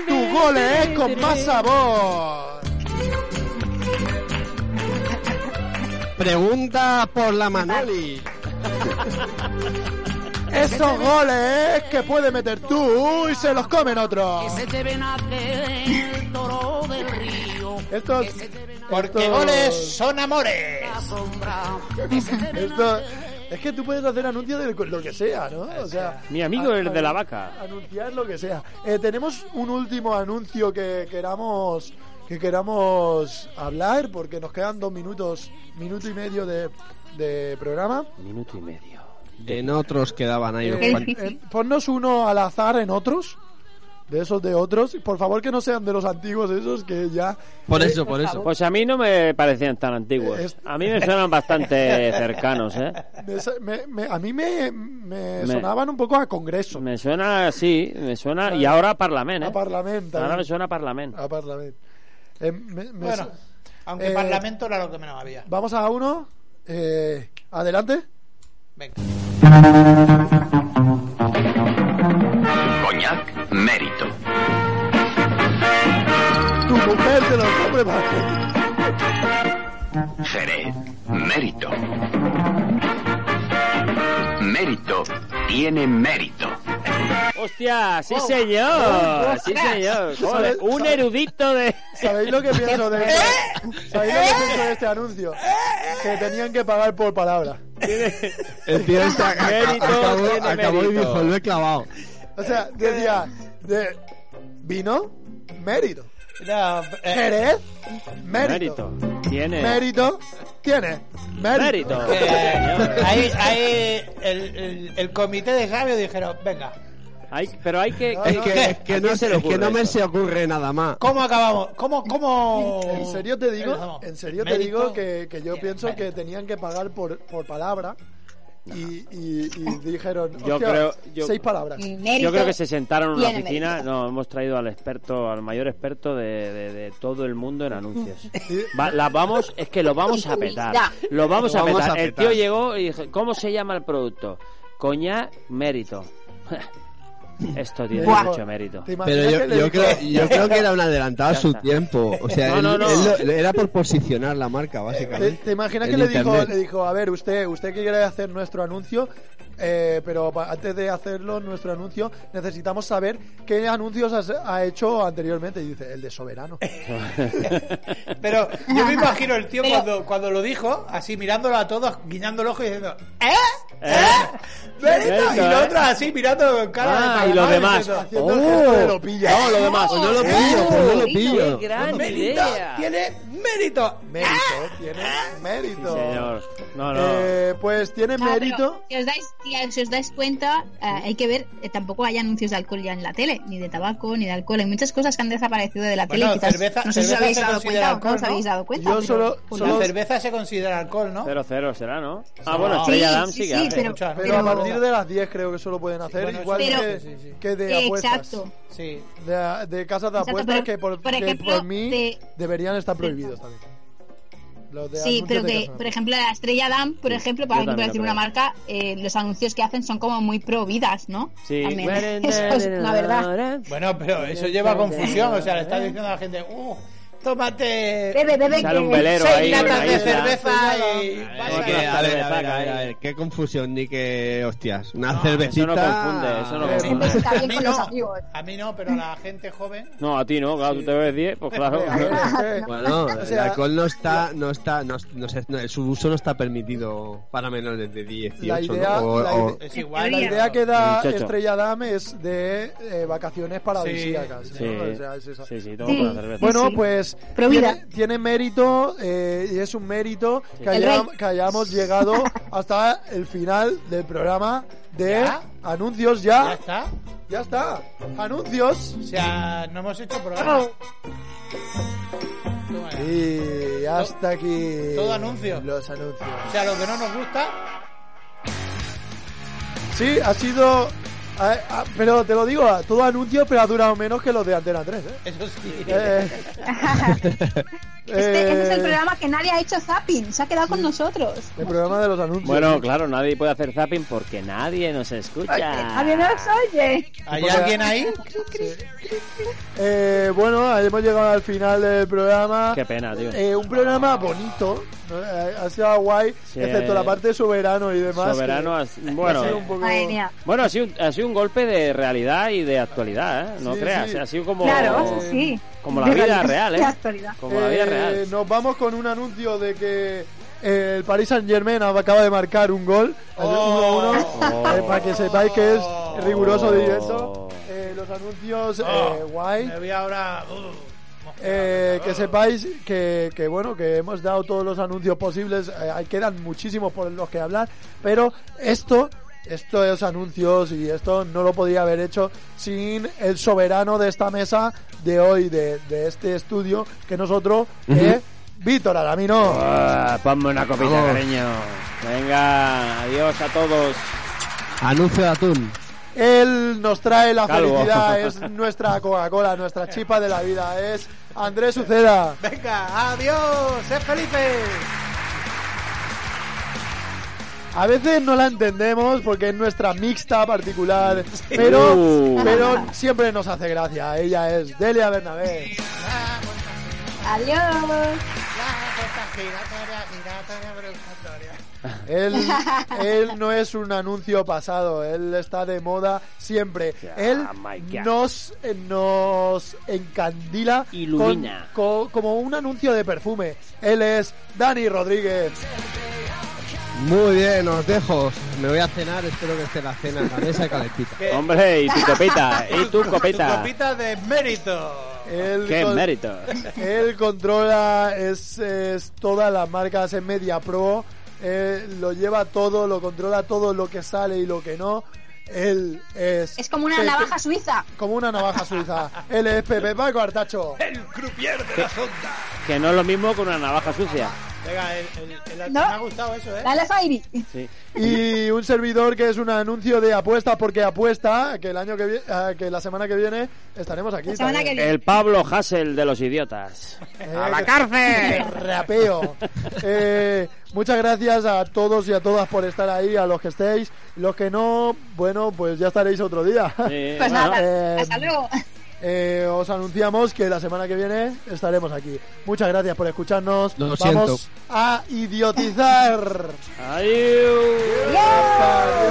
Speaker 4: Tu gol es con más sabor.
Speaker 2: Pregunta por la Manoli.
Speaker 4: Esos goles que puede meter tú y se los comen otros. Estos,
Speaker 8: Porque
Speaker 4: estos-
Speaker 8: goles son amores.
Speaker 4: Esto- es que tú puedes hacer anuncios de lo que sea, ¿no? O sea,
Speaker 5: Mi amigo
Speaker 4: a-
Speaker 5: el de
Speaker 4: a-
Speaker 5: la vaca.
Speaker 4: Anunciar lo que sea. Eh, tenemos un último anuncio que queramos que queramos hablar porque nos quedan dos minutos, minuto y medio de, de programa.
Speaker 5: Minuto y medio.
Speaker 2: En otros quedaban ahí unos
Speaker 4: Eh,
Speaker 2: cuantos.
Speaker 4: eh, ponnos uno al azar en otros. De esos de otros. Por favor que no sean de los antiguos esos que ya...
Speaker 2: Por
Speaker 4: eh,
Speaker 2: eso, por eso.
Speaker 5: Pues a mí no me parecían tan antiguos.
Speaker 4: Es-
Speaker 5: A mí me suenan bastante cercanos, ¿eh?
Speaker 4: me sa- me- me- a mí me, me
Speaker 5: Me-
Speaker 4: sonaban un poco a congreso.
Speaker 5: Me suena así, me suena... Y ahora a Parlament,
Speaker 4: A
Speaker 5: ¿eh?
Speaker 4: parlamento.
Speaker 5: Ahora me suena a Parlament.
Speaker 4: A Parlament. Eh, me- me-
Speaker 8: Bueno, aunque
Speaker 4: Eh,
Speaker 8: Parlamento era lo que menos había.
Speaker 4: Vamos a uno. Eh, adelante.
Speaker 8: Venga.
Speaker 7: Coñac Mérito.
Speaker 4: Tu mujer te lo está preparando.
Speaker 7: Jerez Mérito. Mérito tiene mérito.
Speaker 5: ¡Hostia! ¡Sí,
Speaker 4: Oh.
Speaker 5: señor! ¡Sí, señor! Joder,
Speaker 4: ¿Sabes-
Speaker 5: un
Speaker 4: sabes-
Speaker 5: erudito de...
Speaker 4: ¿Sabéis lo que pienso
Speaker 5: ¿Eh?
Speaker 4: de esto? ¿Sabéis lo que pienso de este anuncio? Que tenían que pagar por palabra.
Speaker 2: El tío está
Speaker 5: Mérito
Speaker 2: acabó,
Speaker 5: tiene
Speaker 2: acabó y
Speaker 5: mérito.
Speaker 2: dijo, lo he clavado.
Speaker 4: O sea, decía, de, vino, mérito.
Speaker 8: No, eh,
Speaker 4: Jerez, mérito.
Speaker 5: Mérito. Tiene...
Speaker 4: Mérito, tiene. Mérito.
Speaker 5: Mérito.
Speaker 8: eh, ahí ahí el, el- el comité de sabios dijeron, venga,
Speaker 5: Hay- pero hay que...
Speaker 2: Es que, es
Speaker 5: ¿A
Speaker 2: que
Speaker 5: quién
Speaker 2: no,
Speaker 5: se
Speaker 2: se
Speaker 5: le
Speaker 2: es que
Speaker 5: ocurre
Speaker 2: no me
Speaker 5: eso?
Speaker 2: se ocurre nada más.
Speaker 8: ¿cómo acabamos? ¿Cómo, cómo?
Speaker 4: En serio te digo,
Speaker 8: Empezamos.
Speaker 4: en serio te
Speaker 8: Mérito
Speaker 4: digo que, que yo
Speaker 8: tiene
Speaker 4: pienso que
Speaker 8: mérito.
Speaker 4: tenían que pagar por, por palabra y, y- y dijeron
Speaker 5: Yo
Speaker 4: "Hostia,
Speaker 5: creo- yo-
Speaker 4: seis palabras.
Speaker 6: Mm.
Speaker 12: Y mérito
Speaker 5: Yo creo que se sentaron en una
Speaker 12: tiene
Speaker 5: oficina.
Speaker 12: mérito.
Speaker 5: No, hemos traído al experto, al mayor experto de, de- de todo el mundo en anuncios. Va- la vamos, es que lo vamos a petar. Lo vamos
Speaker 2: Lo
Speaker 5: a
Speaker 2: vamos
Speaker 5: petar.
Speaker 2: a
Speaker 5: El
Speaker 2: petar.
Speaker 5: tío llegó y dijo, ¿cómo se llama el producto? Coñac mérito. Esto tiene
Speaker 2: Buah.
Speaker 5: mucho mérito.
Speaker 2: Pero yo, yo creo, yo creo que era un adelantado a
Speaker 5: Ya
Speaker 2: su
Speaker 5: está.
Speaker 2: tiempo. O sea,
Speaker 5: No,
Speaker 2: él-
Speaker 5: no, Eh, no.
Speaker 2: él lo- era por posicionar la marca,
Speaker 4: ¿Te,
Speaker 2: básicamente.
Speaker 4: te imaginas
Speaker 2: En
Speaker 4: que le dijo,
Speaker 2: internet.
Speaker 4: le dijo, a ver, usted, usted quiere hacer nuestro anuncio, eh, pero pa- antes de hacerlo, nuestro anuncio, necesitamos saber qué anuncios has- ha hecho anteriormente. Y dice, el de Soberano.
Speaker 8: Pero yo me imagino el tío cuando, cuando lo dijo, así mirándolo a todos, guiñando el ojo y diciendo, ¿eh? ¿Eh? ¿Benito?". Y
Speaker 5: Benito,
Speaker 8: los
Speaker 5: ¿eh?
Speaker 8: otros así mirando con cara de
Speaker 5: Ah, y
Speaker 8: palamar,
Speaker 5: los demás.
Speaker 8: diciendo,
Speaker 5: Oh,
Speaker 8: haciendo el gesto de lo pilla.
Speaker 5: oh, los demás. Pues no lo pillo, pues no lo pillo. Qué gran
Speaker 8: Benito
Speaker 5: idea.
Speaker 8: tiene mérito.
Speaker 4: Mérito, tiene mérito.
Speaker 5: Señor. No, no.
Speaker 4: Eh, pues tiene
Speaker 12: No,
Speaker 4: mérito.
Speaker 12: pero Si os dais, tía, si os dais cuenta, eh, hay que ver, eh, tampoco hay anuncios de alcohol ya en la tele, ni de tabaco, ni de alcohol. Hay muchas cosas que han desaparecido de la
Speaker 8: Bueno,
Speaker 12: tele. Quizás,
Speaker 8: cerveza-
Speaker 12: no sé si os
Speaker 8: cerveza
Speaker 12: habéis
Speaker 8: se
Speaker 12: dado
Speaker 8: considera
Speaker 12: cuenta o
Speaker 8: alcohol,
Speaker 12: no os habéis
Speaker 8: ¿no?
Speaker 12: dado cuenta.
Speaker 8: Yo
Speaker 12: pero-
Speaker 8: solo-
Speaker 12: pues
Speaker 8: La
Speaker 12: no.
Speaker 8: cerveza se considera alcohol, ¿no?
Speaker 5: Cero, cero será, ¿no? Ah,
Speaker 8: No.
Speaker 5: bueno, Estrella Damm sí, que hace.
Speaker 4: pero,
Speaker 8: pero-
Speaker 4: a partir de las 10 creo que solo pueden hacer,
Speaker 8: bueno,
Speaker 4: igual
Speaker 8: eso
Speaker 4: que,
Speaker 8: sí, sí, sí.
Speaker 4: que de
Speaker 12: Eh,
Speaker 4: apuestas.
Speaker 12: exacto.
Speaker 8: Sí.
Speaker 4: De, de casas de
Speaker 12: Exacto,
Speaker 4: apuestas
Speaker 12: pero,
Speaker 4: que por,
Speaker 12: por
Speaker 4: que
Speaker 12: ejemplo,
Speaker 4: por mí
Speaker 12: de-
Speaker 4: deberían estar prohibidos también. Los de
Speaker 12: Sí,
Speaker 4: anuncios
Speaker 12: pero
Speaker 4: de
Speaker 12: que,
Speaker 4: casas.
Speaker 12: por ejemplo, la estrella Damm, por ejemplo,
Speaker 4: yo
Speaker 12: para para
Speaker 4: también
Speaker 12: decir
Speaker 4: lo
Speaker 12: una
Speaker 4: creo.
Speaker 12: marca, eh, los anuncios que hacen son como muy prohibidas, ¿no?
Speaker 5: Sí.
Speaker 12: También. Eso es la verdad.
Speaker 8: Bueno, pero eso lleva a confusión. O sea, le estás diciendo a la gente, uh, tómate.
Speaker 12: Bebe, bebe,
Speaker 5: Sale que- un velero
Speaker 8: seis
Speaker 5: ahí,
Speaker 8: latas
Speaker 5: una
Speaker 8: de
Speaker 5: isla.
Speaker 8: cerveza y.
Speaker 2: Es Eh, que, a ver, a ver, a ver, a ver, qué confusión ni qué hostias. Una cervecita.
Speaker 5: eso no confunde, eso no confunde.
Speaker 8: A mí no, a mí no, pero a la gente joven.
Speaker 5: No, a ti no, claro, tú te ves 10, pues claro.
Speaker 2: Bueno,
Speaker 8: O sea,
Speaker 2: el alcohol no está, no está, no, no sé, no, su uso no está permitido para menores de 18.
Speaker 4: La idea,
Speaker 2: ¿no? O-
Speaker 4: la,
Speaker 2: o-
Speaker 4: ide-
Speaker 8: Es igual,
Speaker 4: la
Speaker 8: ¿no?
Speaker 4: idea que da
Speaker 2: Muchacho.
Speaker 4: Estrella Dame es de eh, vacaciones paradisíacas.
Speaker 5: Sí,
Speaker 4: ¿no? O sea, es esa.
Speaker 5: sí, sí, toma con la cerveza.
Speaker 4: Bueno,
Speaker 5: Sí.
Speaker 4: pues
Speaker 5: Prohibida.
Speaker 4: tiene, tiene mérito eh, y es un mérito que,
Speaker 5: El
Speaker 4: haya-
Speaker 5: rey.
Speaker 4: que hayamos llegado hasta el final del programa de anuncios ya.
Speaker 8: ¿Ya está?
Speaker 4: Ya está. Anuncios.
Speaker 8: O sea, no hemos hecho programa.
Speaker 4: Y hasta aquí.
Speaker 8: Todo anuncio.
Speaker 4: Los anuncios.
Speaker 8: O sea, lo que no nos gusta.
Speaker 4: Sí, ha sido. a- a- pero te lo digo, a- todo anuncio, pero ha durado menos que los de Antena 3. ¿eh?
Speaker 8: Eso sí.
Speaker 4: Eh,
Speaker 12: Este, ese es el
Speaker 4: eh,
Speaker 12: programa que nadie ha hecho zapping, se ha quedado con nosotros.
Speaker 4: El programa de los anuncios.
Speaker 5: Bueno, claro, nadie puede hacer zapping porque nadie nos
Speaker 12: A
Speaker 5: escucha.
Speaker 12: mí no los oye.
Speaker 8: ¿Hay alguien ahí?
Speaker 4: Eh, bueno, hemos llegado al final del programa.
Speaker 5: Qué pena, tío.
Speaker 4: Eh, un programa bonito, ¿no? Eh, ha sido guay,
Speaker 5: Sí,
Speaker 4: excepto
Speaker 5: eh,
Speaker 4: la parte de soberano y demás.
Speaker 5: Soberano,
Speaker 4: que-
Speaker 5: as-
Speaker 4: que ha
Speaker 5: bueno,
Speaker 4: sido un poco-
Speaker 12: Madre mía.
Speaker 5: Bueno, ha sido, un- ha sido un golpe de realidad y de actualidad, ¿eh? No
Speaker 4: Sí,
Speaker 5: creas,
Speaker 4: sí.
Speaker 5: ha sido como...
Speaker 12: Claro, eso sí.
Speaker 5: Como la vida real,
Speaker 12: De
Speaker 5: ¿eh?
Speaker 12: actualidad.
Speaker 5: Como la vida
Speaker 4: Eh,
Speaker 5: real.
Speaker 4: Nos vamos con un anuncio de que eh, el Paris Saint Germain acaba de marcar un gol, el
Speaker 5: Oh.
Speaker 4: 1-1, eh, para que sepáis que es riguroso directo. Eh, los anuncios, eh, guay.
Speaker 8: Oh. Me voy ahora. uh,
Speaker 4: Eh, que sepáis que, que, bueno que hemos dado todos los anuncios posibles eh, ahí quedan muchísimos por los que hablar pero esto estos anuncios y esto no lo podía haber hecho sin el soberano de esta mesa de hoy de, de este estudio que nosotros que Víctor Aramino
Speaker 5: Ah, ponme una copita,
Speaker 4: Vamos.
Speaker 5: cariño. Venga, adiós a todos.
Speaker 2: Anuncio de atún.
Speaker 4: él nos trae la
Speaker 5: Calvo.
Speaker 4: felicidad es nuestra Coca-Cola nuestra chispa de la vida es Andrés Uceda
Speaker 8: Venga, adiós, es Felipe.
Speaker 4: A veces no la entendemos porque es nuestra mixta particular, pero,
Speaker 5: Uh.
Speaker 4: pero siempre nos hace gracia. Ella es Delia Bernabé.
Speaker 12: Adiós.
Speaker 8: pues
Speaker 4: Él, él no es un anuncio pasado, él está de moda siempre. Él nos, eh, nos encandila con-
Speaker 5: Ilumina.
Speaker 4: co- como un anuncio de perfume. Él es Dani Rodríguez.
Speaker 2: Muy bien, os dejo. Me voy a cenar, espero que esté la cena en la mesa calentita.
Speaker 5: Hombre, y tu copita, y tu
Speaker 8: Tu
Speaker 5: copita.
Speaker 8: copita de mérito.
Speaker 4: Él
Speaker 5: Qué
Speaker 4: con-
Speaker 5: mérito.
Speaker 4: Él controla es, es todas las marcas en Media Pro, eh, lo lleva todo, lo controla todo lo que sale y lo que no. Él es
Speaker 12: Es como una
Speaker 4: Pepe-
Speaker 12: navaja suiza.
Speaker 4: como una navaja suiza. Él es Pepe Paco Artacho.
Speaker 5: Que no es lo mismo que una navaja sucia.
Speaker 8: Venga, el, el- el-
Speaker 12: No.
Speaker 8: me ha gustado eso, ¿eh?
Speaker 12: Dale a Fairy.
Speaker 4: y un servidor que es un anuncio de apuesta porque apuesta que el año que viene, que la semana que viene estaremos aquí. también. Eh,
Speaker 5: El Pablo Hassel de los idiotas.
Speaker 4: ¡A la cárcel! Rapeo. Eh, muchas gracias a todos y a todas por estar ahí, a los que estéis. Los que no, bueno, pues ya estaréis otro día.
Speaker 12: Pues nada,
Speaker 4: Eh,
Speaker 12: hasta luego.
Speaker 4: eh, os anunciamos que la semana que viene estaremos aquí. Muchas gracias por escucharnos.
Speaker 9: Lo
Speaker 4: Vamos a idiotizar.
Speaker 5: Adiós.
Speaker 4: Hasta luego.